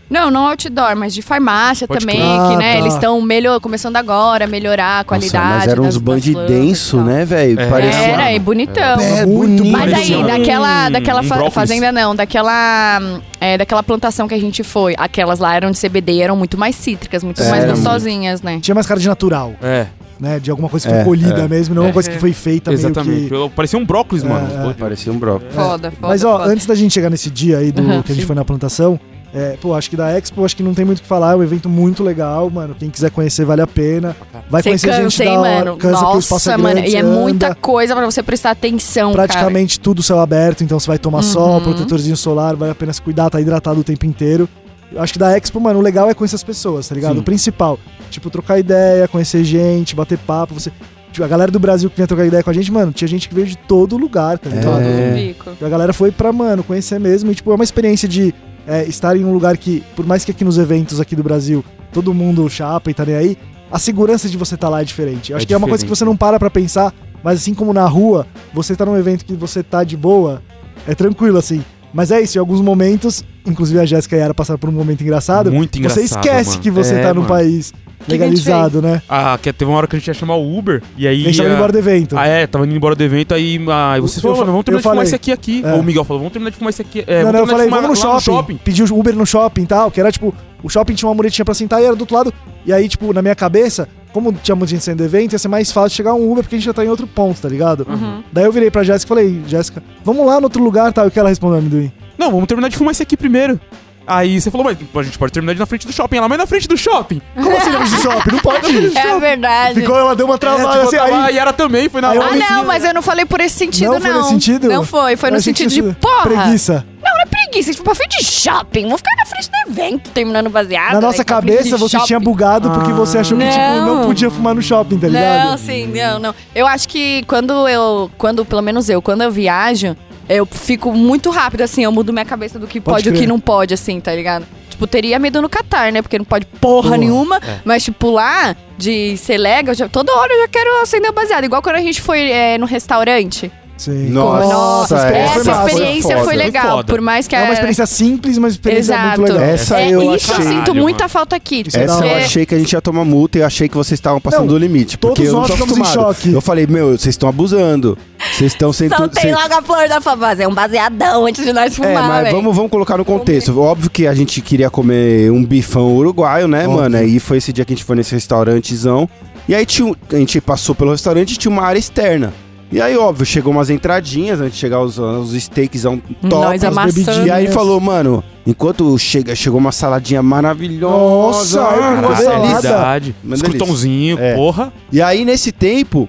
[SPEAKER 4] não, não outdoor, mas de farmácia
[SPEAKER 2] Pode
[SPEAKER 4] também,
[SPEAKER 1] crer.
[SPEAKER 4] que
[SPEAKER 1] Ah,
[SPEAKER 4] né,
[SPEAKER 1] tá.
[SPEAKER 4] eles estão melhor, começando agora a melhorar a
[SPEAKER 3] Nossa,
[SPEAKER 4] qualidade.
[SPEAKER 3] mas eram uns
[SPEAKER 4] das- das
[SPEAKER 3] band
[SPEAKER 4] plantas e
[SPEAKER 3] denso,
[SPEAKER 4] tal.
[SPEAKER 3] né, velho?
[SPEAKER 2] É.
[SPEAKER 3] Parecia.
[SPEAKER 4] Era, e bonitão.
[SPEAKER 3] É,
[SPEAKER 1] Muito
[SPEAKER 3] bonito.
[SPEAKER 4] Mas
[SPEAKER 2] Parecia
[SPEAKER 4] aí, né?
[SPEAKER 2] um-
[SPEAKER 4] daquela, daquela
[SPEAKER 2] um
[SPEAKER 4] fa-
[SPEAKER 2] brócolis.
[SPEAKER 4] fazenda não, daquela, hum, é, daquela plantação que a gente foi, aquelas lá eram de CBD e eram muito mais cítricas, muito
[SPEAKER 3] É,
[SPEAKER 4] mais
[SPEAKER 3] era
[SPEAKER 4] gostosinhas, né?
[SPEAKER 1] Tinha mais cara de natural,
[SPEAKER 2] É,
[SPEAKER 1] né? De alguma coisa que
[SPEAKER 3] É,
[SPEAKER 1] foi colhida mesmo, não uma
[SPEAKER 2] É.
[SPEAKER 1] coisa que foi feita
[SPEAKER 2] exatamente.
[SPEAKER 1] meio que...
[SPEAKER 2] Eu- Parecia um brócolis,
[SPEAKER 1] É,
[SPEAKER 2] mano.
[SPEAKER 1] é.
[SPEAKER 2] Pô,
[SPEAKER 3] Parecia um bro.
[SPEAKER 4] Foda, foda.
[SPEAKER 1] Mas, ó,
[SPEAKER 4] foda.
[SPEAKER 1] antes da gente chegar nesse dia aí do
[SPEAKER 4] Aham,
[SPEAKER 1] que a gente
[SPEAKER 4] sim.
[SPEAKER 1] foi na plantação, é, pô, acho que da Expo, acho que não tem muito o que falar, é um evento muito legal, mano. Quem quiser conhecer, vale a pena. Vai
[SPEAKER 4] Você
[SPEAKER 1] conhecer gente
[SPEAKER 4] cansa,
[SPEAKER 1] da
[SPEAKER 4] hein,
[SPEAKER 1] hora,
[SPEAKER 4] mano?
[SPEAKER 1] cansa porque o espaço é
[SPEAKER 4] Nossa, mano.
[SPEAKER 1] grande,
[SPEAKER 4] E é
[SPEAKER 1] você
[SPEAKER 4] muita
[SPEAKER 1] anda.
[SPEAKER 4] coisa pra você prestar atenção, cara.
[SPEAKER 1] praticamente tudo céu aberto, então você vai tomar sol,
[SPEAKER 4] Uhum.
[SPEAKER 1] protetorzinho solar, vai apenas cuidar, tá hidratado o tempo inteiro. Eu acho que da Expo, mano, o legal é conhecer as pessoas, tá ligado?
[SPEAKER 2] Sim.
[SPEAKER 1] O principal. Tipo, trocar ideia, conhecer gente, bater papo, você. Tipo, a galera do Brasil que vinha trocar ideia com a gente, mano, tinha gente que veio de todo lugar, tá ligado?
[SPEAKER 3] É.
[SPEAKER 4] Pico.
[SPEAKER 1] A galera foi pra, mano, conhecer mesmo. E, tipo, é uma experiência de é, estar em um lugar que, por mais que aqui nos eventos aqui do Brasil todo mundo chapa e tá nem aí, a segurança de você tá lá é diferente. Eu acho
[SPEAKER 2] É
[SPEAKER 1] que é uma coisa que
[SPEAKER 2] diferente.
[SPEAKER 1] você não para pra pensar, mas assim como na rua, você tá num evento que você tá de boa, é tranquilo, assim. Mas é isso, em alguns momentos, inclusive a Jéssica e a Yara passaram por um momento engraçado,
[SPEAKER 2] Muito engraçado.
[SPEAKER 1] você esquece
[SPEAKER 2] mano.
[SPEAKER 1] que você
[SPEAKER 2] É,
[SPEAKER 1] tá num
[SPEAKER 2] mano.
[SPEAKER 1] país
[SPEAKER 4] que a gente
[SPEAKER 1] legalizado, né?
[SPEAKER 2] Ah, que teve uma hora que a gente ia chamar o Uber e aí.
[SPEAKER 1] A gente tava
[SPEAKER 2] ah,
[SPEAKER 1] indo embora do evento.
[SPEAKER 2] Ah, é, tava indo embora do evento, aí, ah, aí vocês
[SPEAKER 1] Eu
[SPEAKER 2] falaram,
[SPEAKER 1] fa-
[SPEAKER 2] mano, vamos
[SPEAKER 1] eu
[SPEAKER 2] terminar de fumar
[SPEAKER 1] falei.
[SPEAKER 2] isso aqui aqui.
[SPEAKER 1] É.
[SPEAKER 2] Ou o Miguel falou, vamos terminar de fumar isso aqui. É,
[SPEAKER 1] não, não, eu
[SPEAKER 2] terminar
[SPEAKER 1] falei,
[SPEAKER 2] de fumar
[SPEAKER 1] vamos no
[SPEAKER 2] lá
[SPEAKER 1] shopping. Pediu Uber no shopping e tal, que era tipo O shopping tinha uma muretinha pra sentar e era do outro lado. E aí, tipo, na minha cabeça, como tinha muito gente saindo do evento, ia ser mais fácil chegar um Uber porque a gente já tá em outro ponto, tá ligado?
[SPEAKER 4] Uhum.
[SPEAKER 1] Daí eu virei pra Jéssica e falei, Jéssica, vamos lá no outro lugar tal. E o que ela respondeu, amendoim?
[SPEAKER 2] Não, vamos terminar de fumar isso aqui primeiro. Aí você falou, mas a gente pode terminar de ir na frente do shopping. Ela, mas na frente do shopping.
[SPEAKER 1] Como assim não do shopping? Não
[SPEAKER 4] [laughs]
[SPEAKER 1] pode ir.
[SPEAKER 4] É verdade.
[SPEAKER 1] Ficou, ela deu uma travada assim,
[SPEAKER 2] Ela É, tipo, tava lá,
[SPEAKER 1] aí.
[SPEAKER 2] e ela também foi na
[SPEAKER 1] Aí eu assim,
[SPEAKER 4] Ah,
[SPEAKER 1] olhei-
[SPEAKER 4] não, mas eu não falei por esse sentido,
[SPEAKER 1] Não
[SPEAKER 4] não.
[SPEAKER 1] foi nesse sentido?
[SPEAKER 4] Não foi, foi
[SPEAKER 1] eu
[SPEAKER 4] no
[SPEAKER 1] achei que
[SPEAKER 4] sentido de
[SPEAKER 1] isso-
[SPEAKER 4] porra.
[SPEAKER 1] Preguiça.
[SPEAKER 4] Não, não é preguiça, é tipo, pra frente de shopping. Vou ficar na frente do evento, terminando baseado.
[SPEAKER 1] Na
[SPEAKER 4] né,
[SPEAKER 1] nossa
[SPEAKER 4] pra frente
[SPEAKER 1] cabeça,
[SPEAKER 4] de
[SPEAKER 1] você
[SPEAKER 4] shopping.
[SPEAKER 1] tinha bugado porque você achou que, tipo,
[SPEAKER 4] Não.
[SPEAKER 1] não podia fumar no shopping, tá
[SPEAKER 4] Não,
[SPEAKER 1] ligado?
[SPEAKER 4] sim, não, não. Eu acho que quando eu, quando, pelo menos eu, quando eu viajo, eu fico muito rápido, assim, eu mudo minha cabeça do que
[SPEAKER 1] Pode
[SPEAKER 4] pode e o que
[SPEAKER 1] crer.
[SPEAKER 4] não pode, assim, tá ligado? Tipo, teria medo no Catar, né? Porque não pode porra
[SPEAKER 1] Porra, é.
[SPEAKER 4] nenhuma, mas, tipo, lá, de ser legal, eu já, toda hora eu já quero acender o baseado. Igual quando a gente foi é, no restaurante.
[SPEAKER 1] Sim.
[SPEAKER 3] Nossa,
[SPEAKER 1] essa
[SPEAKER 3] é.
[SPEAKER 1] foi
[SPEAKER 4] essa
[SPEAKER 1] massa,
[SPEAKER 4] experiência
[SPEAKER 2] foi
[SPEAKER 4] foi
[SPEAKER 2] foda.
[SPEAKER 4] legal.
[SPEAKER 2] Foi foda.
[SPEAKER 4] Por mais que
[SPEAKER 1] É
[SPEAKER 4] a...
[SPEAKER 1] uma experiência simples, mas uma experiência
[SPEAKER 4] Exato.
[SPEAKER 1] muito legal.
[SPEAKER 3] Essa
[SPEAKER 4] É,
[SPEAKER 3] eu
[SPEAKER 4] isso
[SPEAKER 3] achei.
[SPEAKER 4] eu sinto
[SPEAKER 2] Caralho,
[SPEAKER 4] muita
[SPEAKER 2] mano.
[SPEAKER 4] falta aqui. tipo,
[SPEAKER 1] é da
[SPEAKER 3] Essa eu
[SPEAKER 1] hora.
[SPEAKER 3] achei que um a gente ia tomar multa e eu achei que vocês estavam passando
[SPEAKER 1] Não,
[SPEAKER 3] do limite.
[SPEAKER 1] todos
[SPEAKER 3] Porque eu não
[SPEAKER 1] nós
[SPEAKER 3] tô
[SPEAKER 1] ficamos em
[SPEAKER 3] acostumado.
[SPEAKER 1] choque.
[SPEAKER 3] Eu falei, meu, vocês estão abusando. Vocês estão sem tu-
[SPEAKER 4] Soltei
[SPEAKER 3] sem-
[SPEAKER 4] logo a flor da favela, é um baseadão antes de nós fumar,
[SPEAKER 3] É, mas
[SPEAKER 4] velho.
[SPEAKER 3] vamos, vamos colocar no contexto. Óbvio que a gente queria comer um bifão uruguaio, né,
[SPEAKER 1] Óbvio.
[SPEAKER 3] mano? Aí foi esse dia que a gente foi nesse restaurantezão. E aí tinha, um- a gente passou pelo restaurante e tinha uma área externa. E aí, óbvio, chegou umas entradinhas antes de chegar os, os steaksão top.
[SPEAKER 4] Nós
[SPEAKER 3] as
[SPEAKER 4] amassando.
[SPEAKER 3] bebidinhas. E aí
[SPEAKER 1] Nossa.
[SPEAKER 3] falou, mano, enquanto chega, chegou uma saladinha
[SPEAKER 1] Nossa,
[SPEAKER 3] maravilhosa. cara,
[SPEAKER 1] uma
[SPEAKER 3] delícia.
[SPEAKER 1] salada.
[SPEAKER 2] verdade.
[SPEAKER 3] Uma delícia.
[SPEAKER 2] Escrutãozinho,
[SPEAKER 3] É.
[SPEAKER 2] porra.
[SPEAKER 3] E aí, nesse tempo,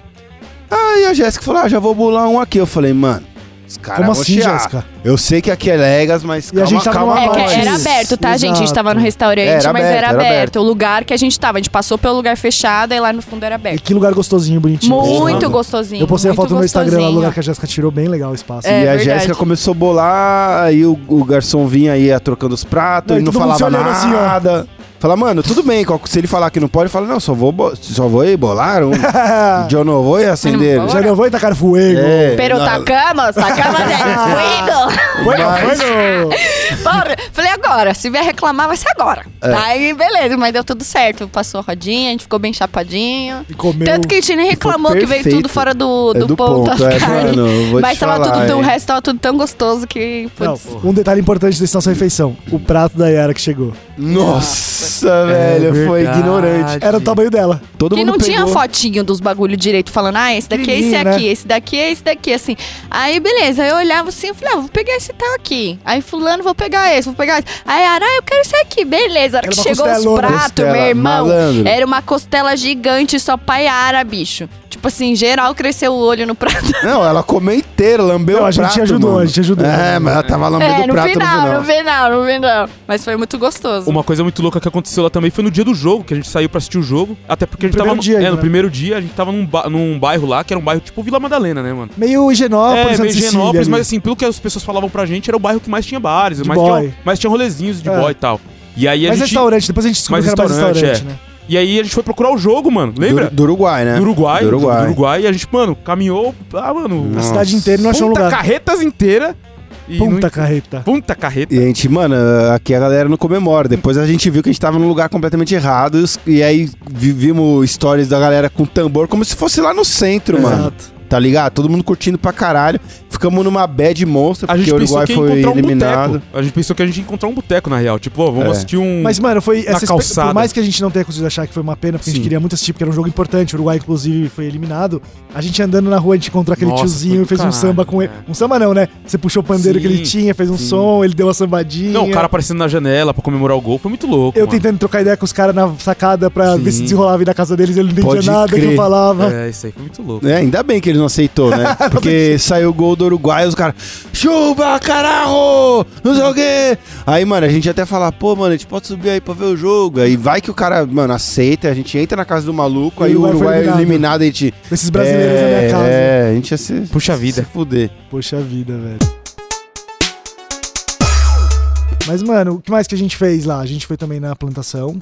[SPEAKER 3] aí a Jéssica falou: ah, já vou bolar um aqui. Eu falei, mano, os caras
[SPEAKER 1] Como
[SPEAKER 3] vão
[SPEAKER 1] assim,
[SPEAKER 3] chiar.
[SPEAKER 1] Jéssica?
[SPEAKER 3] Eu sei que aqui é Legas,
[SPEAKER 1] E a
[SPEAKER 3] mas calma,
[SPEAKER 1] gente tava
[SPEAKER 3] calma,
[SPEAKER 1] numa
[SPEAKER 4] É, que
[SPEAKER 1] Mas-
[SPEAKER 4] era aberto, tá, gente? A gente
[SPEAKER 1] Exato.
[SPEAKER 4] tava no restaurante,
[SPEAKER 3] Era
[SPEAKER 4] mas
[SPEAKER 3] aberto,
[SPEAKER 4] era,
[SPEAKER 3] era
[SPEAKER 4] aberto.
[SPEAKER 3] aberto.
[SPEAKER 4] O lugar que a gente tava. A gente passou pelo lugar fechado e lá no fundo
[SPEAKER 1] E
[SPEAKER 4] era aberto.
[SPEAKER 1] que lugar gostosinho, bonitinho.
[SPEAKER 4] É. Muito
[SPEAKER 1] Porra.
[SPEAKER 4] gostosinho.
[SPEAKER 1] Eu postei a
[SPEAKER 4] muito
[SPEAKER 1] foto no meu Instagram lá,
[SPEAKER 4] gostosinho.
[SPEAKER 1] lugar que a Jéssica tirou bem legal o espaço. [laughs]
[SPEAKER 4] É,
[SPEAKER 3] e a
[SPEAKER 4] verdade.
[SPEAKER 3] Jéssica começou a bolar, aí o, o garçom vinha aí ia trocando os pratos
[SPEAKER 1] Não,
[SPEAKER 3] e
[SPEAKER 1] e
[SPEAKER 3] não
[SPEAKER 1] É, todo mundo
[SPEAKER 3] falava
[SPEAKER 1] se olhando assim, ó.
[SPEAKER 3] nada. Fala, mano, tudo bem, qual- se ele falar que não pode, fala, não, só vou, bo- só vou ir bolar
[SPEAKER 1] [laughs]
[SPEAKER 3] um. Eu não vou ir acender.
[SPEAKER 4] Não vou.
[SPEAKER 1] Já não vou tacar tá, fuego.
[SPEAKER 3] É,
[SPEAKER 4] Pero tá
[SPEAKER 3] não,
[SPEAKER 1] [laughs]
[SPEAKER 4] tacamos, tacamos de fuego.
[SPEAKER 1] Bueno,
[SPEAKER 3] mas-
[SPEAKER 1] bueno.
[SPEAKER 4] Porra, falei agora, se vier reclamar, vai ser agora.
[SPEAKER 1] É.
[SPEAKER 4] Aí, beleza, mas deu tudo certo. Passou a rodinha, a gente ficou bem chapadinho.
[SPEAKER 1] E comeu.
[SPEAKER 4] Tanto que a gente nem reclamou que veio
[SPEAKER 3] perfeito.
[SPEAKER 4] tudo fora do,
[SPEAKER 3] É
[SPEAKER 4] do, ponto, as
[SPEAKER 3] é,
[SPEAKER 4] carnes.
[SPEAKER 3] mano, eu vou te
[SPEAKER 4] mas tava
[SPEAKER 3] falar, é.
[SPEAKER 4] tudo, o
[SPEAKER 3] hein.
[SPEAKER 4] resto tava tudo tão gostoso que.
[SPEAKER 1] Não,
[SPEAKER 4] Putz,
[SPEAKER 1] um detalhe importante dessa nossa refeição: o prato da Yara que chegou.
[SPEAKER 3] Nossa,
[SPEAKER 2] É
[SPEAKER 3] velho, foi
[SPEAKER 2] verdade.
[SPEAKER 3] ignorante.
[SPEAKER 1] Era o tamanho dela.
[SPEAKER 3] Todo
[SPEAKER 4] Que
[SPEAKER 3] mundo
[SPEAKER 4] não tinha
[SPEAKER 3] pegou. né?"
[SPEAKER 4] fotinho dos bagulho direito, falando, ah, esse daqui é esse
[SPEAKER 1] Pequenininho,
[SPEAKER 4] aqui, esse daqui é esse daqui, assim. Aí, beleza, eu olhava assim, eu falei, ah, vou pegar esse tal aqui. Aí, fulano, vou pegar esse, vou pegar esse. Aí, Ara, ah, eu quero esse aqui, beleza. A hora
[SPEAKER 1] Era
[SPEAKER 4] que
[SPEAKER 1] uma
[SPEAKER 4] chegou os
[SPEAKER 1] costelona.
[SPEAKER 4] pratos,
[SPEAKER 3] Costela,
[SPEAKER 4] meu irmão,
[SPEAKER 3] malandro.
[SPEAKER 4] era uma costela gigante, só pai Ara, bicho. Tipo assim, geral cresceu o olho no prato.
[SPEAKER 3] Não, ela comeu inteiro, lambeu
[SPEAKER 1] Não,
[SPEAKER 3] o
[SPEAKER 1] a gente
[SPEAKER 3] prato,
[SPEAKER 1] ajudou,
[SPEAKER 3] mano.
[SPEAKER 1] a gente ajudou.
[SPEAKER 3] É, mas ela tava lambendo
[SPEAKER 4] [laughs] É,
[SPEAKER 3] o
[SPEAKER 4] no
[SPEAKER 3] prato
[SPEAKER 4] final,
[SPEAKER 3] no
[SPEAKER 4] no final, no final. Mas foi muito gostoso.
[SPEAKER 2] Uma coisa muito louca que aconteceu lá também foi no dia do jogo, que a gente saiu pra assistir o jogo. Até porque a gente
[SPEAKER 1] No
[SPEAKER 2] tava.
[SPEAKER 1] primeiro dia
[SPEAKER 2] é,
[SPEAKER 1] ainda,
[SPEAKER 2] no
[SPEAKER 1] né?
[SPEAKER 2] primeiro dia a gente tava num, ba- num bairro lá, que era um bairro tipo Vila Madalena, né, mano?
[SPEAKER 1] Meio Higienópolis,
[SPEAKER 2] É,
[SPEAKER 1] Santa
[SPEAKER 2] meio
[SPEAKER 1] Cecília
[SPEAKER 2] Higienópolis,
[SPEAKER 1] ali.
[SPEAKER 2] mas assim, pelo que as pessoas falavam pra gente, era o bairro que mais tinha bares,
[SPEAKER 1] De
[SPEAKER 2] mais,
[SPEAKER 1] boy.
[SPEAKER 2] Tinha, mais tinha rolezinhos de
[SPEAKER 1] É.
[SPEAKER 2] boy e tal. E aí a
[SPEAKER 1] Mas
[SPEAKER 2] gente.
[SPEAKER 1] restaurante, depois a gente descobriu
[SPEAKER 2] Mas
[SPEAKER 1] que era mais
[SPEAKER 2] restaurante, é.
[SPEAKER 1] restaurante, né?
[SPEAKER 2] E aí a gente foi procurar o jogo, mano.
[SPEAKER 3] final.
[SPEAKER 2] Lembra?
[SPEAKER 3] Do, do Uruguai, né?
[SPEAKER 2] Do Uruguai,
[SPEAKER 3] Do Uruguai.
[SPEAKER 2] do Uruguai, e a gente, mano, caminhou, ah, mano,
[SPEAKER 1] A
[SPEAKER 3] Nossa.
[SPEAKER 1] cidade inteira e não achou um
[SPEAKER 2] ponta
[SPEAKER 1] lugar.
[SPEAKER 2] carretas inteira. E
[SPEAKER 1] Ponta
[SPEAKER 2] não-
[SPEAKER 1] carreta.
[SPEAKER 2] Ponta carreta.
[SPEAKER 3] E a gente, mano, aqui a galera não comemora. Depois a gente viu que a gente tava num lugar completamente errado. e os- E aí vi- vimos stories da galera com tambor como se fosse lá no centro, mano.
[SPEAKER 1] Exato.
[SPEAKER 3] Tá ligado? Todo mundo curtindo pra caralho. Ficamos numa bad monstro,
[SPEAKER 2] A gente
[SPEAKER 3] porque o
[SPEAKER 2] pensou
[SPEAKER 3] Uruguai
[SPEAKER 2] que ia
[SPEAKER 3] foi
[SPEAKER 2] encontrar um
[SPEAKER 3] eliminado.
[SPEAKER 2] boteco. A gente pensou que a gente ia encontrar um boteco, na real. Tipo, ó, vamos
[SPEAKER 3] É.
[SPEAKER 2] assistir um.
[SPEAKER 1] Mas, mano, foi essa expe-
[SPEAKER 2] calçada.
[SPEAKER 1] Por mais que a gente não tenha conseguido achar que foi uma pena, porque a
[SPEAKER 2] Sim.
[SPEAKER 1] gente queria muito assistir, porque era um jogo importante. O Uruguai, inclusive, foi eliminado. A gente andando na rua, a gente encontrou aquele
[SPEAKER 2] Nossa, foi
[SPEAKER 1] tiozinho
[SPEAKER 2] do
[SPEAKER 1] e fez um
[SPEAKER 2] caralho,
[SPEAKER 1] samba com ele.
[SPEAKER 2] é.
[SPEAKER 1] Um samba não, né? Você puxou o pandeiro
[SPEAKER 2] Sim,
[SPEAKER 1] que ele tinha, fez um
[SPEAKER 2] sim.
[SPEAKER 1] som, ele deu uma sambadinha.
[SPEAKER 2] Não, o cara aparecendo na janela pra comemorar o gol. Foi muito louco.
[SPEAKER 1] Eu
[SPEAKER 2] mano.
[SPEAKER 1] tentando trocar ideia com os caras na sacada pra
[SPEAKER 2] Sim.
[SPEAKER 1] ver se desenrolava e na casa deles, ele não entendia
[SPEAKER 3] Pode
[SPEAKER 1] nada que
[SPEAKER 3] crer.
[SPEAKER 1] eu falava.
[SPEAKER 2] É, isso aí foi muito
[SPEAKER 1] Né?
[SPEAKER 2] louco.
[SPEAKER 3] É, ainda bem que ele não aceitou,
[SPEAKER 1] [laughs]
[SPEAKER 3] né? Porque saiu o gol do Uruguai, os caras. Chupa, caralho! Não sei o quê! Aí, mano, a gente até fala, pô, mano, a gente pode subir aí pra ver o jogo. Aí vai que o cara, mano, aceita, a gente entra na casa do maluco,
[SPEAKER 1] E
[SPEAKER 3] aí o
[SPEAKER 1] Uruguai foi
[SPEAKER 3] Uruguai é
[SPEAKER 1] eliminado.
[SPEAKER 3] eliminado, a gente.
[SPEAKER 1] Esses brasileiros
[SPEAKER 3] é,
[SPEAKER 1] na minha casa.
[SPEAKER 3] É, a gente ia se.
[SPEAKER 2] Puxa vida.
[SPEAKER 3] Se fuder.
[SPEAKER 1] Poxa vida, velho. Mas, mano, o que mais que a gente fez lá? A gente foi também na plantação.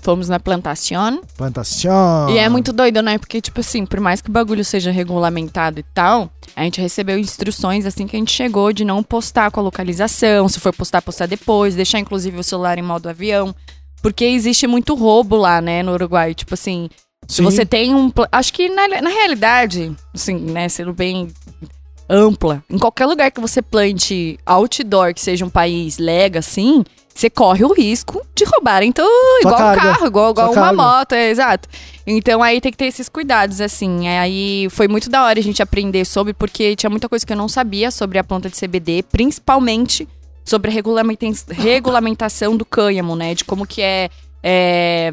[SPEAKER 4] Fomos na plantação.
[SPEAKER 1] Plantação.
[SPEAKER 4] E é muito doido, né? Porque, tipo assim, por mais que o bagulho seja regulamentado e tal, a gente recebeu instruções assim que a gente chegou de não postar com a localização, se for postar, postar depois, deixar inclusive o celular em modo avião. Porque existe muito roubo lá, né, no Uruguai. Tipo assim, se
[SPEAKER 1] Sim.
[SPEAKER 4] você tem um. pla- Acho que na, na realidade, assim, né, sendo bem ampla, em qualquer lugar que você plante outdoor, que seja um país lega, assim, você corre o risco de roubar. Então,
[SPEAKER 1] Sua
[SPEAKER 4] igual
[SPEAKER 1] carga.
[SPEAKER 4] um carro, igual, igual
[SPEAKER 1] Sua
[SPEAKER 4] uma
[SPEAKER 1] carga.
[SPEAKER 4] moto, é, exato. Então aí tem que ter esses cuidados, assim. É, Aí foi muito da hora a gente aprender sobre, porque tinha muita coisa que eu não sabia sobre a planta de CBD, principalmente sobre a regulamenten- regulamentação do cânhamo, né? De como que é, é,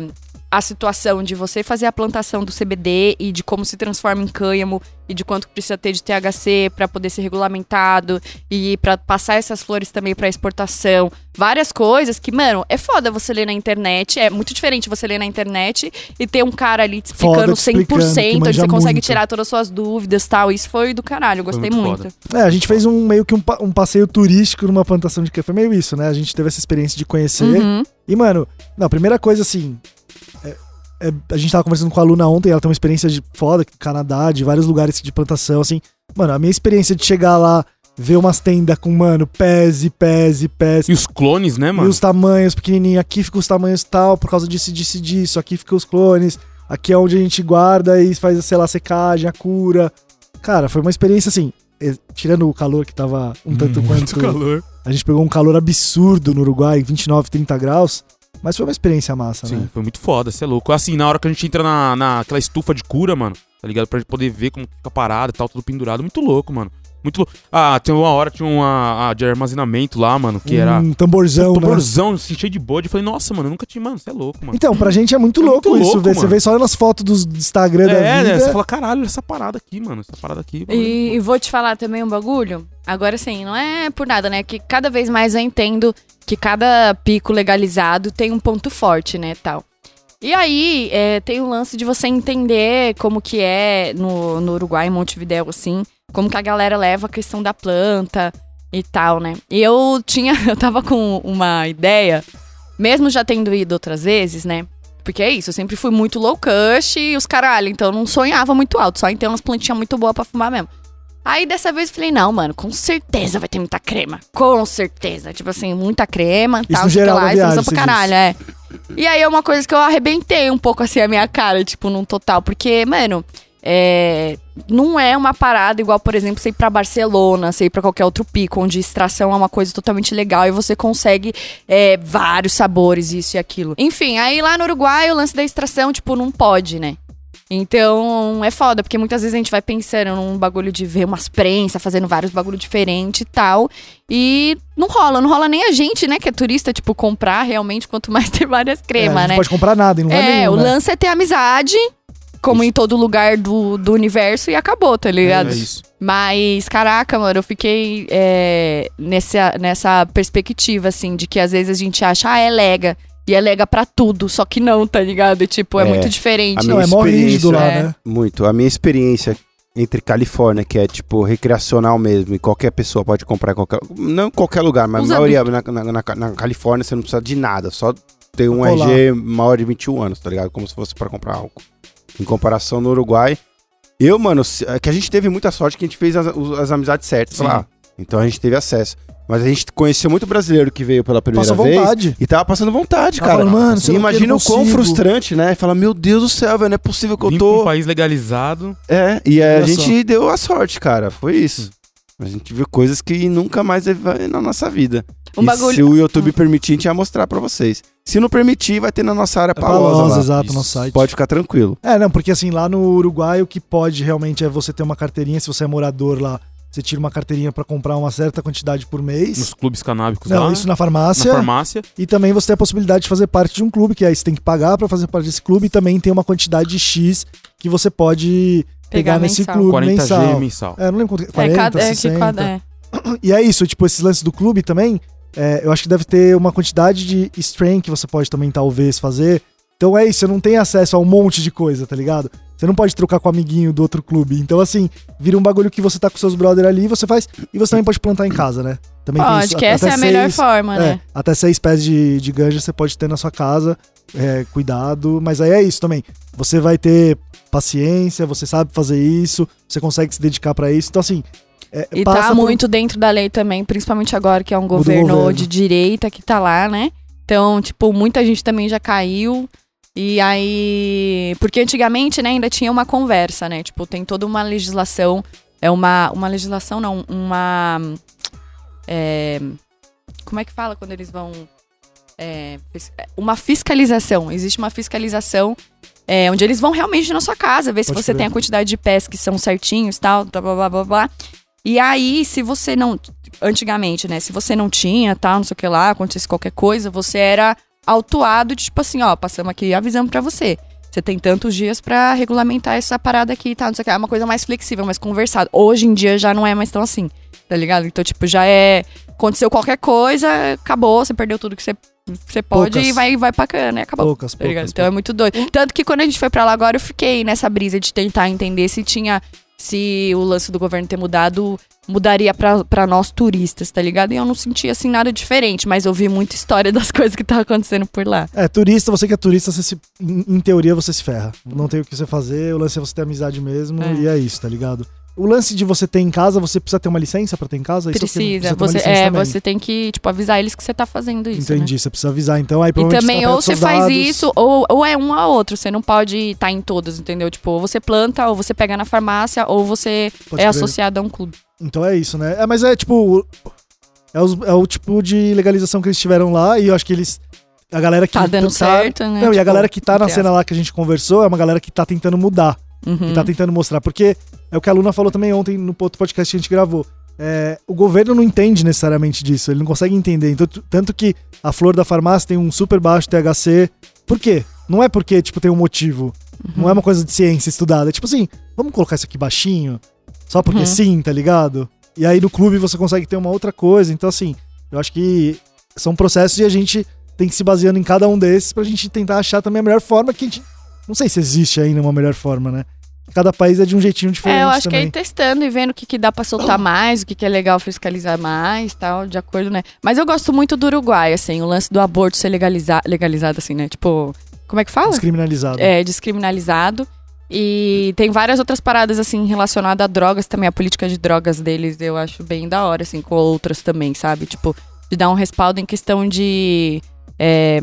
[SPEAKER 4] a situação de você fazer a plantação do CBD e de como se transforma em cânhamo e de quanto precisa ter de THC para poder ser regulamentado e para passar essas flores também para exportação. Várias coisas que, mano, é foda você ler na internet. É muito diferente você ler na internet e ter um cara ali te
[SPEAKER 1] Foda,
[SPEAKER 4] explicando
[SPEAKER 1] te explicando,
[SPEAKER 4] 100%,
[SPEAKER 1] que
[SPEAKER 4] onde
[SPEAKER 1] manja
[SPEAKER 4] você consegue
[SPEAKER 1] muito.
[SPEAKER 4] tirar todas as suas dúvidas tal. Isso foi do caralho, eu gostei
[SPEAKER 2] muito
[SPEAKER 4] muito.
[SPEAKER 1] É, a gente fez um meio que um, pa- um passeio turístico numa plantação de café. Meio isso, né? A gente teve essa experiência de conhecer.
[SPEAKER 4] Uhum.
[SPEAKER 1] E, mano, não, a primeira coisa assim. é- é- a gente tava conversando com a Luna ontem, ela tem uma experiência de foda, Canadá, de vários lugares de plantação, assim. Mano, a minha experiência de chegar lá, ver umas tendas com, mano, pés e pés e pés.
[SPEAKER 2] E os clones, né,
[SPEAKER 1] E
[SPEAKER 2] mano?
[SPEAKER 1] os tamanhos pequenininhos, aqui fica os tamanhos tal, por causa disso, disso, e disso, aqui fica os clones, aqui é onde a gente guarda e faz, sei lá, a secagem, a cura. Cara, foi uma experiência assim, eh, tirando o calor que tava um
[SPEAKER 2] [laughs]
[SPEAKER 1] tanto quanto.
[SPEAKER 2] Hum, calor.
[SPEAKER 1] A gente pegou um calor absurdo no Uruguai, 29, 30 graus, mas foi uma experiência massa,
[SPEAKER 2] Sim,
[SPEAKER 1] né?
[SPEAKER 2] foi muito foda, você é louco. Assim, na hora que a gente entra na, naquela estufa de cura, mano, tá ligado? Pra gente poder ver como fica parado e tal, tudo pendurado. Muito louco, mano. Muito louco. Ah, tem uma hora, tinha uma ah, de armazenamento lá, mano, que era.
[SPEAKER 1] Um tamborzão,
[SPEAKER 2] Um
[SPEAKER 1] né?
[SPEAKER 2] tamborzão, assim, cheio de bode. Eu falei, nossa, mano, eu nunca tinha. Mano, você é louco, mano.
[SPEAKER 1] Então, pra gente é muito
[SPEAKER 2] É
[SPEAKER 1] louco
[SPEAKER 2] muito
[SPEAKER 1] isso,
[SPEAKER 2] louco,
[SPEAKER 1] ver. Você
[SPEAKER 2] mano.
[SPEAKER 1] vê só nas fotos do Instagram da
[SPEAKER 2] É,
[SPEAKER 1] vida.
[SPEAKER 2] né? Você fala, caralho, olha essa parada aqui, mano. É Essa parada aqui.
[SPEAKER 4] E, e vou te falar também um bagulho. Agora sim, não é por nada, né? Que cada vez mais eu entendo que cada pico legalizado tem um ponto forte, né, tal. E aí, é, tem o lance de você entender como que é no, no Uruguai, em Montevidéu, assim, como que a galera leva a questão da planta e tal, né? E eu tinha, [laughs] eu tava com uma ideia, mesmo já tendo ido outras vezes, né? Porque é isso, eu sempre fui muito low cush e os caralho, então eu não sonhava muito alto, só em ter umas plantinhas muito boas pra fumar mesmo. Aí dessa vez eu falei, não, mano, com certeza vai ter muita crema. Com certeza. Tipo assim, muita crema,
[SPEAKER 1] no
[SPEAKER 4] tal, sei
[SPEAKER 1] geral
[SPEAKER 4] lá,
[SPEAKER 1] na
[SPEAKER 4] extensão
[SPEAKER 1] viagem,
[SPEAKER 4] pra
[SPEAKER 1] você
[SPEAKER 4] caralho, é. E aí é uma coisa que eu arrebentei um pouco assim a minha cara, tipo, num total. Porque, mano, é, não é uma parada igual, por exemplo, você ir pra Barcelona, você ir pra qualquer outro pico, onde extração é uma coisa totalmente legal e você consegue é, vários sabores, isso e aquilo. Enfim, aí lá no Uruguai o lance da extração, tipo, não pode, né? Então é foda, porque muitas vezes a gente vai pensando num bagulho de ver umas prensas, fazendo vários bagulho diferente e tal. E não rola, não rola nem a gente, né, que é turista, tipo, comprar realmente, quanto mais [laughs] ter várias
[SPEAKER 1] É,
[SPEAKER 4] cremas,
[SPEAKER 1] a gente
[SPEAKER 4] né?
[SPEAKER 1] pode comprar nada em lugar
[SPEAKER 4] É,
[SPEAKER 1] nenhum,
[SPEAKER 4] o
[SPEAKER 1] né?
[SPEAKER 4] lance é ter amizade, como em todo lugar do, do universo, e acabou, tá ligado?
[SPEAKER 2] É isso.
[SPEAKER 4] Mas, caraca, mano, eu fiquei é, nessa, nessa perspectiva, assim, de que às vezes a gente acha, ah, é lega. E é lega pra tudo, só que não, tá ligado? Tipo, é,
[SPEAKER 3] É,
[SPEAKER 4] muito
[SPEAKER 3] a
[SPEAKER 4] diferente.
[SPEAKER 1] Não, é mó
[SPEAKER 3] Experiência.
[SPEAKER 1] rígido lá,
[SPEAKER 4] É.
[SPEAKER 1] né?
[SPEAKER 3] Muito. A minha experiência entre Califórnia, que é tipo recreacional mesmo, e qualquer pessoa pode comprar em qualquer. Não em qualquer lugar, mas
[SPEAKER 4] Os
[SPEAKER 3] a maioria na, na- na- na Califórnia você não precisa de nada, só tem um
[SPEAKER 1] Colar.
[SPEAKER 3] RG maior de 21 anos, tá ligado? Como se fosse pra comprar álcool. Em comparação no Uruguai. Eu, mano, se- é que a gente teve muita sorte que a gente fez as, os- as amizades certas
[SPEAKER 2] Sim.
[SPEAKER 3] lá. Então a gente teve acesso. Mas a gente conheceu muito brasileiro que veio pela primeira
[SPEAKER 1] Passa
[SPEAKER 3] vez.
[SPEAKER 1] vontade.
[SPEAKER 3] E tava passando vontade,
[SPEAKER 1] Tava
[SPEAKER 3] cara.
[SPEAKER 1] falando, mano,
[SPEAKER 3] E
[SPEAKER 1] sei lá o que,
[SPEAKER 3] imagina
[SPEAKER 1] não
[SPEAKER 3] o quão
[SPEAKER 1] consigo.
[SPEAKER 3] frustrante, né? Fala, meu Deus do céu, velho, não é possível que eu
[SPEAKER 2] Vim
[SPEAKER 3] tô.
[SPEAKER 2] pra um país legalizado.
[SPEAKER 3] É, e a
[SPEAKER 1] Olha
[SPEAKER 3] gente deu a sorte, cara. Foi isso. A gente viu coisas que nunca mais vai na nossa vida.
[SPEAKER 4] Um
[SPEAKER 3] E
[SPEAKER 4] bagulho-
[SPEAKER 3] Se o YouTube permitir, a gente ia mostrar pra vocês. Se não permitir, vai ter na nossa área
[SPEAKER 1] É
[SPEAKER 3] palosa.
[SPEAKER 1] palosa,
[SPEAKER 3] lá.
[SPEAKER 1] exato,
[SPEAKER 2] Isso.
[SPEAKER 1] nosso site.
[SPEAKER 3] Pode ficar tranquilo.
[SPEAKER 1] É, não, porque assim, lá no Uruguai o que pode realmente é você ter uma carteirinha, se você é morador lá, você tira uma carteirinha pra comprar uma certa quantidade por mês.
[SPEAKER 2] Nos clubes canábicos
[SPEAKER 1] Não,
[SPEAKER 2] lá.
[SPEAKER 1] isso na farmácia.
[SPEAKER 3] Assim,
[SPEAKER 2] na farmácia.
[SPEAKER 1] E também você tem a possibilidade de fazer parte de um clube, que aí você tem que pagar pra fazer parte desse clube e também tem uma quantidade de X que você pode pegar,
[SPEAKER 4] Pegar
[SPEAKER 1] nesse
[SPEAKER 4] mensal.
[SPEAKER 1] clube
[SPEAKER 2] 40
[SPEAKER 1] mensal.
[SPEAKER 2] G mensal.
[SPEAKER 1] É, não lembro quanto. 40,
[SPEAKER 4] é, cada, é, que
[SPEAKER 1] 60.
[SPEAKER 4] cada, é.
[SPEAKER 1] E é isso, tipo, esses lances do clube também, é, eu acho que deve ter uma quantidade de strain que você pode também talvez fazer. Então é isso, você não tem acesso a um monte de coisa, tá ligado? Você não pode trocar com o amiguinho do outro clube. Então, assim, vira um bagulho que você tá com seus brother ali, você faz. E você também pode plantar em casa, né? Também tem
[SPEAKER 4] Pode,
[SPEAKER 1] isso.
[SPEAKER 4] que
[SPEAKER 1] a-
[SPEAKER 4] essa é a
[SPEAKER 1] até
[SPEAKER 4] melhor
[SPEAKER 1] seis-
[SPEAKER 4] forma,
[SPEAKER 1] é,
[SPEAKER 4] né?
[SPEAKER 1] até seis pés de, de ganja você pode ter na sua casa, é, cuidado, mas aí é isso também. Você vai ter paciência, você sabe fazer isso, você consegue se dedicar pra isso. Então, assim, é,
[SPEAKER 4] E
[SPEAKER 1] passa
[SPEAKER 4] tá
[SPEAKER 1] por-
[SPEAKER 4] muito dentro da lei também, principalmente agora que é um
[SPEAKER 1] Do
[SPEAKER 4] governo,
[SPEAKER 1] governo.
[SPEAKER 4] de direita que tá lá, né? Então, tipo, muita gente também já caiu. E aí. Porque antigamente, né, ainda tinha uma conversa, né? Tipo, tem toda uma legislação. É uma. Uma legislação, não, uma. é, como é que fala quando eles vão é, fis- é, uma fiscalização. Existe uma fiscalização é, onde eles vão realmente na sua casa, ver se
[SPEAKER 1] Pode
[SPEAKER 4] você
[SPEAKER 1] crer.
[SPEAKER 4] tem a quantidade de pés que são certinhos, tal, blá, blá, blá, blá, blá. E aí, se você não... Antigamente, né? Se você não tinha, tal, não sei o que lá, acontecesse qualquer coisa, você era autuado, de, tipo assim, ó, passamos aqui e avisamos pra você. Você tem tantos dias pra regulamentar essa parada aqui e tal, não sei o que. É uma coisa mais flexível, mais conversada. Hoje em dia já não é mais tão assim, tá ligado? Então, tipo, já é aconteceu qualquer coisa, acabou, você perdeu tudo que você, você pode
[SPEAKER 1] Poucas.
[SPEAKER 4] e vai, vai pra cana, e acabou.
[SPEAKER 1] Poucas,
[SPEAKER 4] tá ligado?
[SPEAKER 1] poucas.
[SPEAKER 4] então é muito doido. Tanto que quando a gente foi pra lá agora, eu fiquei nessa brisa de tentar entender se tinha. Se o lance do governo ter mudado, mudaria pra, pra nós turistas, tá ligado? E eu não senti assim nada diferente, mas ouvi muita história [laughs] das coisas que tá acontecendo por lá.
[SPEAKER 1] É, turista, você que é turista, você se, em, em teoria você se ferra. Não tem o que você fazer, o lance é você ter amizade mesmo,
[SPEAKER 4] É.
[SPEAKER 1] e é isso, tá ligado? O lance de você ter em casa, você precisa ter uma licença pra ter em casa? Isso eu fiquei-
[SPEAKER 4] Precisa,
[SPEAKER 1] ter uma
[SPEAKER 4] você,
[SPEAKER 1] licença
[SPEAKER 4] é,
[SPEAKER 1] também.
[SPEAKER 4] você tem que, tipo, avisar eles que você tá fazendo isso. né?
[SPEAKER 1] Entendi, você precisa avisar então. Aí,
[SPEAKER 4] E
[SPEAKER 1] provavelmente,
[SPEAKER 4] também,
[SPEAKER 1] pega
[SPEAKER 4] ou você
[SPEAKER 1] seus
[SPEAKER 4] faz
[SPEAKER 1] dados.
[SPEAKER 4] isso, ou, ou é um a outro. Você não pode estar em todos, entendeu? Tipo, ou você planta, ou você pega na farmácia, ou você
[SPEAKER 1] Pode
[SPEAKER 4] é
[SPEAKER 1] crer.
[SPEAKER 4] associado a um clube.
[SPEAKER 1] Então é isso, né? É, mas é tipo. o- É, os- é o tipo de legalização que eles tiveram lá, e eu acho que eles. A galera que.
[SPEAKER 4] Tá dando certo,
[SPEAKER 1] Tipo,
[SPEAKER 4] né?
[SPEAKER 1] Não, e a
[SPEAKER 4] Tipo,
[SPEAKER 1] galera que tá na
[SPEAKER 4] entre
[SPEAKER 1] cena lá que a gente conversou é uma galera que tá tentando mudar.
[SPEAKER 4] Uhum.
[SPEAKER 1] E tá tentando mostrar. Porque é o que a Luna falou também ontem no outro podcast que a gente gravou. É, o governo não entende necessariamente disso, ele não consegue entender. Então, t- tanto que a flor da farmácia tem um super baixo THC. Por quê? Não é porque, tipo, tem um motivo.
[SPEAKER 4] Uhum.
[SPEAKER 1] Não é uma coisa de ciência estudada. É tipo assim, vamos colocar isso aqui baixinho? Só porque
[SPEAKER 4] Uhum.
[SPEAKER 1] sim, tá ligado? E aí no clube você consegue ter uma outra coisa. Então, assim, eu acho que são processos e a gente tem que se baseando em cada um desses pra gente tentar achar também a melhor forma que a gente. Não sei se existe ainda uma melhor forma, né? Cada país é de um jeitinho diferente
[SPEAKER 4] É, eu acho que aí
[SPEAKER 1] também.
[SPEAKER 4] testando e vendo o que, que dá pra soltar mais, o que, que é legal fiscalizar mais tal, de acordo, né? Mas eu gosto muito do Uruguai, assim, o lance do aborto ser legaliza legalizado, assim, né? Tipo, como é que fala?
[SPEAKER 1] Descriminalizado.
[SPEAKER 4] é, descriminalizado. E tem várias outras paradas, assim, relacionadas a drogas também. A política de drogas deles eu acho bem da hora, assim, com outras também, sabe? Tipo, de dar um respaldo em questão de é,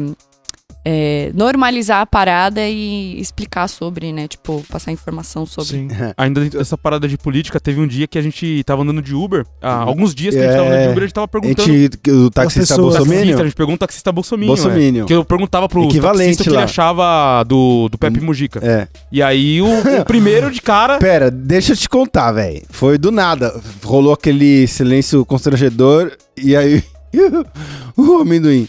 [SPEAKER 4] é, normalizar a parada e explicar sobre, né? Tipo, passar informação sobre.
[SPEAKER 1] Sim.
[SPEAKER 2] Ainda dentro dessa parada de política, teve um dia que a gente tava andando de Uber. Ah, alguns dias que a gente
[SPEAKER 3] É.
[SPEAKER 2] tava andando de Uber, a gente tava
[SPEAKER 3] A
[SPEAKER 2] perguntando.
[SPEAKER 3] gente, o
[SPEAKER 1] As
[SPEAKER 3] taxista
[SPEAKER 1] pessoas.
[SPEAKER 3] Bolsonaro.
[SPEAKER 2] Taxista, a gente pergunta o taxista Bolsominion. é.
[SPEAKER 3] Bolsominion.
[SPEAKER 2] Que eu perguntava pro
[SPEAKER 3] Equivalente
[SPEAKER 2] taxista o que ele
[SPEAKER 3] lá.
[SPEAKER 2] achava do, do Pepe Mujica.
[SPEAKER 3] É.
[SPEAKER 2] E aí o,
[SPEAKER 3] [laughs]
[SPEAKER 2] o primeiro de cara.
[SPEAKER 3] Pera, deixa eu te contar, velho. Foi do nada. Rolou aquele silêncio constrangedor e aí [laughs] o amendoim.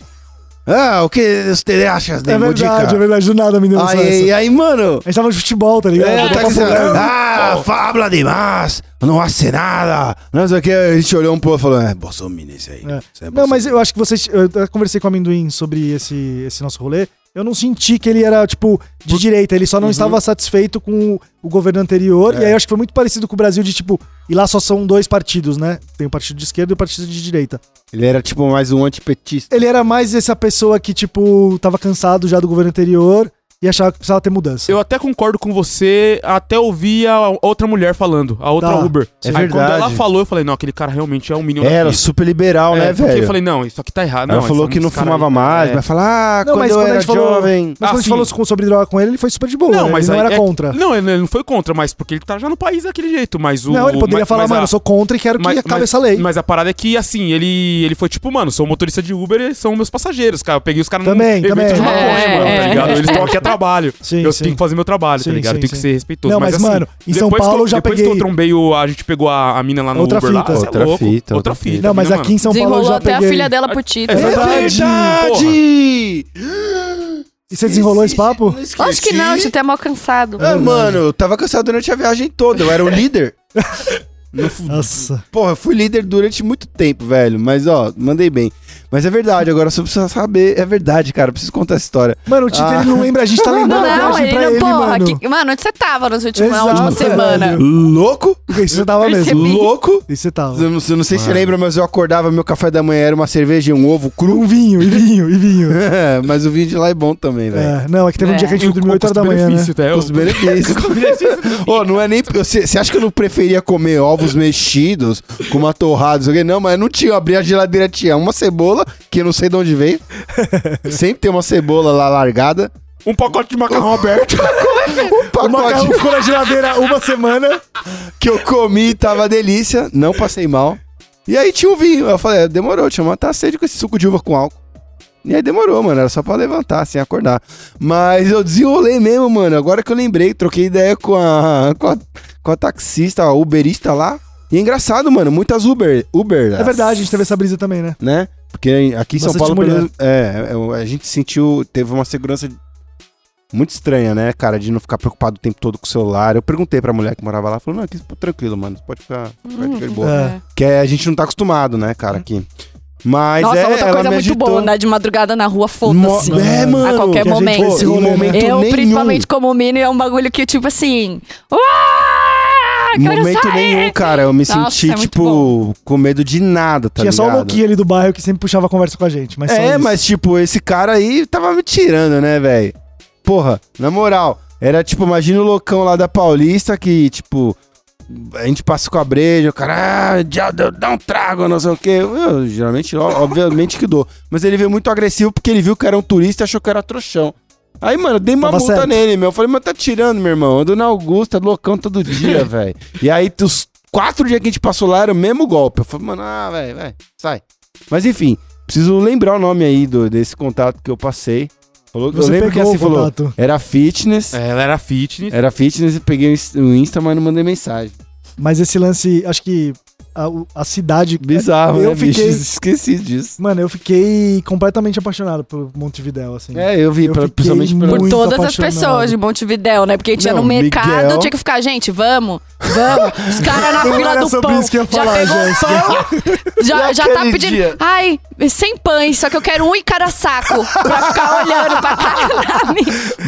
[SPEAKER 3] Ah, o que você acha de
[SPEAKER 1] É verdade, é verdade. Do nada, menino.
[SPEAKER 3] Aí,
[SPEAKER 1] só essa.
[SPEAKER 3] aí, aí, mano.
[SPEAKER 1] A gente tava de futebol, tá ligado?
[SPEAKER 3] É,
[SPEAKER 1] Tava
[SPEAKER 3] tá
[SPEAKER 1] papo reto.
[SPEAKER 3] ah, fala demais, não hace nada, não sei o que. A gente olhou um pro outro e falou, é, Bolsonaro esse aí.
[SPEAKER 1] É.
[SPEAKER 3] Isso é
[SPEAKER 1] Não, mas
[SPEAKER 3] Bolsonaro.
[SPEAKER 1] eu acho que vocês. Eu até conversei com o Amendoim sobre esse, esse nosso rolê. Eu não senti que ele era, tipo, de direita. Ele só
[SPEAKER 2] Uhum.
[SPEAKER 1] não estava satisfeito com o, o governo anterior.
[SPEAKER 2] É.
[SPEAKER 1] E aí eu acho que foi muito parecido com o Brasil de, tipo, e lá só são dois partidos, né? Tem o partido de esquerda e o partido de direita.
[SPEAKER 3] Ele era tipo mais um antipetista.
[SPEAKER 1] Ele era mais essa pessoa que, tipo, tava cansado já do governo anterior e achava que precisava ter mudança.
[SPEAKER 2] Eu até concordo com você, até ouvi a outra mulher falando, a outra
[SPEAKER 1] Tá.
[SPEAKER 2] Uber.
[SPEAKER 3] É
[SPEAKER 2] Aí quando
[SPEAKER 3] verdade.
[SPEAKER 2] ela falou, eu falei, não, aquele cara realmente é um minion
[SPEAKER 3] Era
[SPEAKER 2] daqui.
[SPEAKER 3] super liberal,
[SPEAKER 2] É,
[SPEAKER 3] né,
[SPEAKER 2] porque
[SPEAKER 3] velho?
[SPEAKER 2] eu falei, não, isso aqui tá errado.
[SPEAKER 3] Ela
[SPEAKER 2] não,
[SPEAKER 3] falou
[SPEAKER 2] esse-
[SPEAKER 3] que não
[SPEAKER 2] esse cara
[SPEAKER 3] fumava
[SPEAKER 2] aí-
[SPEAKER 3] mais,
[SPEAKER 2] é.
[SPEAKER 3] vai falar, ah,
[SPEAKER 1] Não,
[SPEAKER 3] quando
[SPEAKER 1] mas
[SPEAKER 3] eu
[SPEAKER 1] quando a
[SPEAKER 3] era
[SPEAKER 1] gente falou-
[SPEAKER 3] jovem...
[SPEAKER 1] Mas quando a gente
[SPEAKER 2] assim.
[SPEAKER 1] falou com- sobre droga com ele, ele foi super de boa.
[SPEAKER 2] Não,
[SPEAKER 1] né?
[SPEAKER 2] mas
[SPEAKER 1] ele não
[SPEAKER 2] aí
[SPEAKER 1] era
[SPEAKER 2] é-
[SPEAKER 1] contra.
[SPEAKER 2] Não, ele não foi contra, mas porque ele tá já no país daquele jeito, mas o...
[SPEAKER 1] Não, ele poderia
[SPEAKER 2] mas-
[SPEAKER 1] falar,
[SPEAKER 2] mas
[SPEAKER 1] mano,
[SPEAKER 2] a-
[SPEAKER 1] eu sou contra e quero que acabe essa lei.
[SPEAKER 2] Mas a parada é que, assim, ele, ele foi tipo, mano, sou motorista de Uber e são meus passageiros, cara. Eu peguei os caras
[SPEAKER 1] Também,
[SPEAKER 2] evento
[SPEAKER 1] também.
[SPEAKER 2] de maconha,
[SPEAKER 4] É,
[SPEAKER 2] mano,
[SPEAKER 4] é.
[SPEAKER 2] tá ligado? Eles
[SPEAKER 1] [laughs]
[SPEAKER 2] estão aqui a trabalho.
[SPEAKER 1] Sim,
[SPEAKER 2] eu
[SPEAKER 1] sim.
[SPEAKER 2] tenho que fazer meu trabalho,
[SPEAKER 1] Sim,
[SPEAKER 2] tá ligado?
[SPEAKER 1] sim,
[SPEAKER 2] eu tenho que
[SPEAKER 1] sim.
[SPEAKER 2] ser respeitoso.
[SPEAKER 1] Não,
[SPEAKER 2] mas,
[SPEAKER 1] mas,
[SPEAKER 2] assim,
[SPEAKER 1] mano, em São
[SPEAKER 2] depois que
[SPEAKER 1] Paulo eu já
[SPEAKER 2] depois
[SPEAKER 1] peguei-
[SPEAKER 2] que eu trombei o... A gente pegou a, a mina lá no
[SPEAKER 1] Outra
[SPEAKER 2] Uber lá.
[SPEAKER 1] fita.
[SPEAKER 2] cê é
[SPEAKER 3] Outra
[SPEAKER 2] louco,
[SPEAKER 3] fita,
[SPEAKER 2] Outra
[SPEAKER 3] outra
[SPEAKER 2] fita.
[SPEAKER 1] Não, mas
[SPEAKER 2] né,
[SPEAKER 1] aqui em São Então, Paulo eu
[SPEAKER 4] Desenrolou
[SPEAKER 1] já
[SPEAKER 4] até
[SPEAKER 1] peguei.
[SPEAKER 4] a filha dela pro Tito.
[SPEAKER 2] É
[SPEAKER 1] Exato.
[SPEAKER 2] verdade! porra.
[SPEAKER 1] E você desenrolou esse papo?
[SPEAKER 4] Acho que não, Tito é mal cansado.
[SPEAKER 3] Ah, mano, eu tava cansado durante a viagem toda, eu era o líder. Não fu-
[SPEAKER 1] Nossa.
[SPEAKER 3] Porra, eu fui líder durante muito tempo, velho. Mas, ó, mandei bem. Mas é verdade, agora só precisa saber. É verdade, cara. eu Preciso contar essa história.
[SPEAKER 1] Mano, o Tito
[SPEAKER 3] Ah.
[SPEAKER 1] ele não lembra, a gente tá
[SPEAKER 4] Não,
[SPEAKER 1] lembrando a
[SPEAKER 4] não,
[SPEAKER 1] viagem
[SPEAKER 4] ele
[SPEAKER 1] pra
[SPEAKER 4] não,
[SPEAKER 1] ele,
[SPEAKER 4] porra.
[SPEAKER 1] mano.
[SPEAKER 4] que- Mano. onde você tava nas últimas, na
[SPEAKER 1] Exato,
[SPEAKER 4] última
[SPEAKER 1] velho.
[SPEAKER 4] semana?
[SPEAKER 3] Louco?
[SPEAKER 1] Isso você tava mesmo.
[SPEAKER 3] Louco?
[SPEAKER 1] Isso você tava.
[SPEAKER 3] Eu não, eu não sei se você lembra, mas eu acordava, meu café da manhã era uma cerveja e um ovo cru.
[SPEAKER 1] Um vinho, e vinho, e vinho.
[SPEAKER 3] É, [laughs] mas o vinho de lá é bom também, velho.
[SPEAKER 1] É, não, é que teve um
[SPEAKER 4] É.
[SPEAKER 1] dia que a
[SPEAKER 2] E
[SPEAKER 1] gente
[SPEAKER 2] o
[SPEAKER 1] dormiu 8 horas da manhã, né?
[SPEAKER 2] custo-benefício, tá? É, [laughs]
[SPEAKER 3] Os benefícios. Ô, não é nem. Você você acha que eu não preferia comer ovos mexidos com uma torrada? não sei o quê? Não, mas não tinha. Eu abri a geladeira, tinha uma cebola, que eu não sei de onde veio. Sempre tem uma cebola lá largada.
[SPEAKER 2] Um pacote de macarrão aberto.
[SPEAKER 3] [laughs] Um
[SPEAKER 1] O macarrão
[SPEAKER 3] pacote
[SPEAKER 1] ficou na geladeira uma semana.
[SPEAKER 3] que eu comi tava delícia, não "É, passei mal. E aí tinha um vinho. Eu falei, demorou, tinha uma tá sede com esse suco de uva com álcool. E aí demorou, mano. Era só pra levantar, sem acordar. Mas eu desenrolei mesmo, mano. Agora que eu lembrei, troquei ideia com a, com a, com a taxista, a uberista lá. E é engraçado, mano. Muitas Uber. Uber.
[SPEAKER 1] É verdade, a gente teve essa brisa também, né?
[SPEAKER 3] Né? Porque aqui em São
[SPEAKER 1] Bastante
[SPEAKER 3] Paulo, pelo
[SPEAKER 1] mulher.
[SPEAKER 3] menos, é, é, a gente sentiu, teve uma segurança muito estranha, né, cara, de não ficar preocupado o tempo todo com o celular. Eu perguntei pra mulher que morava lá, falou, não, aqui tranquilo, mano, pode ficar, pode ficar de boa.
[SPEAKER 1] É.
[SPEAKER 3] Que a gente não tá acostumado, né, cara, aqui. Mas
[SPEAKER 4] Nossa,
[SPEAKER 3] é,
[SPEAKER 4] outra
[SPEAKER 3] ela
[SPEAKER 4] coisa
[SPEAKER 3] me
[SPEAKER 4] muito
[SPEAKER 3] agitou.
[SPEAKER 4] boa, andar de madrugada na rua, foda-se.
[SPEAKER 3] Mo- É, mano.
[SPEAKER 4] a qualquer
[SPEAKER 1] que a gente
[SPEAKER 4] momento.
[SPEAKER 1] foi esse rolê, né?
[SPEAKER 3] momento
[SPEAKER 4] Eu,
[SPEAKER 3] nenhum.
[SPEAKER 4] principalmente como mini, é um bagulho que, tipo assim. "Uá, quero
[SPEAKER 3] momento
[SPEAKER 4] sair!"
[SPEAKER 3] nenhum, cara. Eu me
[SPEAKER 4] Nossa,
[SPEAKER 3] senti,
[SPEAKER 4] é muito
[SPEAKER 3] tipo, com medo de nada, tá
[SPEAKER 1] Tinha
[SPEAKER 3] ligado?
[SPEAKER 1] só um o Loki ali do bairro que sempre puxava a conversa com a gente. Mas só
[SPEAKER 3] É,
[SPEAKER 1] isso.
[SPEAKER 3] mas tipo, esse cara aí tava me tirando, né, velho? Porra, na moral, era tipo, imagina o loucão lá da Paulista que, tipo, a gente passa com a breja, o cara, ah, já deu- dá um trago, não sei o quê. Eu, geralmente, ó, obviamente que dou. Mas ele veio muito agressivo porque ele viu que era um turista e achou que era trouxão. Aí, mano, eu dei uma
[SPEAKER 1] Tava
[SPEAKER 3] multa
[SPEAKER 1] certo.
[SPEAKER 3] nele, meu. Eu falei, mas tá tirando, meu irmão. Ando na Augusta, loucão
[SPEAKER 1] [laughs]
[SPEAKER 3] todo dia, velho. E aí, os quatro dias que a gente passou lá era o mesmo golpe. Eu falei, mano, ah, velho, vai, sai. Mas enfim, preciso lembrar o nome aí do, desse contato que eu passei. Falou, eu
[SPEAKER 1] Você
[SPEAKER 3] lembro que
[SPEAKER 1] pegou
[SPEAKER 3] assim
[SPEAKER 1] o
[SPEAKER 3] falou.
[SPEAKER 1] contato.
[SPEAKER 3] Era fitness.
[SPEAKER 2] É, Ela era fitness.
[SPEAKER 3] Era fitness e peguei o ins- o Insta, mas não mandei mensagem.
[SPEAKER 1] Mas esse lance, acho que a, o- a cidade.
[SPEAKER 3] Bizarro,
[SPEAKER 1] eu
[SPEAKER 3] né,
[SPEAKER 1] fiquei,
[SPEAKER 3] bicho? [laughs] Esqueci disso.
[SPEAKER 1] Mano, eu fiquei completamente apaixonado por Montevidéu, assim.
[SPEAKER 3] É, eu vi,
[SPEAKER 1] Eu
[SPEAKER 3] pra-
[SPEAKER 1] fiquei
[SPEAKER 3] principalmente pela-
[SPEAKER 1] muito-
[SPEAKER 4] Por todas as
[SPEAKER 1] apaixonado.
[SPEAKER 4] pessoas de Montevidéu, né? Porque tinha
[SPEAKER 3] Não,
[SPEAKER 4] no mercado,
[SPEAKER 3] Miguel-
[SPEAKER 4] tinha que ficar, gente, vamos, vamos. Os caras
[SPEAKER 3] [laughs]
[SPEAKER 4] na
[SPEAKER 1] Não
[SPEAKER 4] fila
[SPEAKER 1] era
[SPEAKER 4] do
[SPEAKER 1] sobre
[SPEAKER 4] pão.
[SPEAKER 1] isso que eu ia
[SPEAKER 4] já
[SPEAKER 1] falar,
[SPEAKER 4] pegou o
[SPEAKER 1] Jéssica.
[SPEAKER 4] pão, já, já tá
[SPEAKER 3] Naquele
[SPEAKER 4] pedindo.
[SPEAKER 3] dia.
[SPEAKER 4] Ai, sem pães, só que eu quero um em cada saco pra ficar olhando pra cara da minha.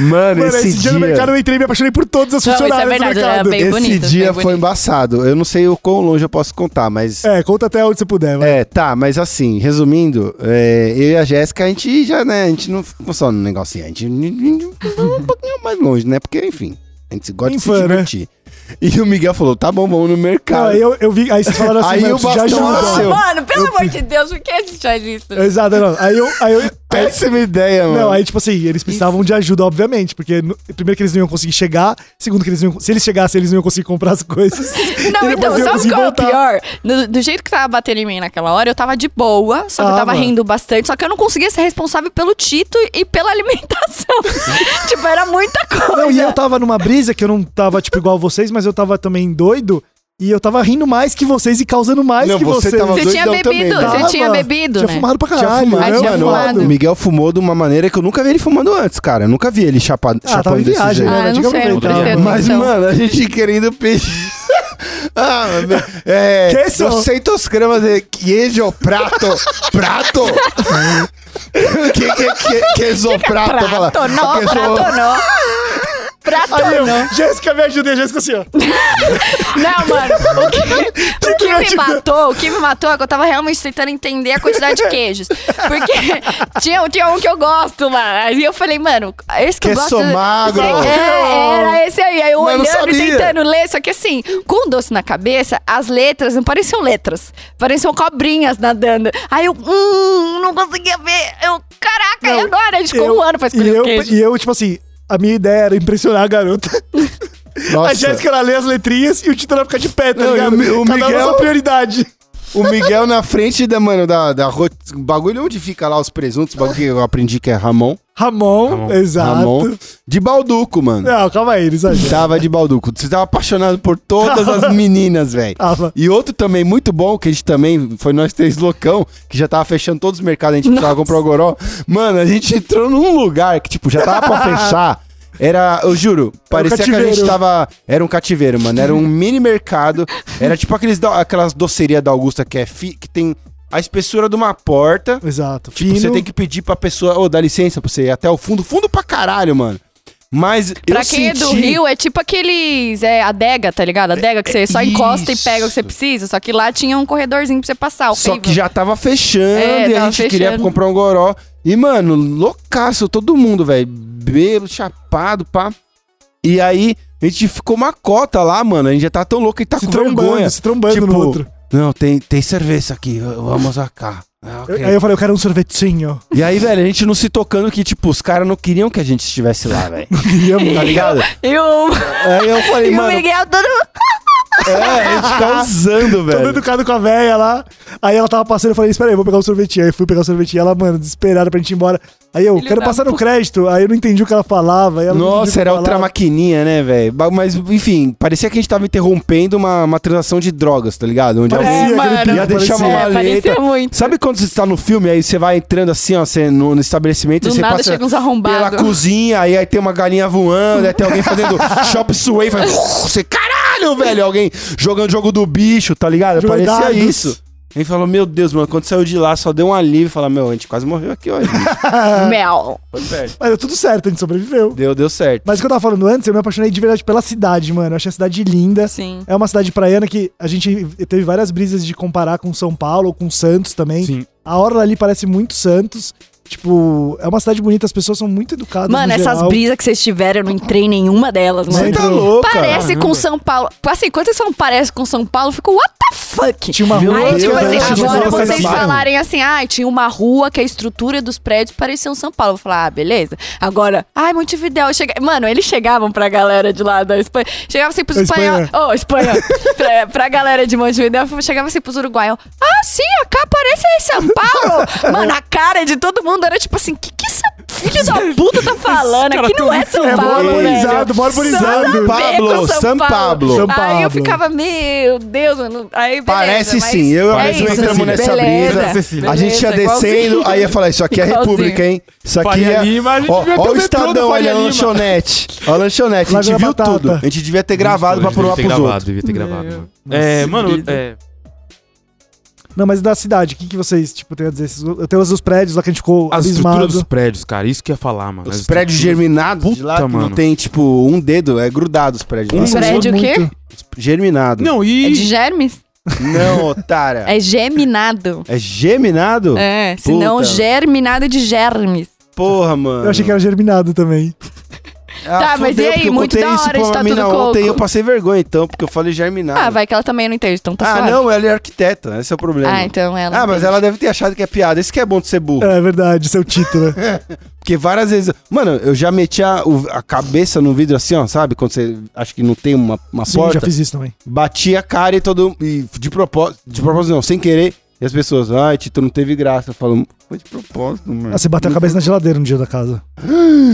[SPEAKER 3] Mano,
[SPEAKER 1] Mano,
[SPEAKER 3] esse, dia,
[SPEAKER 1] no mercado eu entrei e me apaixonei por todas as
[SPEAKER 4] Não, isso é
[SPEAKER 1] funcionárias
[SPEAKER 4] verdade,
[SPEAKER 1] do
[SPEAKER 4] era
[SPEAKER 1] mercado.
[SPEAKER 4] bem-
[SPEAKER 3] esse
[SPEAKER 4] bonito,
[SPEAKER 3] dia
[SPEAKER 4] bem
[SPEAKER 3] foi
[SPEAKER 4] bonito.
[SPEAKER 3] embaçado. Eu não sei o quão longe eu posso contar, mas
[SPEAKER 1] É, conta até onde você puder, vai.
[SPEAKER 3] É, tá, mas assim, resumindo, é, eu e a Jéssica, a gente já, né, a gente não ficou só no negocinho, a gente foi um pouquinho mais longe, né, porque, enfim, a gente gosta de
[SPEAKER 1] Infã,
[SPEAKER 3] se
[SPEAKER 1] né?
[SPEAKER 3] divertir. E o Miguel falou, tá bom, vamos no
[SPEAKER 1] Não,
[SPEAKER 3] mercado.
[SPEAKER 1] aí eu, eu vi. Aí vocês falaram assim,
[SPEAKER 3] Aí
[SPEAKER 1] mano,
[SPEAKER 3] o
[SPEAKER 1] isso já
[SPEAKER 3] bastão
[SPEAKER 1] ajuda.
[SPEAKER 3] nasceu.
[SPEAKER 4] Mano, pelo amor de Deus, por que a gente faz isso?
[SPEAKER 1] Exato, não. Aí eu. Aí eu aí-
[SPEAKER 3] Péssima ideia, mano.
[SPEAKER 1] não, aí, tipo assim, eles precisavam de ajuda, obviamente. Porque, no- primeiro, que eles não iam conseguir chegar. Segundo, que eles não iam, se eles chegassem, eles não iam conseguir comprar as coisas.
[SPEAKER 4] [laughs] Não,
[SPEAKER 1] E depois
[SPEAKER 4] então,
[SPEAKER 1] eu
[SPEAKER 4] sabe
[SPEAKER 1] consegui
[SPEAKER 4] qual é o
[SPEAKER 1] assim, voltar.
[SPEAKER 4] pior? No- do jeito que tava batendo em mim naquela hora, eu tava de boa, só que
[SPEAKER 1] Ah,
[SPEAKER 4] eu tava
[SPEAKER 1] mano.
[SPEAKER 4] rindo bastante, só que eu não conseguia ser responsável pelo Tito e
[SPEAKER 1] [laughs]
[SPEAKER 4] pela alimentação. tipo, era muita coisa.
[SPEAKER 1] Não, e eu tava numa brisa que eu não tava, tipo, igual vocês, mas eu tava também doido. E eu tava rindo mais que vocês e causando mais
[SPEAKER 3] Não,
[SPEAKER 1] que
[SPEAKER 3] você
[SPEAKER 1] vocês.
[SPEAKER 3] tava
[SPEAKER 4] Você tinha
[SPEAKER 3] doidão também,
[SPEAKER 4] bebido,
[SPEAKER 3] né?
[SPEAKER 4] você
[SPEAKER 1] Tava.
[SPEAKER 4] tinha bebido,
[SPEAKER 1] Tinha
[SPEAKER 4] né?
[SPEAKER 1] fumado pra
[SPEAKER 3] Tinha
[SPEAKER 1] caralho.
[SPEAKER 3] fumado,
[SPEAKER 1] eu
[SPEAKER 4] tinha
[SPEAKER 3] mano.
[SPEAKER 4] fumado.
[SPEAKER 3] O Miguel fumou de uma maneira que eu nunca vi ele fumando antes, cara. Eu nunca vi ele chapa,
[SPEAKER 1] Ah, tava
[SPEAKER 3] chapando
[SPEAKER 1] em
[SPEAKER 3] desse
[SPEAKER 1] viagem,
[SPEAKER 3] jeito.
[SPEAKER 1] né?
[SPEAKER 4] Ah, eu
[SPEAKER 1] Tinha
[SPEAKER 4] não
[SPEAKER 1] que
[SPEAKER 4] sei, eu não
[SPEAKER 1] aproveitar,
[SPEAKER 4] prestei
[SPEAKER 1] mano.
[SPEAKER 3] Mas,
[SPEAKER 4] Então.
[SPEAKER 3] mano, a gente querendo pedir. [laughs] Ah, meu- é,
[SPEAKER 1] Que isso?
[SPEAKER 3] 200 gramas de queijo prato. prato? que, que, que, queijo prato? Fala.
[SPEAKER 4] Prato não,
[SPEAKER 3] Queijo-
[SPEAKER 4] prato não. Prato
[SPEAKER 1] Aí eu,
[SPEAKER 4] não.
[SPEAKER 1] Jéssica, me ajuda. E a Jéssica assim, ó.
[SPEAKER 4] Não, mano. O que, o que me
[SPEAKER 1] criativo.
[SPEAKER 4] matou, o que me matou é que eu tava realmente tentando entender a quantidade de queijos. Porque tinha, tinha um que eu gosto, mano. Aí eu falei, mano, esse que,
[SPEAKER 3] Que
[SPEAKER 4] eu gosto.
[SPEAKER 3] sou magro.
[SPEAKER 4] É, era esse aí. Aí eu
[SPEAKER 3] Mas não
[SPEAKER 4] olhando e
[SPEAKER 3] sabia.
[SPEAKER 4] tentando ler. Só que assim, com o doce na cabeça, as letras não pareciam letras. Pareciam cobrinhas nadando. Aí eu, hum, não conseguia ver. Eu, caraca, e
[SPEAKER 1] Não,
[SPEAKER 4] agora? A gente ficou
[SPEAKER 1] Eu-
[SPEAKER 4] um ano pra
[SPEAKER 1] e
[SPEAKER 4] escolher
[SPEAKER 1] eu,
[SPEAKER 4] o queijo.
[SPEAKER 1] E eu, tipo assim, a minha ideia era impressionar a garota. A Jéssica, ela lê as letrinhas e o Tito ela fica de pé, tá
[SPEAKER 3] Não, e
[SPEAKER 1] ligado?
[SPEAKER 3] o Mi-
[SPEAKER 1] Cada
[SPEAKER 3] o
[SPEAKER 1] um na
[SPEAKER 3] Miguel-
[SPEAKER 1] sua prioridade.
[SPEAKER 3] O Miguel na frente da, mano, da, da ro- bagulho onde fica lá os presuntos, bagulho que eu aprendi que é Ramon.
[SPEAKER 1] Ramon,
[SPEAKER 2] Ramon.
[SPEAKER 1] exato. É.
[SPEAKER 3] Ramon. De balduco, mano.
[SPEAKER 1] Não, calma aí, eles exagero.
[SPEAKER 3] Tava de balduco. Você tava apaixonado por
[SPEAKER 1] [laughs]
[SPEAKER 3] todas as meninas, velho.
[SPEAKER 1] Tava.
[SPEAKER 3] E outro também muito bom, que a gente também foi nós três loucão, que já tava fechando todos os mercados, a gente precisava comprar o goró. Mano, a gente entrou num lugar que, tipo, já tava [laughs] pra fechar. Era, um eu juro, parecia que a gente
[SPEAKER 1] cativeiro.
[SPEAKER 3] tava. Era um cativeiro, mano. Era um mini mercado. Era tipo aqueles, da- aquelas docerias da Augusta que é fi- que tem a espessura de uma porta.
[SPEAKER 1] Exato.
[SPEAKER 3] Tipo, você tem que pedir pra pessoa, ô, dá licença pra você ir até o fundo, fundo pra caralho, mano. Mas
[SPEAKER 4] Pra
[SPEAKER 3] eu senti...
[SPEAKER 4] quem é do Rio, é tipo aqueles. É adega, tá ligado? Adega que você só encosta
[SPEAKER 3] É isso.
[SPEAKER 4] e pega o que você precisa. Só que lá tinha um corredorzinho pra você passar.
[SPEAKER 3] Só
[SPEAKER 4] horrível.
[SPEAKER 3] que já tava fechando
[SPEAKER 4] É,
[SPEAKER 3] e a
[SPEAKER 4] tava
[SPEAKER 3] gente queria
[SPEAKER 4] fechando.
[SPEAKER 3] comprar um goró. E, mano, loucaço, todo mundo, velho. Belo, chapado, pá. E aí, a gente ficou uma cota lá, mano. A gente já tá tão louco e tá
[SPEAKER 1] se
[SPEAKER 3] com
[SPEAKER 1] trombando,
[SPEAKER 3] vergonha.
[SPEAKER 1] se trombando
[SPEAKER 3] Tipo,
[SPEAKER 1] no outro.
[SPEAKER 3] Não, tem, tem cerveja aqui, v- vamos acá. Ah, ok.
[SPEAKER 1] Eu- Aí eu falei, eu quero um sorvetinho.
[SPEAKER 3] E aí, velho, a gente não se tocando que, tipo, os caras não queriam que a gente [laughs] estivesse lá, velho.
[SPEAKER 1] Queria muito.
[SPEAKER 3] Tá ligado?
[SPEAKER 4] [laughs] E o,
[SPEAKER 3] Aí eu falei,
[SPEAKER 4] e o
[SPEAKER 3] mano,
[SPEAKER 4] Miguel todo.
[SPEAKER 3] É, a gente tá usando,
[SPEAKER 1] Todo
[SPEAKER 3] velho.
[SPEAKER 1] educado com a véia lá. Aí ela tava passando, eu falei, espera aí, eu vou pegar um sorvetinho. Aí fui pegar o sorvetinho. Ela, mano, desesperada pra gente ir embora. Aí eu,
[SPEAKER 8] Filho
[SPEAKER 1] quero
[SPEAKER 8] da
[SPEAKER 1] passar no crédito. Aí eu não entendi o que ela falava. aí ela não entendia o que
[SPEAKER 3] Nossa,
[SPEAKER 1] eu
[SPEAKER 3] era
[SPEAKER 1] falava.
[SPEAKER 3] outra maquininha, né, velho? Ba- Mas, enfim, parecia que a gente tava interrompendo uma, uma transação de drogas, tá ligado? Onde
[SPEAKER 1] Parecia,
[SPEAKER 3] alguém
[SPEAKER 1] aquele
[SPEAKER 4] É, mano,
[SPEAKER 1] pico,
[SPEAKER 3] ia deixar uma
[SPEAKER 1] parecia.
[SPEAKER 4] É,
[SPEAKER 3] maleta.
[SPEAKER 4] parecia muito.
[SPEAKER 3] Sabe quando você tá no filme, aí você vai entrando assim, ó, você, no, no estabelecimento,
[SPEAKER 4] Do
[SPEAKER 3] e você
[SPEAKER 4] nada
[SPEAKER 3] passa
[SPEAKER 4] chega um uns
[SPEAKER 3] pela
[SPEAKER 4] arrombados.
[SPEAKER 3] cozinha, aí, aí tem uma galinha voando, aí tem alguém fazendo chop suey, faz, você, caralho, velho, alguém jogando jogo do bicho, tá ligado?
[SPEAKER 1] Jogados.
[SPEAKER 3] Parecia isso. A gente falou, meu Deus, mano, quando saiu de lá, só deu um alívio. Falar, meu, a gente quase morreu aqui hoje.
[SPEAKER 4] Mel.
[SPEAKER 3] Foi perto.
[SPEAKER 1] Mas deu tudo certo, a gente sobreviveu.
[SPEAKER 3] Deu, deu certo.
[SPEAKER 1] Mas o que eu tava falando antes, eu me apaixonei de verdade pela cidade, mano. Eu achei a cidade linda.
[SPEAKER 4] Sim.
[SPEAKER 1] É uma cidade praiana que a gente teve várias brisas de comparar com São Paulo ou com Santos também.
[SPEAKER 2] Sim.
[SPEAKER 1] A orla ali parece muito Santos. Tipo, é uma cidade bonita, as pessoas são muito educadas.
[SPEAKER 4] Mano,
[SPEAKER 1] no
[SPEAKER 4] essas
[SPEAKER 1] geral.
[SPEAKER 4] brisas que vocês tiveram, eu não entrei em nenhuma delas,
[SPEAKER 1] Mas
[SPEAKER 3] Tá Você
[SPEAKER 4] mano.
[SPEAKER 3] tá
[SPEAKER 1] entrou.
[SPEAKER 3] louco, cara.
[SPEAKER 4] Parece com
[SPEAKER 2] Caramba.
[SPEAKER 4] São Paulo. Assim, quando vocês falam parece com São Paulo, eu fico, what the fuck?
[SPEAKER 1] Tinha uma
[SPEAKER 3] Meu
[SPEAKER 1] rua
[SPEAKER 4] Aí,
[SPEAKER 3] Deus,
[SPEAKER 4] tipo
[SPEAKER 1] que era
[SPEAKER 4] assim,
[SPEAKER 3] eu acho
[SPEAKER 4] agora
[SPEAKER 3] que
[SPEAKER 1] São
[SPEAKER 3] vocês
[SPEAKER 4] vocês
[SPEAKER 1] Paulo.
[SPEAKER 4] falarem assim, ai, tinha uma rua que a estrutura dos prédios parecia um São Paulo. Eu vou falar, ah, beleza. Agora, ai, Montevidéu. Chega... Mano, eles chegavam pra galera de lá da Espanha. Chegava assim pros
[SPEAKER 1] Da Espanha.
[SPEAKER 4] espanhóis.
[SPEAKER 1] [laughs]
[SPEAKER 4] Ô, Espanha. pra, pra galera de Montevidéu, chegava assim pros uruguaios. Ah, sim, a cá parece aí São
[SPEAKER 1] [laughs]
[SPEAKER 4] Paulo. Mano, a cara de todo mundo era tipo assim, que que essa filha da puta tá falando?
[SPEAKER 2] cara
[SPEAKER 4] Aqui não é São
[SPEAKER 1] É
[SPEAKER 4] Paulo, velho.
[SPEAKER 1] marmorizado, marmorizado.
[SPEAKER 3] São Pablo, São Pablo.
[SPEAKER 1] São
[SPEAKER 4] Aí eu
[SPEAKER 1] Pablo.
[SPEAKER 4] ficava, meu Deus, mano. Aí, beleza,
[SPEAKER 3] Parece
[SPEAKER 4] mas
[SPEAKER 3] sim, eu e a
[SPEAKER 4] é
[SPEAKER 3] Beth
[SPEAKER 4] isso,
[SPEAKER 3] entramos
[SPEAKER 4] assim,
[SPEAKER 3] nessa
[SPEAKER 4] beleza,
[SPEAKER 3] brisa.
[SPEAKER 2] Cecília.
[SPEAKER 3] a gente ia
[SPEAKER 4] beleza,
[SPEAKER 3] descendo, aí ia falar, isso aqui é
[SPEAKER 4] Igualzinho.
[SPEAKER 3] república, hein? Isso aqui
[SPEAKER 2] Faria
[SPEAKER 3] é...
[SPEAKER 2] Lima, a gente
[SPEAKER 3] ó,
[SPEAKER 2] devia ter
[SPEAKER 3] ó
[SPEAKER 2] o metrô
[SPEAKER 3] o
[SPEAKER 2] do
[SPEAKER 3] Estadão,
[SPEAKER 2] Faria
[SPEAKER 3] olha a
[SPEAKER 2] Lima.
[SPEAKER 3] lanchonete. Ó a lanchonete, a gente
[SPEAKER 1] Lagoa
[SPEAKER 3] viu
[SPEAKER 1] Batata.
[SPEAKER 3] tudo. A gente devia ter gravado pra provar pros outros.
[SPEAKER 2] Devia ter gravado, mano. É, mano, é,
[SPEAKER 1] Não, mas da cidade, o que, que vocês, tipo, tem a dizer? Esses- Eu tenho os os prédios lá que a gente ficou
[SPEAKER 2] a estrutura
[SPEAKER 1] abismado.
[SPEAKER 2] dos prédios, cara, isso que eu ia falar, mano.
[SPEAKER 3] Os
[SPEAKER 2] As
[SPEAKER 3] prédios
[SPEAKER 2] estruturas-
[SPEAKER 3] germinados de lá,
[SPEAKER 2] Puta,
[SPEAKER 3] que não
[SPEAKER 2] mano.
[SPEAKER 3] tem, tipo, um dedo, é grudado os prédios.
[SPEAKER 2] Um
[SPEAKER 3] Nossa,
[SPEAKER 4] Prédio o quê?
[SPEAKER 3] Germinado.
[SPEAKER 2] Não,
[SPEAKER 4] É de
[SPEAKER 2] e...
[SPEAKER 4] germes?
[SPEAKER 3] Não, otária.
[SPEAKER 4] É geminado.
[SPEAKER 3] É germinado?
[SPEAKER 4] É, senão
[SPEAKER 3] Puta.
[SPEAKER 4] germinado de germes.
[SPEAKER 3] Porra, mano.
[SPEAKER 1] Eu achei que era germinado também.
[SPEAKER 3] Ah,
[SPEAKER 4] Tá, mas e aí?
[SPEAKER 3] porque eu
[SPEAKER 4] Muito
[SPEAKER 3] contei
[SPEAKER 4] da
[SPEAKER 3] isso
[SPEAKER 4] hora
[SPEAKER 3] pra
[SPEAKER 4] de
[SPEAKER 3] uma
[SPEAKER 4] tá
[SPEAKER 3] mina
[SPEAKER 4] tudo
[SPEAKER 3] ontem
[SPEAKER 4] coco.
[SPEAKER 3] eu passei vergonha, então, porque eu falei germinado.
[SPEAKER 4] Ah, vai que ela também não entende, então tá
[SPEAKER 3] Ah,
[SPEAKER 4] suave.
[SPEAKER 3] não, ela é arquiteta, esse é o problema.
[SPEAKER 4] Ah, então ela.
[SPEAKER 3] Ah, mas
[SPEAKER 4] entende. Ah.
[SPEAKER 3] ela deve ter achado que é piada. Isso que é bom de ser burro.
[SPEAKER 1] É verdade, seu título. né?
[SPEAKER 3] Porque várias vezes. Mano, eu já meti a, o- a cabeça no vidro assim, ó, sabe? Quando você acho que não tem uma, uma
[SPEAKER 1] Sim,
[SPEAKER 3] porta.
[SPEAKER 1] já fiz isso também.
[SPEAKER 3] Bati a cara e todo. E de propósito. De propósito, não, sem querer. E as pessoas, ai, Tito, não teve graça. Eu falo, foi de propósito, mano.
[SPEAKER 1] Ah, você bateu a cabeça na geladeira no dia da casa.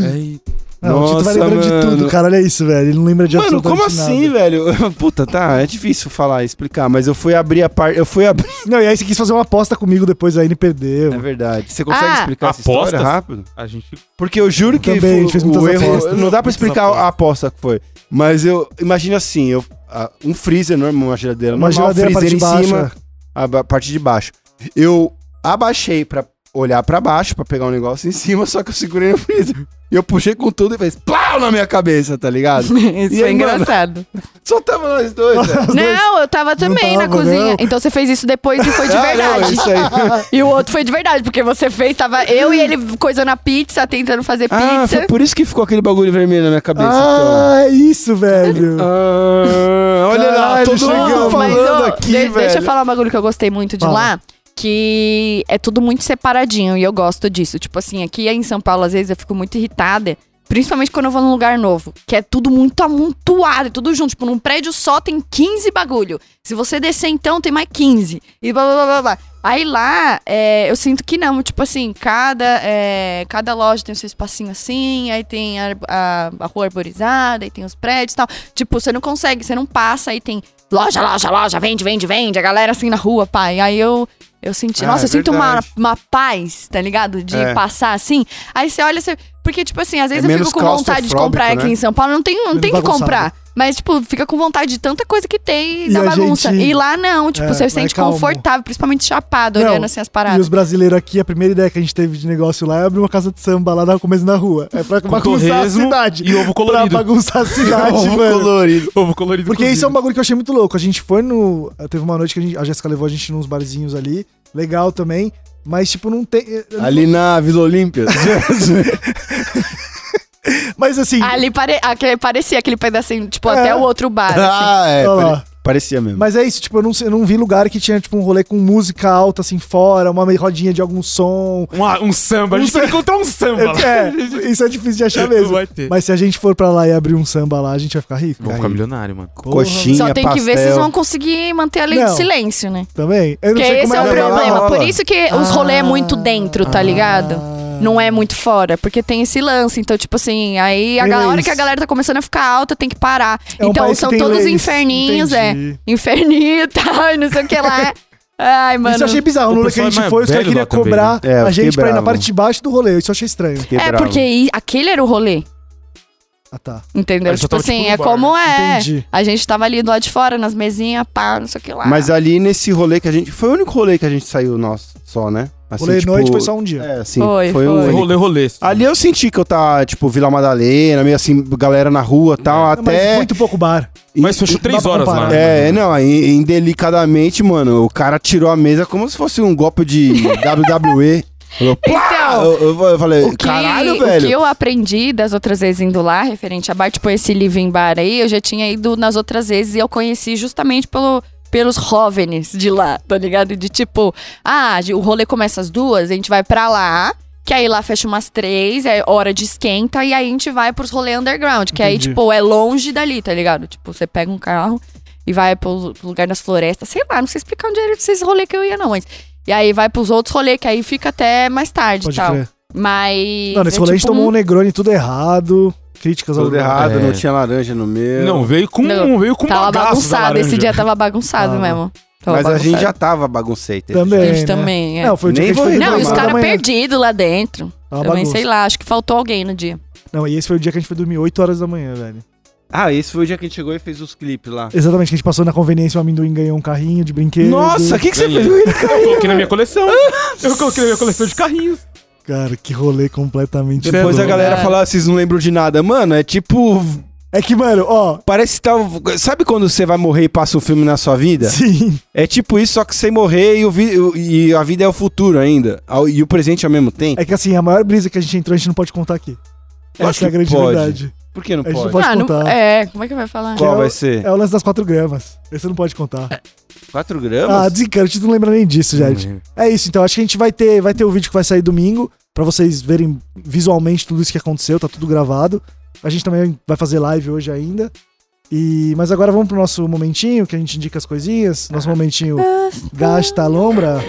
[SPEAKER 1] É
[SPEAKER 2] Eita.
[SPEAKER 1] Não, o Tito vai
[SPEAKER 3] Nossa,
[SPEAKER 1] lembrando de
[SPEAKER 3] mano.
[SPEAKER 1] tudo, cara. Olha isso, velho. Ele não lembra de
[SPEAKER 3] Mano,
[SPEAKER 1] absolutamente
[SPEAKER 3] como assim,
[SPEAKER 1] nada.
[SPEAKER 3] velho? [laughs] Puta, tá, é difícil falar, explicar, mas eu fui abrir a parte. Eu fui abrir. [laughs]
[SPEAKER 1] Não, e aí você quis fazer uma aposta comigo depois, aí ele perdeu.
[SPEAKER 3] É verdade. Você consegue
[SPEAKER 4] Ah,
[SPEAKER 3] explicar essa
[SPEAKER 2] apostas?
[SPEAKER 3] história rápido?
[SPEAKER 2] A gente...
[SPEAKER 3] Porque eu juro que
[SPEAKER 1] Também, a gente fez muitas
[SPEAKER 3] o erro.
[SPEAKER 1] apostas.
[SPEAKER 3] Não dá pra explicar
[SPEAKER 2] Muitas
[SPEAKER 3] a aposta que foi. Mas eu. Imagina assim, eu, ah, um freezer normal, uma geladeira
[SPEAKER 1] Uma
[SPEAKER 3] normal,
[SPEAKER 1] geladeira,
[SPEAKER 3] um freezer
[SPEAKER 1] a parte
[SPEAKER 3] em
[SPEAKER 1] de
[SPEAKER 3] cima,
[SPEAKER 1] baixo,
[SPEAKER 3] a ba- parte de baixo. Eu abaixei pra olhar pra baixo, pra pegar um negócio em cima, só que eu segurei no freezer. E eu puxei com tudo e fez plau na minha cabeça, tá ligado?
[SPEAKER 4] Isso
[SPEAKER 3] E
[SPEAKER 4] foi
[SPEAKER 3] aí, mano?
[SPEAKER 4] engraçado.
[SPEAKER 3] Só tava nós dois,
[SPEAKER 4] [laughs]
[SPEAKER 3] velho.
[SPEAKER 4] Não, eu tava também
[SPEAKER 1] Não
[SPEAKER 4] na
[SPEAKER 1] tava,
[SPEAKER 4] cozinha.
[SPEAKER 1] não.
[SPEAKER 4] Então você fez isso depois e foi de
[SPEAKER 3] Ah, não,
[SPEAKER 4] verdade.
[SPEAKER 3] é isso aí.
[SPEAKER 4] [laughs] E o outro foi de verdade, porque você fez, tava eu e ele coisando a pizza, tentando fazer
[SPEAKER 3] Ah,
[SPEAKER 4] pizza.
[SPEAKER 3] foi por isso que ficou aquele bagulho vermelho na minha cabeça. então.
[SPEAKER 1] Ah, é isso,
[SPEAKER 3] [laughs]
[SPEAKER 1] velho.
[SPEAKER 3] Ah, olha lá,
[SPEAKER 1] então. Caralho,
[SPEAKER 3] todo mundo
[SPEAKER 1] chegamos.
[SPEAKER 4] Mas,
[SPEAKER 3] falando
[SPEAKER 4] ô,
[SPEAKER 3] aqui,
[SPEAKER 4] de-
[SPEAKER 3] velho.
[SPEAKER 4] Deixa eu falar um bagulho que eu gostei muito de
[SPEAKER 1] Fala.
[SPEAKER 4] lá. Que é tudo muito separadinho e eu gosto disso. Tipo assim, aqui em São Paulo, às vezes, eu fico muito irritada. Principalmente quando eu vou num lugar novo, que é tudo muito amontoado, é tudo junto. Tipo, num prédio só tem 15 bagulho. Se você descer, então, tem mais 15. E blá blá blá blá. blá. Aí lá, é, eu sinto que não. Tipo assim, cada, é, cada loja tem o seu espacinho assim, aí tem a, a- a rua arborizada, aí tem os prédios e tal. Tipo, você não consegue, você não passa, aí tem loja, loja, loja, vende, vende, vende, a galera assim na rua, pai. Aí eu, eu senti,
[SPEAKER 3] Ah, é
[SPEAKER 4] nossa, eu sinto uma,
[SPEAKER 3] verdade.
[SPEAKER 4] uma paz, tá ligado? De
[SPEAKER 3] É.
[SPEAKER 4] passar assim. Aí você olha, você. Porque, tipo assim, às vezes
[SPEAKER 3] É
[SPEAKER 4] eu
[SPEAKER 3] menos
[SPEAKER 4] fico com vontade de comprar
[SPEAKER 3] claustrofóbico,
[SPEAKER 4] aqui
[SPEAKER 3] né?
[SPEAKER 4] em São Paulo, não tem, não
[SPEAKER 1] Menos
[SPEAKER 4] tem que
[SPEAKER 1] bagunçado.
[SPEAKER 4] comprar. Mas, tipo, fica com vontade de tanta coisa que tem
[SPEAKER 1] E
[SPEAKER 4] da
[SPEAKER 1] a
[SPEAKER 4] bagunça.
[SPEAKER 1] gente-
[SPEAKER 4] E lá não, tipo,
[SPEAKER 1] É, lá
[SPEAKER 4] você
[SPEAKER 1] é
[SPEAKER 4] se sente
[SPEAKER 1] calmo.
[SPEAKER 4] confortável, principalmente chapado,
[SPEAKER 1] Não,
[SPEAKER 4] olhando assim as
[SPEAKER 1] E
[SPEAKER 4] paradas.
[SPEAKER 1] os brasileiros aqui, a primeira ideia que a gente teve de negócio lá é abrir uma casa de samba lá na começo na rua. É pra bagunçar a
[SPEAKER 2] torresmo
[SPEAKER 1] cidade.
[SPEAKER 2] e ovo
[SPEAKER 1] Pra
[SPEAKER 2] colorido.
[SPEAKER 3] [laughs]
[SPEAKER 1] bagunçar a cidade,
[SPEAKER 3] Ovo
[SPEAKER 1] mano.
[SPEAKER 3] Tá colorido.
[SPEAKER 2] Ovo colorido,
[SPEAKER 1] Porque isso é um
[SPEAKER 2] cozido.
[SPEAKER 1] bagulho que eu achei muito louco. A gente foi no. Teve uma noite que a, gente- a Jéssica levou a gente nos barzinhos ali. Legal também. Mas, tipo, não tem.
[SPEAKER 3] Ali na
[SPEAKER 1] [laughs]
[SPEAKER 3] Vila Olímpia.
[SPEAKER 1] Mas assim.
[SPEAKER 4] Ali pare- aquele- parecia aquele pedacinho, tipo,
[SPEAKER 1] É.
[SPEAKER 4] até o outro bar. assim.
[SPEAKER 3] [laughs] ah, é.
[SPEAKER 1] olha
[SPEAKER 3] peraí.
[SPEAKER 1] lá.
[SPEAKER 3] Parecia mesmo.
[SPEAKER 1] Mas é isso, tipo, eu não, sei- eu não vi lugar que tinha, tipo, um rolê com música alta, assim, fora, uma meia rodinha de algum som.
[SPEAKER 2] Um, um samba. A gente tem que encontrar um samba lá. [laughs]
[SPEAKER 1] É, isso é difícil de achar mesmo.
[SPEAKER 2] Não vai ter.
[SPEAKER 1] Mas se a gente for pra lá e abrir um samba lá, a gente vai ficar rico.
[SPEAKER 2] Vamos ficar milionário, mano.
[SPEAKER 3] Coxinha,
[SPEAKER 4] Só tem que ver se
[SPEAKER 3] pastel.
[SPEAKER 4] vocês vão conseguir manter a lei
[SPEAKER 1] Não.
[SPEAKER 4] do silêncio, né?
[SPEAKER 1] Também. Eu não
[SPEAKER 4] Porque
[SPEAKER 1] sei
[SPEAKER 4] esse
[SPEAKER 1] como
[SPEAKER 4] é
[SPEAKER 1] que
[SPEAKER 4] o
[SPEAKER 1] vai Ah, lá.
[SPEAKER 4] problema.
[SPEAKER 3] rola.
[SPEAKER 4] Por isso que os rolê é
[SPEAKER 2] Ah.
[SPEAKER 4] muito dentro, tá ligado? Não é muito fora, porque tem esse lance. Então, tipo assim, aí a
[SPEAKER 1] Tem
[SPEAKER 4] ga- a hora
[SPEAKER 1] leis.
[SPEAKER 4] que a galera tá começando a ficar alta, tem que parar.
[SPEAKER 1] É um
[SPEAKER 4] então,
[SPEAKER 1] país que
[SPEAKER 4] são
[SPEAKER 1] tem
[SPEAKER 4] todos
[SPEAKER 1] leis.
[SPEAKER 4] inferninhos,
[SPEAKER 1] Entendi.
[SPEAKER 4] é. Inferninho [laughs] e tal, e não sei o que lá. é. Ai, mano.
[SPEAKER 1] Isso eu achei bizarro.
[SPEAKER 2] o
[SPEAKER 1] No rolê que a
[SPEAKER 2] pessoal é
[SPEAKER 1] gente
[SPEAKER 2] mais
[SPEAKER 1] foi, os caras
[SPEAKER 2] velho
[SPEAKER 1] queriam
[SPEAKER 2] lá também,
[SPEAKER 1] cobrar
[SPEAKER 3] né? É, eu
[SPEAKER 1] a
[SPEAKER 3] fiquei
[SPEAKER 1] gente pra ir na
[SPEAKER 3] bravo.
[SPEAKER 1] parte de baixo do rolê. Isso eu achei estranho.
[SPEAKER 3] Fiquei
[SPEAKER 4] É,
[SPEAKER 3] bravo.
[SPEAKER 4] porque i- aquele era o rolê,
[SPEAKER 1] Ah, tá.
[SPEAKER 4] entendeu?
[SPEAKER 2] Mas eu tava,
[SPEAKER 4] Tipo
[SPEAKER 2] tipo,
[SPEAKER 4] assim,
[SPEAKER 2] num
[SPEAKER 4] é
[SPEAKER 2] bar,
[SPEAKER 4] como é.
[SPEAKER 1] Entendi.
[SPEAKER 4] A gente tava ali do lado de fora, nas mesinhas, pá, não sei o que lá.
[SPEAKER 3] Mas ali nesse rolê que a gente. Foi o único rolê que a gente saiu nós só, né? Assim,
[SPEAKER 1] Rolê
[SPEAKER 3] tipo,
[SPEAKER 1] noite foi só um dia.
[SPEAKER 3] É, assim,
[SPEAKER 4] Foi, foi.
[SPEAKER 3] um
[SPEAKER 2] Foi rolê, rolê.
[SPEAKER 3] Ali eu senti que eu tava, tipo, Vila Madalena, meio assim, galera na rua e tal,
[SPEAKER 1] Mas
[SPEAKER 3] até.
[SPEAKER 1] muito Ah, pouco bar.
[SPEAKER 2] Mas fechou três
[SPEAKER 1] dá pra
[SPEAKER 2] horas lá.
[SPEAKER 1] comparar.
[SPEAKER 2] né?
[SPEAKER 3] É, é, não, aí indelicadamente, mano, o cara tirou a mesa como se fosse um golpe de [laughs] WWE. Falou, "Plá!"
[SPEAKER 4] Então,
[SPEAKER 3] eu, eu- eu falei,
[SPEAKER 4] O que,
[SPEAKER 3] caralho,
[SPEAKER 4] o
[SPEAKER 3] velho.
[SPEAKER 4] que eu aprendi das outras vezes indo lá, referente a bar, tipo esse living bar aí, eu já tinha ido nas outras vezes e eu conheci justamente pelo, pelos jovens de lá, tá ligado? De tipo, ah, de- o rolê começa às duas, a gente vai pra lá, que aí lá fecha umas três, é hora de esquenta, e aí a gente vai pros rolê underground, que aí,
[SPEAKER 1] Entendi.
[SPEAKER 4] tipo, é longe dali, tá ligado? Tipo, você pega um carro e vai pro pro lugar das florestas, sei lá, não sei explicar onde era esses rolê que eu ia não antes. E aí vai pros outros rolê, que aí fica até mais tarde e
[SPEAKER 1] Pode
[SPEAKER 4] tal.
[SPEAKER 1] crer.
[SPEAKER 4] Mas.
[SPEAKER 1] Não, nesse
[SPEAKER 4] é
[SPEAKER 1] rolê a gente
[SPEAKER 4] tipo
[SPEAKER 1] tomou um
[SPEAKER 4] um-
[SPEAKER 1] Negroni tudo errado. Críticas ao
[SPEAKER 3] Tudo
[SPEAKER 1] lugar.
[SPEAKER 3] errado,
[SPEAKER 2] É.
[SPEAKER 3] não tinha laranja no meu.
[SPEAKER 2] Não, veio com,
[SPEAKER 4] Não,
[SPEAKER 2] veio com
[SPEAKER 4] Tava
[SPEAKER 2] bagaço um da
[SPEAKER 4] bagunçado,
[SPEAKER 2] laranja.
[SPEAKER 4] esse dia tava bagunçado
[SPEAKER 1] Tava.
[SPEAKER 4] mesmo. Tava
[SPEAKER 3] mas a
[SPEAKER 4] bagunçado.
[SPEAKER 3] gente já tava bagunceita.
[SPEAKER 1] Também.
[SPEAKER 4] A gente
[SPEAKER 1] né?
[SPEAKER 4] também, é.
[SPEAKER 1] Não, foi o dia
[SPEAKER 3] Nem
[SPEAKER 1] que a gente
[SPEAKER 3] vou
[SPEAKER 1] foi
[SPEAKER 4] Não,
[SPEAKER 3] reclamar.
[SPEAKER 1] dormir.
[SPEAKER 4] e os
[SPEAKER 3] Tava
[SPEAKER 4] caras
[SPEAKER 1] Amanhã-
[SPEAKER 4] perdidos lá dentro.
[SPEAKER 1] Tava é
[SPEAKER 4] também,
[SPEAKER 1] Tá bagunça.
[SPEAKER 4] sei lá, acho que faltou alguém no dia.
[SPEAKER 1] Não, e esse foi o dia que a gente foi dormir 8 horas da manhã, velho.
[SPEAKER 3] Ah, esse foi o dia que a gente chegou e fez os clipes lá.
[SPEAKER 1] Exatamente, que a gente passou na conveniência, o amendoim ganhou um carrinho de brinquedo.
[SPEAKER 3] Nossa, o que, que você
[SPEAKER 2] Ganhei.
[SPEAKER 3] fez?
[SPEAKER 2] Eu coloquei na minha
[SPEAKER 4] [laughs]
[SPEAKER 2] coleção. Eu coloquei na minha coleção de carrinhos.
[SPEAKER 1] Cara, que rolê completamente
[SPEAKER 3] Depois
[SPEAKER 1] louco.
[SPEAKER 3] a galera
[SPEAKER 4] É.
[SPEAKER 3] fala, "Ah, vocês não lembram de nada. Mano, é tipo.
[SPEAKER 1] É que, mano, ó.
[SPEAKER 3] Parece que tá. Sabe quando você vai morrer e passa um filme na sua vida?
[SPEAKER 1] Sim.
[SPEAKER 3] É tipo isso, só que sem morrer e, o vi- o- e a vida é o futuro ainda. Ao- E o presente ao mesmo tempo.
[SPEAKER 1] É que assim, a maior brisa que a gente entrou, a gente não pode contar aqui.
[SPEAKER 3] Eu acho
[SPEAKER 1] Essa é a
[SPEAKER 3] que
[SPEAKER 1] grande
[SPEAKER 3] pode.
[SPEAKER 1] verdade.
[SPEAKER 3] Por que não
[SPEAKER 1] A gente não
[SPEAKER 3] pode?
[SPEAKER 1] pode
[SPEAKER 4] Ah, não-
[SPEAKER 1] contar.
[SPEAKER 4] é, como é que vai falar?
[SPEAKER 1] Que é
[SPEAKER 3] Qual
[SPEAKER 1] o-
[SPEAKER 3] vai ser?
[SPEAKER 1] É o lance das 4 gramas. Esse não pode contar.
[SPEAKER 3] 4
[SPEAKER 1] Ah,
[SPEAKER 3] gramas?
[SPEAKER 1] desencana, a gente não lembra nem disso, gente. É isso, então. Acho que a gente vai ter, vai ter o vídeo que vai sair domingo, pra vocês verem visualmente tudo isso que aconteceu, tá tudo gravado. A gente também vai fazer live hoje ainda. E, mas agora vamos pro nosso momentinho, que a gente indica as coisinhas. Nosso momentinho Gasta a Lombra.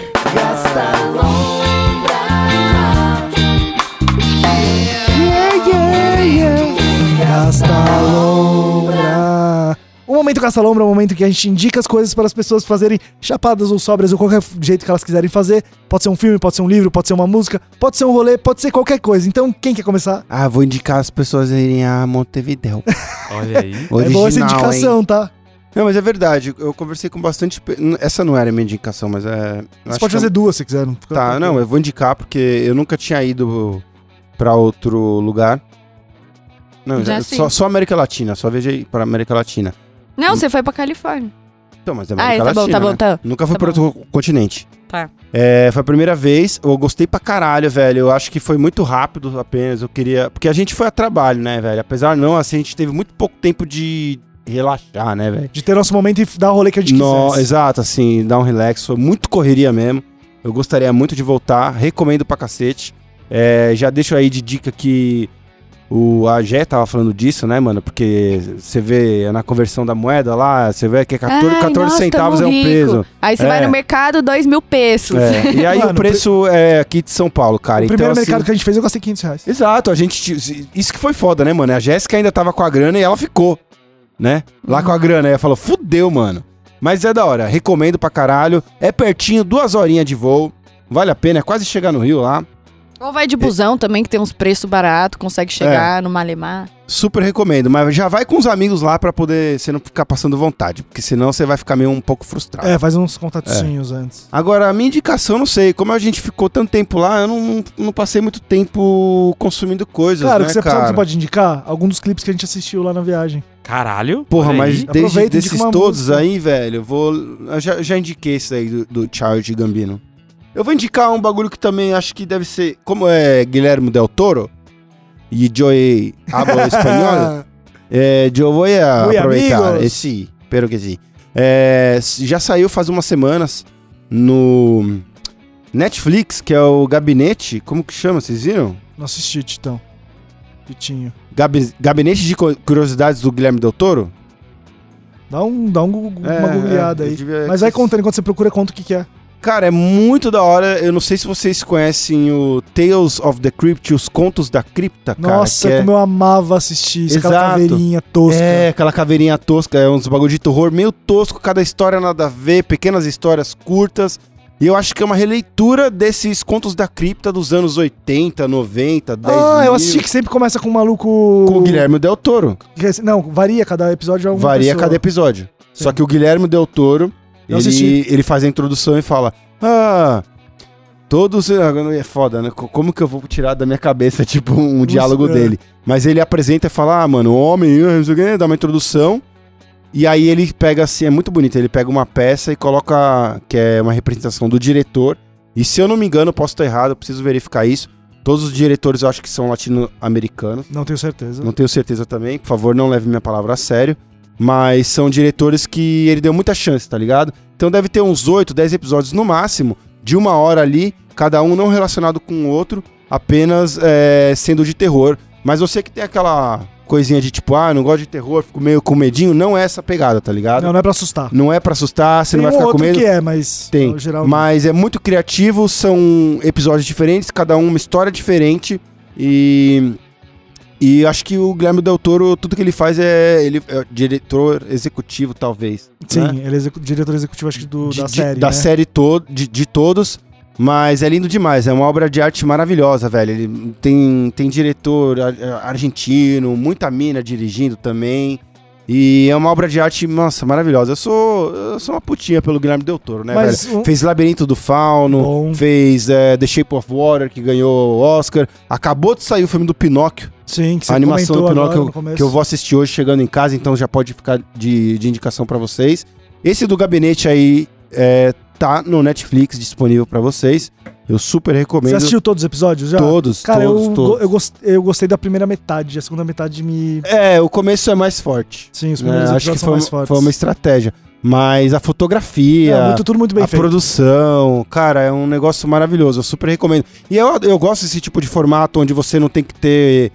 [SPEAKER 1] Gasta a Lombra. O momento Gasta a Lombra é o momento que a gente indica as coisas para as pessoas fazerem chapadas ou sobras ou qualquer jeito que elas quiserem fazer. Pode ser um filme, pode ser um livro, pode ser uma música, pode ser um rolê, pode ser qualquer coisa. Então, quem quer começar?
[SPEAKER 3] Ah, vou indicar as pessoas a irem a [laughs] Montevidéu.
[SPEAKER 2] Olha aí.
[SPEAKER 3] Original,
[SPEAKER 1] é boa essa
[SPEAKER 3] hein?
[SPEAKER 1] indicação, tá?
[SPEAKER 3] Não, mas é verdade. Eu conversei com bastante. pe- Essa não era a minha indicação, mas é.
[SPEAKER 1] Você pode
[SPEAKER 3] acho que é-
[SPEAKER 1] fazer duas se quiser. Não fica
[SPEAKER 3] Tá, não, eu vou indicar porque eu nunca tinha ido pra outro lugar. Não,
[SPEAKER 4] Já
[SPEAKER 3] já-
[SPEAKER 4] sim.
[SPEAKER 3] só, só América Latina, só viajei pra América Latina.
[SPEAKER 4] Não, você foi pra Califórnia.
[SPEAKER 3] Então, mas é
[SPEAKER 4] Ah, é,
[SPEAKER 3] América
[SPEAKER 4] tá bom,
[SPEAKER 3] Latina.
[SPEAKER 4] tá bom,
[SPEAKER 3] né?
[SPEAKER 4] tá.
[SPEAKER 3] Nunca fui
[SPEAKER 4] Tá
[SPEAKER 3] pra
[SPEAKER 4] bom.
[SPEAKER 3] outro continente.
[SPEAKER 4] Tá.
[SPEAKER 3] É, foi a primeira vez, eu gostei pra caralho, velho. Eu acho que foi muito rápido apenas. Eu queria. Porque a gente foi a trabalho, né, velho? Apesar não, assim, a gente teve muito pouco tempo de relaxar, né, velho?
[SPEAKER 1] De ter nosso momento e dar o rolê que a gente
[SPEAKER 3] No-
[SPEAKER 1] quisesse.
[SPEAKER 3] exato, assim, dar um relax. Foi muito correria mesmo. Eu gostaria muito de voltar. Recomendo pra cacete. É, já deixo aí de dica que o AG tava falando disso, né, mano? Porque você vê na conversão da moeda lá, você vê que é 14,
[SPEAKER 4] Ai,
[SPEAKER 3] 14
[SPEAKER 4] nossa,
[SPEAKER 3] centavos é
[SPEAKER 4] tamo
[SPEAKER 3] um
[SPEAKER 4] rico.
[SPEAKER 3] peso.
[SPEAKER 4] Aí você vai
[SPEAKER 3] É.
[SPEAKER 4] no mercado, dois mil pesos.
[SPEAKER 3] É, E
[SPEAKER 1] [laughs]
[SPEAKER 3] aí
[SPEAKER 1] Mano,
[SPEAKER 3] o preço é aqui de São Paulo, cara.
[SPEAKER 1] O
[SPEAKER 3] Então,
[SPEAKER 1] primeiro
[SPEAKER 3] assim,
[SPEAKER 1] mercado que a gente fez, eu gastei 500 reais.
[SPEAKER 3] Exato, a gente. ti- Isso que foi foda, né, mano? A Jéssica ainda tava com a grana e ela ficou, né? Lá com a grana. Aí ela falou, fudeu, mano. Mas é da hora, recomendo pra caralho. É pertinho, duas horinhas de voo. Vale a pena, é quase chegar no Rio lá.
[SPEAKER 4] Ou vai de busão também, que tem uns preços baratos, consegue chegar no Malemar.
[SPEAKER 3] Super recomendo, mas já vai com os amigos lá pra poder você não ficar passando vontade, porque senão você vai ficar meio um pouco frustrado.
[SPEAKER 1] É, faz uns contatinhos
[SPEAKER 3] É.
[SPEAKER 1] antes.
[SPEAKER 3] Agora, a minha indicação, não sei, como a gente ficou tanto tempo lá, eu não, não passei muito tempo consumindo coisas,
[SPEAKER 1] Claro,
[SPEAKER 3] né,
[SPEAKER 1] que você sabe o
[SPEAKER 3] cara?
[SPEAKER 1] que você pode indicar? Algum dos clipes que a gente assistiu lá na viagem.
[SPEAKER 2] Caralho.
[SPEAKER 3] Porra,
[SPEAKER 2] olha
[SPEAKER 3] mas
[SPEAKER 2] aí.
[SPEAKER 3] desde
[SPEAKER 1] Aproveita e indica
[SPEAKER 3] desses
[SPEAKER 1] uma
[SPEAKER 3] todos
[SPEAKER 1] música.
[SPEAKER 3] aí, velho, eu vou. Eu já, já indiquei esse aí do, do Charles Gambino. Eu vou indicar um bagulho que também acho que deve ser. Como é Guilherme Del Toro e Joey
[SPEAKER 1] [laughs]
[SPEAKER 3] Abo Espanhol,
[SPEAKER 1] Ah,
[SPEAKER 3] é, eu vou
[SPEAKER 1] Muy
[SPEAKER 3] aproveitar
[SPEAKER 1] amigos.
[SPEAKER 3] esse. Espero que sim. É, já saiu faz umas semanas no Netflix, que é o Gabinete. Como que chama? Vocês viram?
[SPEAKER 1] Não assisti, Titão. Titinho.
[SPEAKER 3] Gabi- Gabinete de Cu- Curiosidades do Guilherme Del Toro?
[SPEAKER 1] Dá, um, dá um, gu- uma googleada
[SPEAKER 3] é, eu
[SPEAKER 1] aí.
[SPEAKER 3] devia-
[SPEAKER 1] Mas vai contando, enquanto você procura, conta o que, que é.
[SPEAKER 3] Cara, é muito da hora. Eu não sei se vocês conhecem o Tales of the Crypt, os Contos da Cripta, cara.
[SPEAKER 1] Nossa,
[SPEAKER 3] que é-
[SPEAKER 1] como eu amava assistir. isso, Aquela
[SPEAKER 3] Exato.
[SPEAKER 1] caveirinha tosca.
[SPEAKER 3] É, aquela caveirinha tosca, é uns bagulho de terror meio tosco, cada história nada a ver, pequenas histórias curtas. E eu acho que é uma releitura desses contos da cripta dos anos 80, 90, 10
[SPEAKER 1] ah, eu
[SPEAKER 3] mil,
[SPEAKER 1] assisti que sempre começa com um maluco.
[SPEAKER 3] com o Guilherme Del Toro.
[SPEAKER 1] Não, varia cada episódio. é uma
[SPEAKER 3] Varia
[SPEAKER 1] pessoa.
[SPEAKER 3] cada episódio.
[SPEAKER 1] Sim.
[SPEAKER 3] Só que o Guilherme Del Toro,
[SPEAKER 1] Eu assisti.
[SPEAKER 3] ele, ele faz a introdução e fala: Ah, todos. Agora É foda, né? Co- Como que eu vou tirar da minha cabeça, [laughs] tipo, um diálogo
[SPEAKER 1] é.
[SPEAKER 3] dele? Mas ele apresenta e fala: Ah, mano, homem, ah, não sei o quê", dá uma introdução. E aí ele pega assim, é muito bonito, ele pega uma peça e coloca, que é uma representação do diretor. E se eu não me engano, posso estar errado, eu preciso verificar isso. Todos os diretores eu acho que são latino-americanos.
[SPEAKER 1] Não tenho certeza.
[SPEAKER 3] Não tenho certeza também, por favor, não leve minha palavra a sério. Mas são diretores que ele deu muita chance, tá ligado? Então deve ter uns 8, 10 episódios no máximo, de uma hora ali, cada um não relacionado com o outro, apenas é, sendo de terror. Mas você que tem aquela coisinha de tipo, ah, não gosto de terror, fico meio com medinho, não é essa pegada, tá ligado?
[SPEAKER 1] Não,
[SPEAKER 3] Não,
[SPEAKER 1] não é pra assustar.
[SPEAKER 3] é pra assustar, você
[SPEAKER 1] Tem
[SPEAKER 3] não vai
[SPEAKER 1] um
[SPEAKER 3] ficar com
[SPEAKER 1] outro
[SPEAKER 3] medo.
[SPEAKER 1] que é, mas.
[SPEAKER 3] Tem.
[SPEAKER 1] no geral,
[SPEAKER 3] Mas é muito criativo, são episódios diferentes, cada um uma história diferente. E. E acho que o Guilherme Del Toro, tudo que ele faz é. Ele é diretor executivo, talvez.
[SPEAKER 1] Sim,
[SPEAKER 3] né?
[SPEAKER 1] ele é execu- diretor executivo, acho que do,
[SPEAKER 3] De-
[SPEAKER 1] da
[SPEAKER 3] de-
[SPEAKER 1] série.
[SPEAKER 3] Da
[SPEAKER 1] né?
[SPEAKER 3] série to de, de todos. Mas é lindo demais, é uma obra de arte maravilhosa, velho. Ele tem, tem diretor ar- argentino, muita mina dirigindo também. E é uma obra de arte, nossa, maravilhosa. Eu sou, eu sou uma putinha pelo Guilherme Del Toro, né, velho?
[SPEAKER 1] Mas um-
[SPEAKER 3] Fez Labirinto do Fauno,
[SPEAKER 1] Bom.
[SPEAKER 3] fez eh, The Shape of Water, que ganhou o Oscar. Acabou de sair o filme do Pinóquio,
[SPEAKER 1] Sim, que você
[SPEAKER 3] a animação do
[SPEAKER 1] comentou
[SPEAKER 3] Pinóquio
[SPEAKER 1] agora
[SPEAKER 3] que
[SPEAKER 1] no
[SPEAKER 3] eu,
[SPEAKER 1] começo.
[SPEAKER 3] que eu vou assistir hoje chegando em casa, então já pode ficar de, de indicação pra vocês. Esse do gabinete aí eh, tá no Netflix disponível pra vocês. Eu super
[SPEAKER 1] Você
[SPEAKER 3] recomendo
[SPEAKER 1] assistiu todos os episódios já?
[SPEAKER 3] todos,
[SPEAKER 1] Cara,
[SPEAKER 3] todos,
[SPEAKER 1] eu,
[SPEAKER 3] todos.
[SPEAKER 1] go- eu, gost- eu gostei da primeira metade, a segunda metade me.
[SPEAKER 3] É, o começo é mais forte.
[SPEAKER 1] Sim, os
[SPEAKER 3] né?
[SPEAKER 1] primeiros
[SPEAKER 3] Acho que
[SPEAKER 1] episódios são
[SPEAKER 3] foi,
[SPEAKER 1] mais
[SPEAKER 3] uma-
[SPEAKER 1] fortes.
[SPEAKER 3] foi uma estratégia. Mas a fotografia,
[SPEAKER 1] É, muito, tudo muito bem
[SPEAKER 3] a
[SPEAKER 1] feito.
[SPEAKER 3] produção, cara, é um negócio maravilhoso, eu super recomendo. E eu, eu gosto desse tipo de formato onde você não tem que ter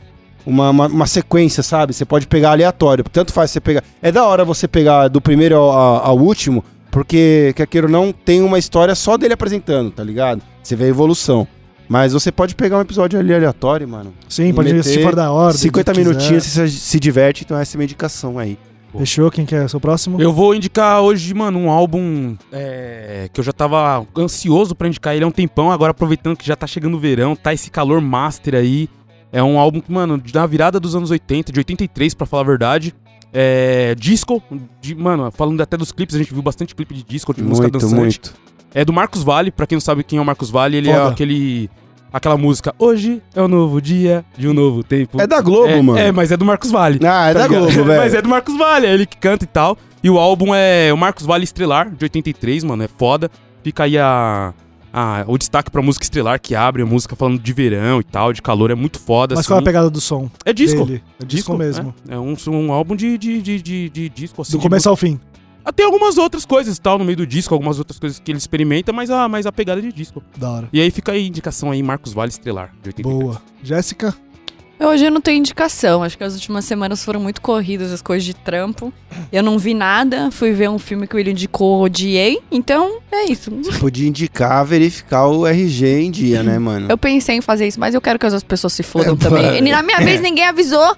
[SPEAKER 3] uma, uma, uma sequência, sabe? Você pode pegar aleatório, tanto faz você pegar. É da hora você pegar do primeiro ao, ao- ao último, porque, quer queira ou não, tem uma história só dele apresentando, tá ligado? Você vê a evolução. Mas você pode pegar um episódio ali aleatório, mano.
[SPEAKER 1] Sim, pode
[SPEAKER 3] meter
[SPEAKER 1] assistir fora da hora.
[SPEAKER 3] 50 minutinhos, você se- se diverte, então essa é a minha indicação aí.
[SPEAKER 1] Fechou? Quem quer ser o próximo?
[SPEAKER 2] Eu vou indicar hoje, mano, um álbum é, que eu já tava ansioso pra indicar ele há um tempão, agora aproveitando que já tá chegando o verão, tá esse calor master aí. É um álbum, que, mano, da virada dos anos 80, de 83 pra falar a verdade. É, disco, de- mano, falando até dos clipes, a gente viu bastante clipe de disco, de música
[SPEAKER 3] Muito,
[SPEAKER 2] dançante.
[SPEAKER 3] muito.
[SPEAKER 2] É do Marcos Vale, pra quem não sabe quem é o Marcos Vale, ele
[SPEAKER 1] Foda.
[SPEAKER 2] é aquele aquela música Hoje é um novo dia de um novo tempo.
[SPEAKER 3] É da Globo,
[SPEAKER 2] É-
[SPEAKER 3] mano.
[SPEAKER 2] É, mas é do Marcos Vale.
[SPEAKER 3] Ah, é
[SPEAKER 2] Tá
[SPEAKER 3] da
[SPEAKER 2] ligado?
[SPEAKER 3] Globo,
[SPEAKER 2] [laughs]
[SPEAKER 3] velho.
[SPEAKER 2] Mas é do Marcos Vale, é ele que canta e tal. E o álbum é o Marcos Vale Estrelar, de 83, mano, é foda. Fica aí a, a- o destaque pra música Estrelar, que abre a música falando de verão e tal, de calor, é muito foda.
[SPEAKER 1] Mas
[SPEAKER 2] assim.
[SPEAKER 1] qual é a pegada do som?
[SPEAKER 2] É disco.
[SPEAKER 1] Dele? É disco, mesmo.
[SPEAKER 2] É, É um, um álbum de, de, de, de, de disco, assim.
[SPEAKER 1] Do
[SPEAKER 2] de
[SPEAKER 1] começo ao fim.
[SPEAKER 2] ah, Tem algumas outras coisas e tal no meio do disco, algumas outras coisas que ele experimenta, mas a, mas a pegada é de disco.
[SPEAKER 1] Da hora.
[SPEAKER 2] E aí fica aí a indicação aí, Marcos Vale Estrelar, de 83.
[SPEAKER 1] Boa. Jéssica? é
[SPEAKER 7] Hoje eu não tenho indicação. Acho que as últimas semanas foram muito corridas, as coisas de trampo. Eu não vi nada. Fui ver um filme que o William indicou, odiei. Então, é isso.
[SPEAKER 1] Tipo,
[SPEAKER 3] Podia indicar, verificar o RG em dia, né, mano?
[SPEAKER 7] Eu pensei em fazer isso, mas eu quero que as outras pessoas se fodam também.
[SPEAKER 3] claro.
[SPEAKER 7] E na minha vez ninguém avisou.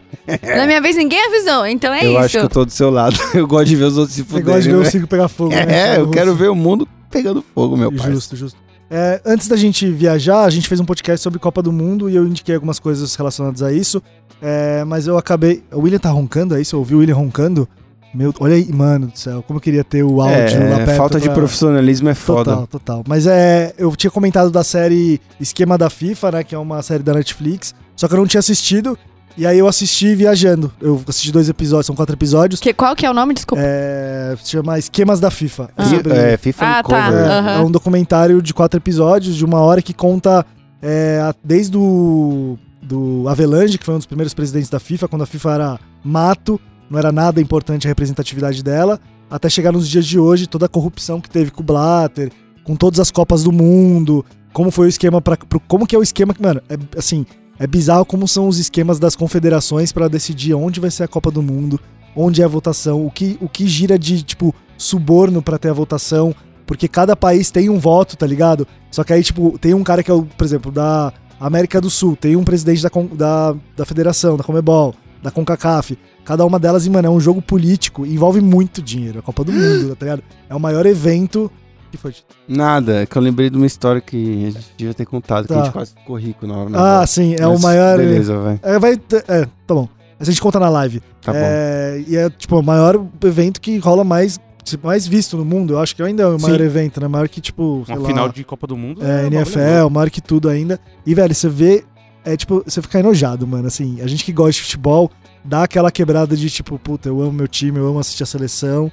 [SPEAKER 7] Na minha vez ninguém avisou. Então é
[SPEAKER 3] Eu
[SPEAKER 7] isso.
[SPEAKER 3] acho que eu tô do seu lado. [laughs] Eu gosto de ver os outros se
[SPEAKER 1] Você gosta de
[SPEAKER 3] fuderem.
[SPEAKER 1] ver o
[SPEAKER 3] né?
[SPEAKER 1] Cigo pegar fogo, né?
[SPEAKER 3] É, eu quero ver o mundo pegando fogo, meu pai.
[SPEAKER 1] Justo, justo. É, antes da gente viajar, a gente fez um podcast sobre Copa do Mundo e eu indiquei algumas coisas relacionadas a isso. É, mas eu acabei. O William tá roncando, é isso? Eu ouvi o William roncando? Meu, olha aí, mano do céu, como eu queria ter o áudio lá
[SPEAKER 3] É,
[SPEAKER 1] perto.
[SPEAKER 3] falta de
[SPEAKER 1] pra-
[SPEAKER 3] profissionalismo é foda.
[SPEAKER 1] Total, total. Mas é, eu tinha comentado da série Esquema da FIFA, né? Que é uma série da Netflix. Só que eu não tinha assistido. E aí eu assisti viajando. Eu assisti dois episódios, são quatro episódios.
[SPEAKER 7] Que- qual que é o nome? Desculpa.
[SPEAKER 1] É, se chama Esquemas da FIFA. É
[SPEAKER 7] Ah.
[SPEAKER 1] sobre-
[SPEAKER 3] É, FIFA
[SPEAKER 7] Ah, tá.
[SPEAKER 3] Uncovered.
[SPEAKER 1] é,
[SPEAKER 7] Aham.
[SPEAKER 1] é um documentário de quatro episódios, de uma hora, que conta é, a- desde o do Avelange, que foi um dos primeiros presidentes da FIFA, quando a FIFA era mato, não era nada importante a representatividade dela, até chegar nos dias de hoje, toda a corrupção que teve com o Blatter, com todas as Copas do Mundo, como foi o esquema para como que é o esquema que, mano, é assim, é bizarro como são os esquemas das confederações para decidir onde vai ser a Copa do Mundo, onde é a votação, o que o que gira de tipo suborno para ter a votação, porque cada país tem um voto, tá ligado? Só que aí tipo, tem um cara que é o, por exemplo, da América do Sul, tem um presidente da con- da, da federação, da Comebol, da CONCACAF. Cada uma delas, e, mano, é um jogo político, e envolve muito dinheiro, a Copa do Mundo, tá ligado? É o maior evento que foi
[SPEAKER 3] Nada, é que eu lembrei de uma história que a gente devia ter contado, que
[SPEAKER 1] Tá.
[SPEAKER 3] a gente quase ficou rico na hora.
[SPEAKER 1] Ah, sim, é o
[SPEAKER 3] Mas
[SPEAKER 1] maior.
[SPEAKER 3] Beleza, vai.
[SPEAKER 1] É, vai. ter- É, tá bom. A gente conta na live.
[SPEAKER 3] Tá bom.
[SPEAKER 1] é, E é, tipo, o maior evento que rola mais, tipo, mais visto no mundo. Eu acho que ainda é o maior
[SPEAKER 3] Sim.
[SPEAKER 1] evento, né? Maior que, tipo. Sei
[SPEAKER 2] Uma
[SPEAKER 1] lá,
[SPEAKER 2] final de Copa do Mundo.
[SPEAKER 1] É,
[SPEAKER 2] um bagulho
[SPEAKER 1] NFL, maior que tudo ainda. E, velho, você vê. É tipo, você fica enojado, mano. Assim, a gente que gosta de futebol dá aquela quebrada de tipo, puta, eu amo meu time, eu amo assistir a seleção.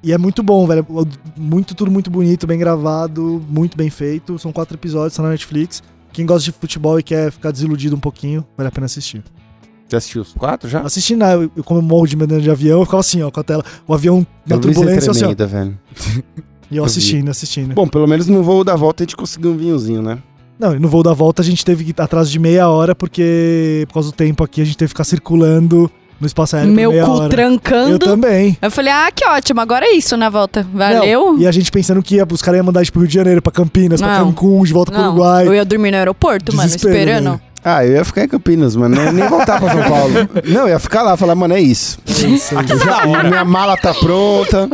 [SPEAKER 1] E é muito bom, velho. Muito, tudo muito bonito, bem gravado, muito bem feito. São quatro episódios, tá na Netflix. Quem gosta de futebol e quer ficar desiludido um pouquinho, vale a pena assistir.
[SPEAKER 3] Você assistiu os quatro já?
[SPEAKER 1] Assisti na, eu, como eu morro de medo de avião, eu ficava assim, ó, com a tela. O avião na
[SPEAKER 3] Eu vi isso é
[SPEAKER 1] turbulência, assim, ó.
[SPEAKER 3] tremenda, velho.
[SPEAKER 1] E eu
[SPEAKER 3] vi.
[SPEAKER 1] assistindo, assistindo.
[SPEAKER 3] Bom, pelo menos no voo da volta a gente conseguiu um vinhozinho, né?
[SPEAKER 1] Não, e no voo da volta a gente teve que- atraso de meia hora, porque por causa do tempo aqui a gente teve que ficar circulando no espaço aéreo. por
[SPEAKER 4] Meu
[SPEAKER 1] meia
[SPEAKER 4] cu
[SPEAKER 1] hora. Eu
[SPEAKER 4] trancando. Eu,
[SPEAKER 1] também.
[SPEAKER 4] falei, ah, que ótimo, agora é isso na volta. Valeu.
[SPEAKER 1] Não, E é a gente pensando que ia, os caras iam mandar a gente pro Rio de Janeiro, pra Campinas, pra
[SPEAKER 4] Não.
[SPEAKER 1] Cancún, de volta pro
[SPEAKER 4] Não,
[SPEAKER 1] Uruguai.
[SPEAKER 4] eu ia dormir no aeroporto, mano,
[SPEAKER 1] Desespero,
[SPEAKER 4] esperando.
[SPEAKER 1] né?
[SPEAKER 3] Ah, eu ia ficar em Campinas, mano. Não ia nem voltar pra São Paulo. Não, eu ia ficar lá, falar, mano, é isso.
[SPEAKER 4] [laughs]
[SPEAKER 3] E [laughs] minha mala tá pronta.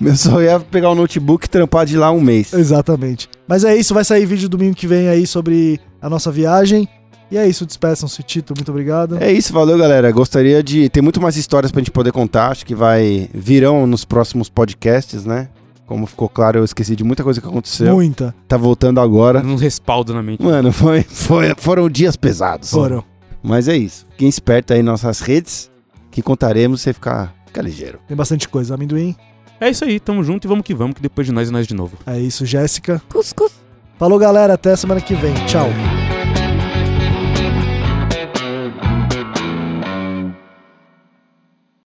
[SPEAKER 3] Eu só ia pegar o notebook e trampar de lá um mês.
[SPEAKER 1] Exatamente. Mas é isso, vai sair vídeo domingo que vem aí sobre a nossa viagem. E é isso, despeçam-se, Tito, muito obrigado.
[SPEAKER 3] É isso, valeu, galera. Gostaria de. Tem muito mais histórias pra gente poder contar. Acho que vai. Virão nos próximos podcasts, né? Como ficou claro, eu esqueci de muita coisa que aconteceu.
[SPEAKER 1] Muita.
[SPEAKER 3] Tá voltando
[SPEAKER 2] doido.
[SPEAKER 3] agora.
[SPEAKER 2] Um respaldo na mente.
[SPEAKER 3] Mano, foi, foi- foram dias pesados.
[SPEAKER 1] Foram.
[SPEAKER 3] Mas é isso. Fiquem esperto aí em nossas redes, que contaremos. Você fica, fica ligeiro.
[SPEAKER 1] Tem bastante coisa. Amendoim,
[SPEAKER 2] É isso aí, tamo junto e vamos que vamos, que depois de nós é nós de novo.
[SPEAKER 1] é isso, Jéssica.
[SPEAKER 4] Cuscuz.
[SPEAKER 1] Falou, galera. Até semana que vem. Tchau.